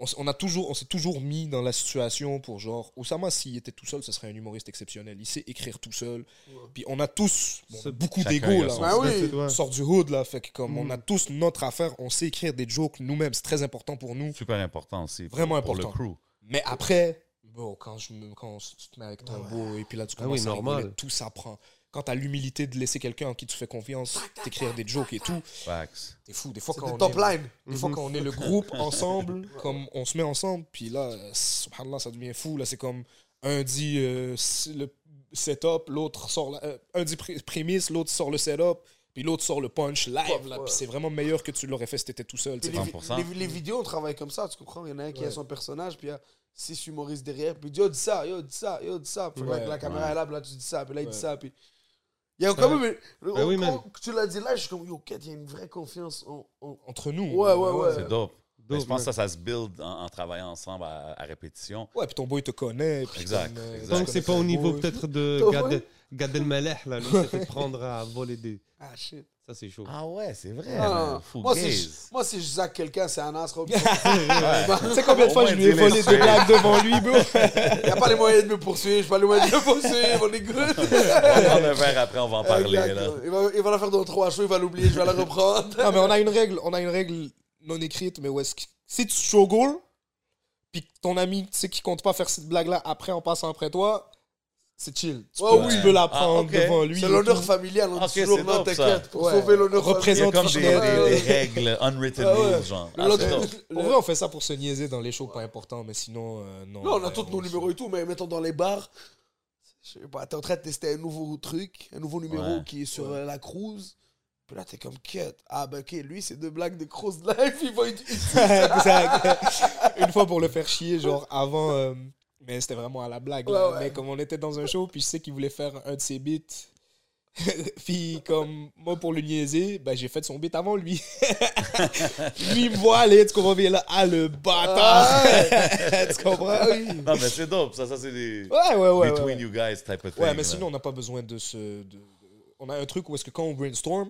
Speaker 4: on, s- on a toujours, on s'est toujours mis dans la situation pour genre, Oussama, s'il était tout seul, ce serait un humoriste exceptionnel. Il sait écrire tout seul. Puis on a tous bon,
Speaker 1: C'est-
Speaker 4: beaucoup
Speaker 2: Chacun
Speaker 4: d'ego
Speaker 2: a
Speaker 4: là.
Speaker 2: son-
Speaker 3: Ah oui.
Speaker 1: Ouais.
Speaker 4: On sort du hood là, fait que comme on
Speaker 1: Mm.
Speaker 4: a tous notre affaire, on sait écrire des jokes nous-mêmes, c'est très important pour nous.
Speaker 2: Super important aussi. pour-
Speaker 4: Vraiment
Speaker 2: pour le
Speaker 4: important.
Speaker 2: crew.
Speaker 4: Mais après, Bro, quand, je me, quand tu te mets avec ton
Speaker 1: Ouais.
Speaker 4: beau et puis là, tu
Speaker 1: Ah
Speaker 4: commences
Speaker 1: oui,
Speaker 4: à
Speaker 1: normal.
Speaker 4: rigoler, tout s'apprend. Quand t'as l'humilité de laisser quelqu'un en qui tu fais confiance t'écrire des jokes et tout,
Speaker 2: Facts.
Speaker 4: t'es fou. Des fois, quand
Speaker 3: C'était
Speaker 4: on
Speaker 3: top
Speaker 4: est- Mhm.
Speaker 3: line.
Speaker 4: Des fois, quand on est le
Speaker 2: (laughs)
Speaker 4: groupe ensemble, comme on se met ensemble, puis là, euh, subhanallah, ça devient fou. Là, c'est comme un dit euh, c- le setup, l'autre sort. la- euh, un dit pré- prémisse, l'autre sort le setup, puis l'autre sort le punch live. là,
Speaker 3: Ouais.
Speaker 4: puis c'est vraiment meilleur que tu l'aurais fait si t'étais tout seul.
Speaker 3: Puis
Speaker 4: tu sais.
Speaker 3: Les, vi-
Speaker 2: 100%.
Speaker 3: les- les vidéos, on travaille comme ça, tu comprends? Il y en a un qui a
Speaker 4: Ouais.
Speaker 3: son personnage, puis il y a six humoristes derrière, puis il dit, yo, dis ça, yo, dis ça, yo, dis ça. Puis là,
Speaker 4: Ouais,
Speaker 3: la caméra
Speaker 2: ouais.
Speaker 3: est là, puis là, tu dis ça, puis là, il
Speaker 4: Ouais.
Speaker 3: dit ça, puis... Il y a quand
Speaker 1: Ouais.
Speaker 3: même... une-
Speaker 1: Ben oui,
Speaker 3: on-
Speaker 1: man.
Speaker 3: on- tu l'as dit là, je suis comme, yo, Kate, il y a une vraie confiance. On, on-
Speaker 4: Entre nous.
Speaker 3: Ouais, ouais, ouais.
Speaker 4: Euh,
Speaker 2: C'est dope. Mais
Speaker 1: Dope,
Speaker 2: je pense
Speaker 1: man.
Speaker 2: que ça, ça se build en, en travaillant ensemble à, à répétition.
Speaker 4: Ouais, puis ton boy te connaît. puis
Speaker 2: Exact,
Speaker 4: comme, euh,
Speaker 2: exact.
Speaker 4: tu
Speaker 1: Donc, c'est
Speaker 4: connais
Speaker 1: pas au
Speaker 4: ton
Speaker 1: niveau
Speaker 4: boy.
Speaker 1: peut-être de
Speaker 3: (laughs) Ouais.
Speaker 1: Gad, Gad Elmaleh, là. Lui, s'est fait prendre à voler des...
Speaker 3: Ah, shit.
Speaker 1: Ça, c'est chaud.
Speaker 2: Ah ouais, c'est
Speaker 4: Eh,
Speaker 2: vrai.
Speaker 3: Ah.
Speaker 2: man. Full
Speaker 3: moi, si je,
Speaker 2: gaze.
Speaker 3: moi, si je zappe quelqu'un, c'est un
Speaker 4: (laughs)
Speaker 3: as. Rob. (laughs)
Speaker 4: Tu sais combien de
Speaker 2: Au
Speaker 4: fois
Speaker 2: moins,
Speaker 4: je lui ai
Speaker 2: dis-les
Speaker 4: volé des
Speaker 2: straight.
Speaker 4: blagues devant lui, bro?
Speaker 3: Il n'y a pas les moyens de me poursuivre, pas les moyens de me poursuivre, on est
Speaker 4: (laughs)
Speaker 3: good.
Speaker 2: On va prendre un verre après, on va en parler. là.
Speaker 3: Exactement. Il, va, il va la faire dans trois shows, il va l'oublier, je vais
Speaker 2: (laughs)
Speaker 3: la reprendre.
Speaker 4: Non, mais on a une règle, on a une règle non écrite, mais où est-ce que si tu showgirl, puis que ton ami, tu sais, qui compte pas faire cette blague-là après en passant après toi, c'est chill. Tu,
Speaker 3: Ouais,
Speaker 4: peux,
Speaker 3: oui.
Speaker 4: tu peux la prendre
Speaker 2: Ah, ok.
Speaker 4: devant lui.
Speaker 3: C'est
Speaker 4: et
Speaker 3: l'honneur
Speaker 4: tout.
Speaker 3: familial, on
Speaker 2: Ah, Ok,
Speaker 3: dit toujours,
Speaker 2: c'est
Speaker 3: non,
Speaker 2: dope, ça.
Speaker 3: t'inquiète, pour
Speaker 4: Ouais.
Speaker 3: sauver l'honneur
Speaker 2: Il y a
Speaker 4: Représente-
Speaker 3: familial.
Speaker 2: comme des, des-
Speaker 4: Ouais.
Speaker 2: des règles unwritten
Speaker 3: Ah ouais.
Speaker 2: rules, genre. Ah,
Speaker 3: Le
Speaker 2: c'est
Speaker 3: lendemain-
Speaker 2: dope.
Speaker 4: En vrai, on fait ça pour se niaiser dans les shows pas importants, mais sinon, euh, non.
Speaker 3: Là, on a
Speaker 4: Ouais,
Speaker 3: tous nos numéros et tout, mais mettons dans les bars. Je sais pas, t'es en train de tester un nouveau truc, un nouveau numéro
Speaker 2: Ouais.
Speaker 3: qui est sur euh, la cruise. Puis là, t'es comme quête. Ah, ben ok, lui, c'est deux blagues de cruise life, (laughs) il va utiliser.
Speaker 4: Exact. (laughs) Une fois pour le faire chier, genre avant. euh, mais c'était vraiment à la blague. là.
Speaker 3: Ouais, ouais.
Speaker 4: Mais comme on était dans un show, puis je sais qu'il voulait faire un de ses beats. (laughs) puis comme moi pour le niaiser, bah, j'ai fait son beat avant lui. (laughs) lui il me voit aller, tu comprends, puis il est là, ah le bâtard, (laughs) tu comprends Ouais
Speaker 2: Non, mais c'est dope. Ça, ça c'est des
Speaker 4: ouais ouais. ouais,
Speaker 2: between
Speaker 4: ouais.
Speaker 2: you guys type of thing.
Speaker 4: Ouais, mais
Speaker 2: là.
Speaker 4: sinon, on n'a pas besoin de ce. de- On a un truc où est-ce que quand on brainstorm,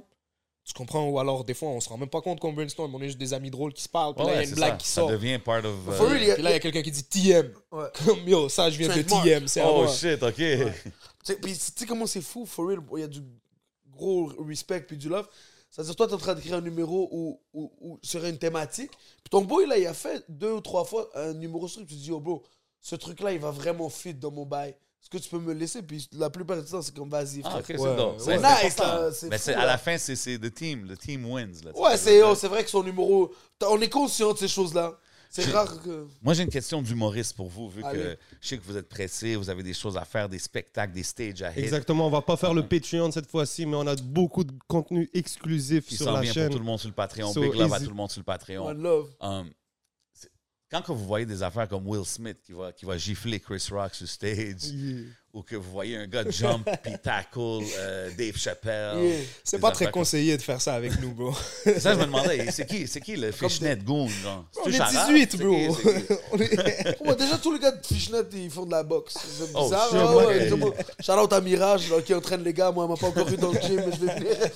Speaker 4: tu comprends, ou alors des fois, on se rend même pas compte qu'on brainstorm, on est juste des amis drôles qui se parlent, puis
Speaker 2: Ouais,
Speaker 4: là, il y a
Speaker 2: c'est
Speaker 4: une blague
Speaker 2: ça.
Speaker 4: qui sort.
Speaker 2: Ça devient part of. euh,
Speaker 3: For real, il y a-
Speaker 4: Puis là, il y a quelqu'un qui dit TM.
Speaker 3: Ouais.
Speaker 4: Comme yo, ça, je viens de
Speaker 3: Trademark.
Speaker 4: TM, c'est à
Speaker 2: Oh
Speaker 4: moi.
Speaker 2: shit, ok.
Speaker 3: Tu sais, Puis tu sais comment c'est fou, for real, il y a du gros respect puis du love. C'est-à-dire, toi, t'es en train d'écrire un numéro ou, ou, ou sur une thématique. Puis ton boy, là, il a fait deux ou trois fois un numéro sur Tu te dis, oh, bro, ce truc-là, il va vraiment fit dans mon bail. Est-ce que tu peux me laisser? Puis la plupart du temps, c'est comme, vas-y,
Speaker 2: Ah,
Speaker 3: frère.
Speaker 2: ok, c'est
Speaker 4: Ouais,
Speaker 2: dope.
Speaker 3: ouais.
Speaker 2: C'est
Speaker 3: Nice,
Speaker 2: important.
Speaker 3: là, c'est
Speaker 2: Mais
Speaker 3: fou,
Speaker 2: c'est-
Speaker 3: là.
Speaker 2: à la fin, c'est- c'est the team. The team wins. là, tu
Speaker 3: Ouais,
Speaker 2: sais.
Speaker 3: c'est oh, c'est vrai que son numéro. t'as- On est conscient de ces choses-là. C'est
Speaker 2: J'ai-
Speaker 3: rare que.
Speaker 2: Moi, j'ai une question d'humoriste pour vous, vu
Speaker 3: Allez.
Speaker 2: que je sais que vous êtes pressé, vous avez des choses à faire, des spectacles, des stages à hit.
Speaker 1: Exactement, on va pas faire le Patreon cette fois-ci, mais on a beaucoup de contenu exclusif
Speaker 2: Qui
Speaker 1: sur
Speaker 2: s'en
Speaker 1: la
Speaker 2: vient pour tout
Speaker 1: chaîne.
Speaker 2: le monde sur le Patreon.
Speaker 1: So,
Speaker 2: Big love à
Speaker 1: easy.
Speaker 2: tout le monde sur le Patreon.
Speaker 3: One love.
Speaker 2: Um, c'est- quand que vous voyez des affaires comme Will Smith qui va, qui va gifler Chris Rock sur stage,
Speaker 1: Yeah.
Speaker 2: ou que vous voyez un gars jump (laughs) puis tackle euh, Dave Chappelle.
Speaker 3: Yeah.
Speaker 4: C'est
Speaker 2: Des
Speaker 4: pas très
Speaker 2: affaires comme-
Speaker 4: conseillé de faire ça avec nous, bro.
Speaker 2: Ça, je me demandais, c'est qui, c'est qui le fishnet goon, genre?
Speaker 4: On
Speaker 2: C'est-tu
Speaker 4: est
Speaker 2: Charade?
Speaker 4: 18,
Speaker 2: C'est
Speaker 4: bro.
Speaker 2: qui, c'est qui?
Speaker 4: On
Speaker 3: (laughs)
Speaker 4: est-
Speaker 3: Ouais, déjà, tous les gars de Fishnet, ils font de la boxe. C'est
Speaker 2: Oh,
Speaker 3: bizarre.
Speaker 2: shit,
Speaker 3: hein,
Speaker 2: ok.
Speaker 3: ouais, exactement. Shout out à Mirage, là, qui entraîne les gars. Moi, elle m'a pas encore eu dans le gym, mais
Speaker 2: (laughs)
Speaker 3: je vais venir.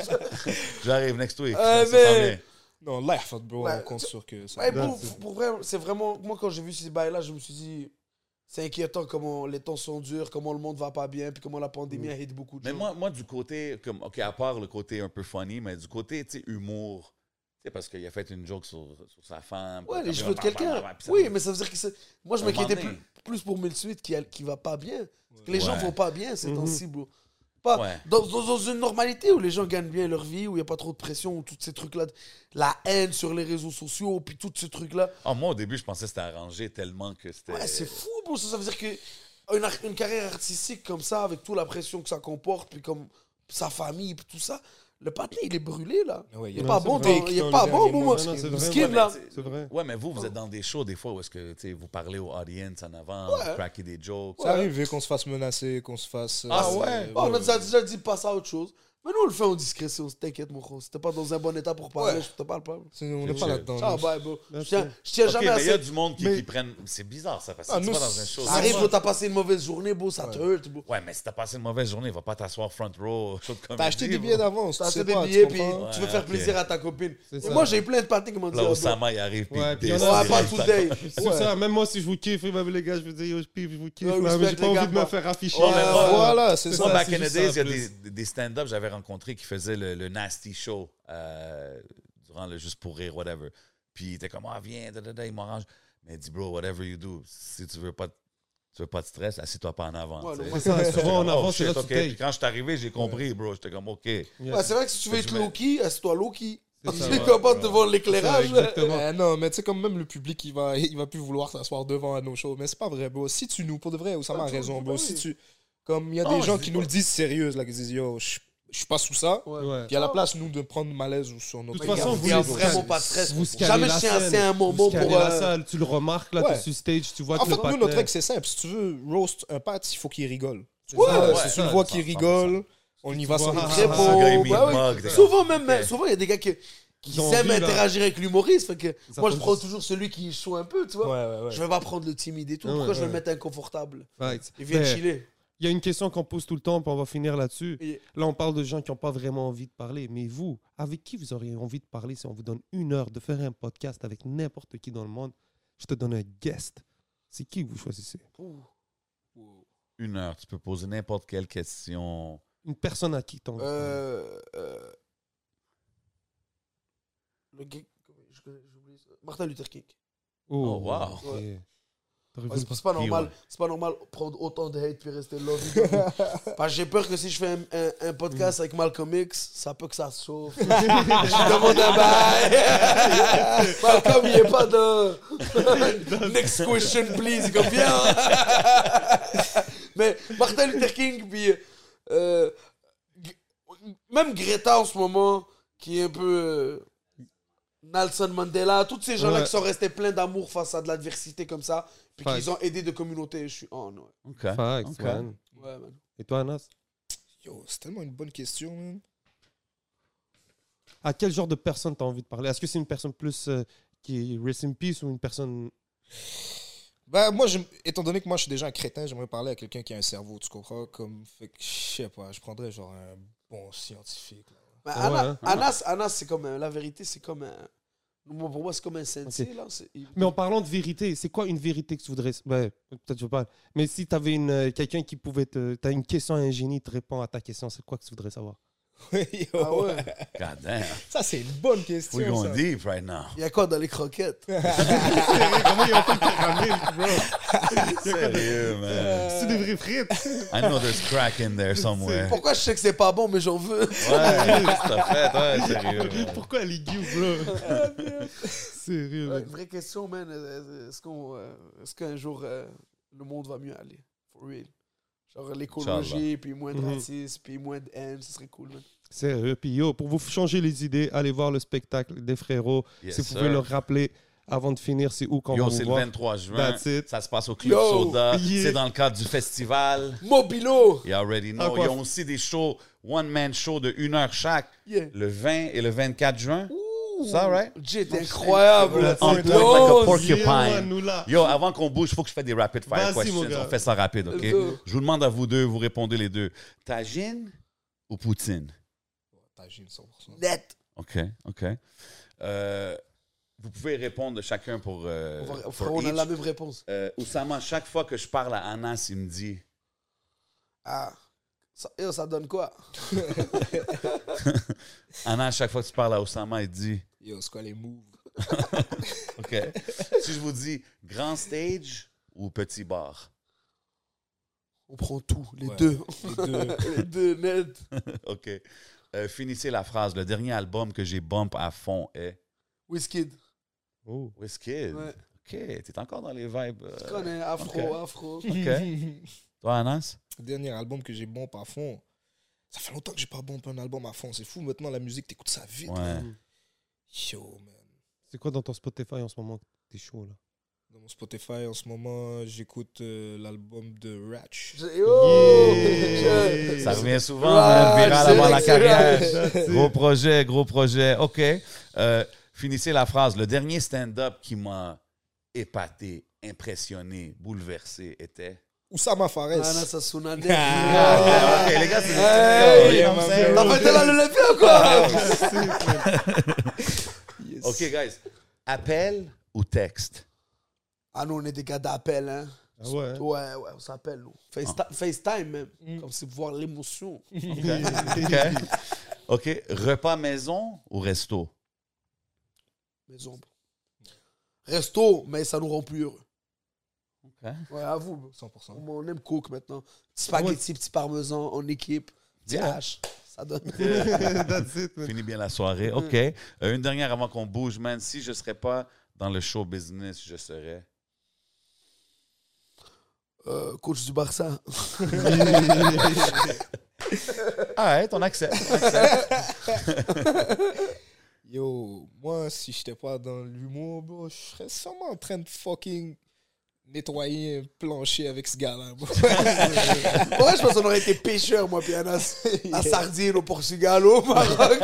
Speaker 2: J'arrive next week.
Speaker 3: Euh,
Speaker 2: ça, ça
Speaker 3: mais-
Speaker 2: s'en vient.
Speaker 4: (laughs) Non, laugh, bro,
Speaker 3: Ouais.
Speaker 4: on compte sur que ça.
Speaker 3: Ouais, pour, pour vrai, c'est vraiment. Moi, quand j'ai vu ces bails-là, je me suis dit, c'est inquiétant comment les temps sont durs, comment le monde va pas bien, puis comment la pandémie a hit beaucoup de
Speaker 2: Mm. Mais
Speaker 3: gens.
Speaker 2: moi, moi, du côté, comme, OK, à part le côté un peu funny, mais du côté, tu sais, humour, tu sais, parce qu'il a fait une joke sur, sur sa femme.
Speaker 3: ouais,
Speaker 2: puis
Speaker 3: les
Speaker 2: comme,
Speaker 3: cheveux de
Speaker 2: bah,
Speaker 3: quelqu'un.
Speaker 2: bah, bah, puis ça-
Speaker 3: Oui, mais ça veut dire que c'est. Moi, je
Speaker 2: Un moment
Speaker 3: m'inquiétais
Speaker 2: donné.
Speaker 3: plus, plus pour Milsuit qui, a- qui va pas bien. Parce que les gens
Speaker 2: Ouais.
Speaker 3: vont pas bien ces
Speaker 1: Mhm.
Speaker 3: temps-ci, bro. Pas,
Speaker 2: Ouais.
Speaker 3: dans, dans- dans une normalité où les gens gagnent bien leur vie, où il n'y a pas trop de pression, où tous ces trucs-là, la haine sur les réseaux sociaux, puis tous ces trucs-là.
Speaker 2: Ah, moi, au début, je pensais que c'était arrangé tellement que c'était...
Speaker 3: Ouais, c'est fou, bro. Ça, ça veut dire que une, ar- une carrière artistique comme ça, avec toute la pression que ça comporte, puis comme sa famille, puis tout ça, le patin, il est brûlé, là.
Speaker 4: Ouais,
Speaker 3: il est
Speaker 1: Non,
Speaker 3: pas
Speaker 1: c'est
Speaker 3: bon,
Speaker 1: vrai.
Speaker 3: dans- il est pas bon, bon, moi.
Speaker 1: Non, non, c'est vrai.
Speaker 3: Skin, là.
Speaker 1: C'est vrai.
Speaker 2: Ouais, mais vous, vous êtes dans des shows des fois où est-ce que tu sais, vous parlez au audience en avant, vous craquez des jokes.
Speaker 4: Ça arrive vu qu'on se fasse menacer, qu'on se fasse.
Speaker 2: Ah,
Speaker 4: euh,
Speaker 2: ouais.
Speaker 3: Bon, Oh, on a déjà, déjà dit passe à autre chose. Mais nous, on le fait en discrétion. T'inquiète, mon gros. Si t'es pas dans un bon état pour parler, je te parle pas.
Speaker 4: c'est- On n'est pas là-dedans.
Speaker 3: Ciao,
Speaker 4: nous.
Speaker 3: bye, bro. Je
Speaker 1: Merci.
Speaker 3: tiens, je tiens
Speaker 2: Ok,
Speaker 3: jamais
Speaker 2: mais il y a
Speaker 3: assez.
Speaker 2: du monde qui,
Speaker 1: Mais-
Speaker 2: qui prennent. C'est bizarre ça, parce que
Speaker 4: Ah,
Speaker 2: c'est
Speaker 4: nous,
Speaker 2: pas dans un show.
Speaker 4: ça
Speaker 2: c'est
Speaker 3: Arrive,
Speaker 2: pas-
Speaker 3: bro, t'as passé une mauvaise journée, bro. Ça te hurt, bro.
Speaker 2: Ouais, mais si t'as passé une mauvaise journée, va pas t'asseoir front row. (laughs) show de
Speaker 4: T'as
Speaker 2: comédie,
Speaker 4: acheté des
Speaker 2: bro.
Speaker 4: billets d'avance.
Speaker 3: T'as
Speaker 4: tu sais
Speaker 3: acheté des
Speaker 4: pas, tu
Speaker 3: billets, puis
Speaker 4: comprends?
Speaker 3: tu veux
Speaker 2: Ouais,
Speaker 3: faire
Speaker 2: ok.
Speaker 3: plaisir à ta copine.
Speaker 1: C'est
Speaker 3: Et
Speaker 1: ça.
Speaker 3: Moi, j'ai eu plein de patins qui m'ont dit.
Speaker 2: Là,
Speaker 3: oh, bro,
Speaker 2: Osama, il arrive, puis
Speaker 1: Ouais,
Speaker 2: il
Speaker 1: puis il y en a-
Speaker 2: descend
Speaker 3: Ouais, pas
Speaker 2: direct.
Speaker 3: today.
Speaker 1: C'est
Speaker 4: Ouais.
Speaker 1: ça, même moi si je vous kiffe, même les gars, je vous dis, yo, je kiffe, je vous kiffe,
Speaker 3: Ouais,
Speaker 1: mais
Speaker 3: respect
Speaker 1: j'ai pas
Speaker 3: les
Speaker 1: envie
Speaker 3: gars,
Speaker 1: de
Speaker 3: moi.
Speaker 1: me faire afficher.
Speaker 2: Ouais, mais
Speaker 1: là.
Speaker 2: moi-
Speaker 4: Voilà, c'est
Speaker 1: C'est
Speaker 2: Moi,
Speaker 1: ça,
Speaker 4: ça.
Speaker 2: back
Speaker 1: c'est
Speaker 2: in the
Speaker 1: juste
Speaker 2: days,
Speaker 1: ça,
Speaker 2: il y a des,
Speaker 1: plus.
Speaker 2: des stand-up, j'avais rencontré qui faisait le, le nasty show euh, durant le Juste pour rire, whatever. Puis il était comme, ah, viens, da, da, da, il m'arrange. Mais il dit, bro, whatever you do, si tu veux pas, Tu veux pas de stress, assieds-toi pas en avant.
Speaker 3: Ouais,
Speaker 2: tu sais.
Speaker 3: non, moi,
Speaker 1: ça,
Speaker 2: J'étais
Speaker 1: souvent,
Speaker 2: comme,
Speaker 1: en
Speaker 2: oh,
Speaker 1: avant, c'est
Speaker 2: shit,
Speaker 1: là que tu
Speaker 2: OK.
Speaker 1: payes.
Speaker 2: Puis quand je suis arrivé, j'ai compris, bro. J'étais comme, OK.
Speaker 1: Yeah.
Speaker 3: Ouais, Bah, c'est vrai que si tu veux être
Speaker 2: Je mets-
Speaker 3: low-key, assieds-toi low-key.
Speaker 1: C'est ça,
Speaker 3: Tu
Speaker 1: ouais.
Speaker 3: commences devant
Speaker 1: Ça,
Speaker 3: l'éclairage. là.
Speaker 1: Exactement.
Speaker 4: Euh, non, mais tu sais, comme même le public, il va, il va plus vouloir s'asseoir devant à nos shows. Mais c'est pas vrai, bro. Si tu nous, pour de vrai, Oussama
Speaker 3: Ah,
Speaker 4: a
Speaker 3: tu-
Speaker 4: raison, bro.
Speaker 3: bah
Speaker 4: Si
Speaker 3: oui.
Speaker 4: tu. Comme il y a
Speaker 2: Non,
Speaker 4: des
Speaker 2: je
Speaker 4: gens
Speaker 2: dis
Speaker 4: qui
Speaker 2: pas.
Speaker 4: nous le disent sérieux, là, qui disent yo, je je suis pas sous ça.
Speaker 1: Ouais.
Speaker 4: Puis à la place, nous, de prendre malaise ou sur nos
Speaker 1: De toute
Speaker 3: Regarde,
Speaker 1: façon, vous
Speaker 3: regarde,
Speaker 1: les-
Speaker 3: vraiment pas de stress.
Speaker 1: Vous
Speaker 3: Jamais
Speaker 1: scannez
Speaker 3: je
Speaker 1: la
Speaker 3: tiens assez
Speaker 1: scène,
Speaker 3: un
Speaker 1: vous
Speaker 3: moment
Speaker 1: scannez
Speaker 3: pour,
Speaker 1: la
Speaker 3: euh,
Speaker 1: salle, tu le remarques là,
Speaker 4: Ouais.
Speaker 1: t'es sur stage, tu vois que le
Speaker 4: En fait, nous,
Speaker 1: partenaire-
Speaker 4: notre règle, c'est simple. Si tu veux roast un pat, il faut qu'il rigole.
Speaker 1: Ouais,
Speaker 4: Euh,
Speaker 1: ouais,
Speaker 4: si tu
Speaker 1: ça,
Speaker 4: le vois
Speaker 2: ça,
Speaker 4: qu'il
Speaker 2: ça,
Speaker 4: rigole, on y va
Speaker 1: Tu
Speaker 4: sans
Speaker 1: vois,
Speaker 4: les
Speaker 1: ah,
Speaker 3: Très
Speaker 1: ah,
Speaker 3: beau.
Speaker 1: ah,
Speaker 2: gars, il me
Speaker 3: Bah oui.
Speaker 2: mug, t'es
Speaker 3: Souvent, même, souvent, il y a des gars qui, qui
Speaker 1: Ils ont
Speaker 3: s'aiment
Speaker 1: vu, là.
Speaker 3: interagir avec l'humoriste. Fait que
Speaker 1: Ça
Speaker 3: moi, je
Speaker 1: fait
Speaker 3: prends
Speaker 1: du-
Speaker 3: toujours celui qui est chaud un peu, tu
Speaker 4: Ouais,
Speaker 3: vois.
Speaker 4: ouais, ouais.
Speaker 3: Je vais pas prendre le timide et tout.
Speaker 1: Ouais,
Speaker 3: Pourquoi je vais
Speaker 1: ouais. Ben,
Speaker 3: le mettre inconfortable
Speaker 1: Right.
Speaker 3: Il vient
Speaker 1: Mais
Speaker 3: chiller.
Speaker 1: Il y a une question qu'on pose tout le temps, puis on va finir là-dessus.
Speaker 3: Et-
Speaker 1: Là, on parle de gens qui n'ont pas vraiment envie de parler. Mais vous, avec qui vous auriez envie de parler si on vous donne une heure de faire un podcast avec n'importe qui dans le monde Je te donne un guest. C'est qui que vous choisissez
Speaker 3: Ouh.
Speaker 2: Une heure, tu peux poser n'importe quelle question.
Speaker 1: Une personne à qui t'en
Speaker 3: Euh, euh, Le gars. je connais- j'ai oublié ça. Martin Luther King.
Speaker 2: Oh, wow.
Speaker 1: ok. T'aurais
Speaker 3: Ouais,
Speaker 1: vu-
Speaker 3: c'est pas- c'est pas
Speaker 2: Puis,
Speaker 3: normal.
Speaker 2: ouais.
Speaker 3: C'est pas normal prendre autant de hate puis rester love. (laughs) Parce que j'ai peur que si je fais un, un- un podcast avec Malcolm X, ça peut que ça se chauffe. je demande un bail. Malcolm, il est pas de. (laughs) Next question, please. Comme bien. (laughs) Mais Martin Luther King, puis. euh, G- même Greta en ce moment, qui est un peu. euh, Nelson Mandela, tous ces gens-là
Speaker 1: Ouais.
Speaker 3: qui sont restés pleins d'amour face à de l'adversité comme ça, puis
Speaker 1: Facts.
Speaker 3: qu'ils ont aidé de communautés. Je suis oh non.
Speaker 2: OK.
Speaker 1: Facts,
Speaker 2: Ok.
Speaker 1: man.
Speaker 3: Ouais, man.
Speaker 1: Et toi, Anas
Speaker 4: Yo, c'est tellement une bonne question, man.
Speaker 1: À quel genre de personne t'as envie de parler Est-ce que c'est une personne plus euh, qui est rest in peace ou une personne
Speaker 4: Ben, moi, j'aime- étant donné que moi, je suis déjà un crétin, j'aimerais parler à quelqu'un qui a un cerveau, tu comprends? Comme, fait que, je sais pas, je prendrais genre un bon scientifique. là.
Speaker 3: Mais
Speaker 1: Ah ouais,
Speaker 3: Ana-
Speaker 1: hein.
Speaker 3: Anas, Anas, c'est comme un- la vérité, c'est comme un. moi, pour moi, c'est comme un sensei.
Speaker 1: Ok.
Speaker 3: Là, c'est- il-
Speaker 1: Mais en parlant de vérité, c'est quoi une vérité que tu voudrais. Ouais, peut-être je parle. Mais si tu avais une, euh, quelqu'un qui pouvait te. Tu as une question à un génie, te répond à ta question, c'est quoi que tu voudrais savoir
Speaker 4: (laughs) Yo,
Speaker 3: Ah ouais.
Speaker 2: God damn.
Speaker 4: Ça, c'est une bonne question.
Speaker 2: We're
Speaker 4: ça.
Speaker 2: going deep
Speaker 1: (laughs)
Speaker 2: right now.
Speaker 3: Il y a quoi dans les croquettes
Speaker 1: Comment ils ont fait le caramel, bro
Speaker 2: Sérieux, man.
Speaker 1: C'est des vraies frites
Speaker 2: I know there's crack in there somewhere. Ouais,
Speaker 3: Pourquoi je sais que c'est pas bon, mais j'en veux
Speaker 2: c'est fait,
Speaker 3: (laughs)
Speaker 2: ouais, sérieux. man.
Speaker 1: Pourquoi les guillemets, bro
Speaker 2: Ah,
Speaker 1: Sérieux,
Speaker 3: Ouais,
Speaker 1: mec.
Speaker 3: Une vraie question, man. Euh, Est-ce qu'on, euh, est-ce qu'un jour euh, le monde va mieux aller For real. Genre l'écologie, puis moins de
Speaker 1: Mhm.
Speaker 3: racisme, puis moins de haine, ce serait cool, man.
Speaker 1: Sérieux. Puis yo, pour vous changer les idées, allez voir le spectacle des frérots.
Speaker 2: Yes,
Speaker 1: si vous pouvez
Speaker 2: sir.
Speaker 1: le rappeler avant de finir, c'est où qu'on va
Speaker 2: Yo,
Speaker 1: vous
Speaker 2: c'est le
Speaker 1: voir
Speaker 2: 23 juin.
Speaker 1: That's it.
Speaker 2: Ça se passe au Club
Speaker 3: Yo.
Speaker 2: Soda.
Speaker 1: Yeah.
Speaker 2: C'est dans le cadre du festival.
Speaker 3: Mobilo
Speaker 2: You already
Speaker 1: Ah,
Speaker 2: know.
Speaker 1: quoi.
Speaker 2: Ils ont aussi des shows, one-man show de 1 heure chaque,
Speaker 3: Yeah.
Speaker 2: le 20 et le 24 juin.
Speaker 3: Ouh,
Speaker 2: Ça, right?
Speaker 3: Jay, t'es incroyable.
Speaker 1: That's
Speaker 2: On
Speaker 1: it.
Speaker 2: tourne like a porcupine.
Speaker 1: Yeah, man, nous là.
Speaker 2: Yo, avant qu'on bouge, il faut que je fasse des rapid fire
Speaker 1: Vas-y,
Speaker 2: questions.
Speaker 1: mon gars.
Speaker 2: On fait ça rapide, OK?
Speaker 3: Let's go.
Speaker 2: Je vous demande à vous deux, vous répondez les deux. Tagine ou poutine?
Speaker 4: Tagine, 100%.
Speaker 3: Net.
Speaker 2: OK, OK. Euh, vous pouvez répondre de chacun pour. euh,
Speaker 3: On va-
Speaker 2: for
Speaker 3: frère, on a
Speaker 2: each.
Speaker 3: la même réponse.
Speaker 2: Euh, Oussama, chaque fois que je parle à Anas, il me dit
Speaker 3: Ah. Ça, yo, ça donne quoi
Speaker 2: Anas, chaque fois que tu parles à Oussama, il dit
Speaker 4: Yo, c'est quoi les moves?
Speaker 2: OK. si je vous dis grand stage ou petit bar (laughs)
Speaker 3: On prend tout, les
Speaker 4: Ouais.
Speaker 3: deux. (laughs)
Speaker 4: Les deux.
Speaker 3: les deux, net.
Speaker 2: OK. Euh, finissez la phrase. Le dernier album que j'ai bump à fond est
Speaker 3: Whiskey.
Speaker 1: Oh.
Speaker 2: Whiskey.
Speaker 3: Ouais.
Speaker 2: OK. T'es encore dans les vibes. euh,
Speaker 3: Tu connais, afro,
Speaker 2: ok.
Speaker 3: afro.
Speaker 2: OK.
Speaker 3: (laughs)
Speaker 2: Toi, Anas
Speaker 4: Dernier album que j'ai bon à fond. Ça fait longtemps que j'ai pas bon un album à fond. C'est fou, maintenant, la musique, t'écoutes ça vite.
Speaker 2: Ouais.
Speaker 4: Yo, man.
Speaker 1: C'est quoi dans ton Spotify en ce moment que T'es chaud là.
Speaker 4: Dans mon Spotify, en ce moment, j'écoute euh, l'album de Ratch.
Speaker 3: Je- Yo
Speaker 1: Yeah.
Speaker 3: Oh! Je-
Speaker 2: Ça revient souvent,
Speaker 3: Ah,
Speaker 2: hein, viral
Speaker 3: c'est
Speaker 2: avant la
Speaker 3: excellent.
Speaker 2: carrière.
Speaker 1: That's it.
Speaker 2: Gros projet, gros projet. OK. Euh, finissez la phrase. Le dernier stand-up qui m'a épaté, impressionné, bouleversé était.
Speaker 4: Oussama Fares.
Speaker 3: Anna
Speaker 2: (laughs)
Speaker 3: Sassouna, net.
Speaker 2: Ah, OK, les gars,
Speaker 3: Hey,
Speaker 2: c'est. Yo, you know what I'm saying?
Speaker 3: T'as fait de là l'Olympia ou quoi
Speaker 4: Yes.
Speaker 2: Ah, OK, guys. Appel ou texte?
Speaker 3: Ah, nous, on est des gars d'appel, hein.
Speaker 1: Ah ouais. hein? Ah. Mm.
Speaker 3: Ouais, ouais, on s'appelle, nous. Faceta- FaceTime, même. Comme c'est voir l'émotion.
Speaker 2: OK. OK. Repas maison ou resto?
Speaker 3: Maison. Resto, mais ça nous rend plus heureux.
Speaker 2: Ok. Hein?
Speaker 3: Ouais, à vous.
Speaker 4: 100%.
Speaker 3: On aime cook maintenant. Petit spaghetti, petit parmesan en équipe. Petit
Speaker 2: Yeah.
Speaker 3: hache.
Speaker 2: (laughs)
Speaker 3: Ça donne.
Speaker 1: (laughs) That's it, man.
Speaker 2: Finis bien la soirée. OK. Euh, une dernière avant qu'on bouge, man. Si je serais pas dans le show business, je serais.
Speaker 3: Euh, coach du Barça.
Speaker 2: Ah ouais, on accepte.
Speaker 4: Yo, moi, si j'étais pas dans l'humour, bro, je serais sûrement en train de fucking nettoyer un plancher avec ce gars-là, bro.
Speaker 3: Ouais, je pense qu'on aurait été pêcheur, moi, puis Anas. (laughs) La sardine au Portugal, au (laughs) Maroc.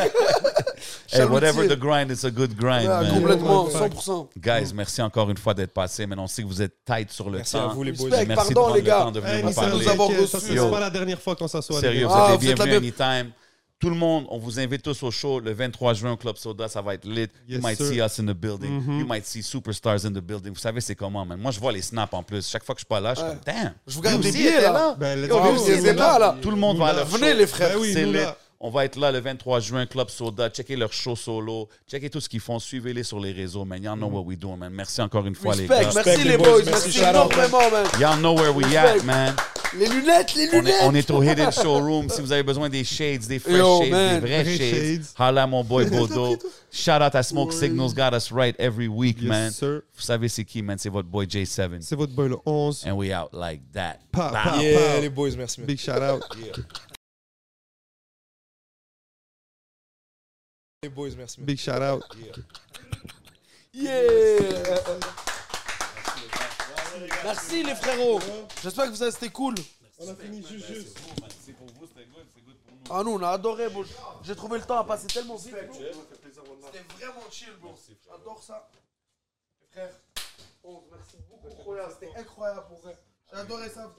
Speaker 2: hey, whatever
Speaker 3: Chalutier.
Speaker 2: the grind, it's a good grind,
Speaker 3: Ouais,
Speaker 2: man.
Speaker 3: Ah, complètement,
Speaker 1: Ouais.
Speaker 3: 100%.
Speaker 2: Guys, merci encore une fois d'être passé, mais on sait que vous êtes tight sur le
Speaker 4: Merci
Speaker 2: temps.
Speaker 4: à vous, les boys.
Speaker 3: Respect.
Speaker 2: Merci de
Speaker 3: Pardon,
Speaker 2: prendre
Speaker 3: les
Speaker 2: le
Speaker 3: gars.
Speaker 2: temps de venir
Speaker 1: Hey,
Speaker 2: nous
Speaker 1: merci de
Speaker 2: parler.
Speaker 1: nous avoir
Speaker 3: Yo.
Speaker 1: reçus. C'est pas la dernière fois qu'on s'assoit. les
Speaker 2: Sérieux,
Speaker 1: gars.
Speaker 2: vous
Speaker 3: Ah,
Speaker 2: êtes
Speaker 3: vous êtes
Speaker 2: bienvenus
Speaker 3: la
Speaker 2: anytime. Tout le monde, on vous invite tous au show le 23 juin au Club Soda. Ça va être lit. you
Speaker 1: Yes,
Speaker 2: might
Speaker 1: sir.
Speaker 2: see us in the building.
Speaker 3: Mm-hmm.
Speaker 1: Mhm.
Speaker 2: You might see superstars in the building. Vous savez, c'est comment, man. Moi, je vois les snaps en plus. Chaque fois que je suis pas là, je suis
Speaker 3: Ouais.
Speaker 2: comme, damn.
Speaker 3: Je vous garde
Speaker 2: Lui
Speaker 3: des
Speaker 2: aussi
Speaker 3: billets,
Speaker 2: était
Speaker 3: là.
Speaker 1: Ben, let's
Speaker 3: Yo,
Speaker 1: go.
Speaker 3: lui aussi,
Speaker 1: Nous
Speaker 3: c'est
Speaker 1: là.
Speaker 3: pas là.
Speaker 2: Tout le monde va à leur
Speaker 3: Venez,
Speaker 2: show.
Speaker 3: les frères.
Speaker 1: Ben oui,
Speaker 2: C'est
Speaker 1: nous
Speaker 2: lit.
Speaker 1: là.
Speaker 2: On va être là le 23 juin, Club Soda. Checkez leur show solo. Checkez tout ce qu'ils font. Suivez-les sur les réseaux, man. Y'all know what we doing, man. Merci encore une fois, les
Speaker 3: Respect,
Speaker 2: gars.
Speaker 3: merci les boys, merci
Speaker 4: shout out.
Speaker 3: énormément, man.
Speaker 2: Y'all know where we at,
Speaker 3: Respect.
Speaker 2: man.
Speaker 3: Les lunettes, les
Speaker 2: On est,
Speaker 3: lunettes.
Speaker 2: on est au Hidden Showroom. Si vous avez besoin des shades, des fresh
Speaker 3: Yo,
Speaker 2: shades,
Speaker 3: man.
Speaker 2: des vrais
Speaker 1: Vrais shades.
Speaker 2: shades, holla à
Speaker 1: (laughs)
Speaker 2: mon boy Bodo. Shout out à Smoke Signals, got us right every week,
Speaker 1: Yes,
Speaker 2: man.
Speaker 1: sir.
Speaker 2: Vous savez c'est qui, man? C'est votre boy J7.
Speaker 1: C'est votre boy le 11.
Speaker 2: And we out like that.
Speaker 1: Pa,
Speaker 2: Bah.
Speaker 1: pa,
Speaker 4: Yeah,
Speaker 1: pa.
Speaker 4: les boys, merci, man.
Speaker 1: Big shout out.
Speaker 4: Les boys, merci, man.
Speaker 1: Big shout out.
Speaker 3: Yeah. Merci les frérots. J'espère que vous avez c'était cool. On a fini juste. Ah nous on a adoré. bro. J'ai trouvé le temps à passer tellement vite. bro. C'était vraiment chill, bro. J'adore ça. Frère, on merci beaucoup. Incroyable, C'était incroyable pour vrai. J'ai adoré ça.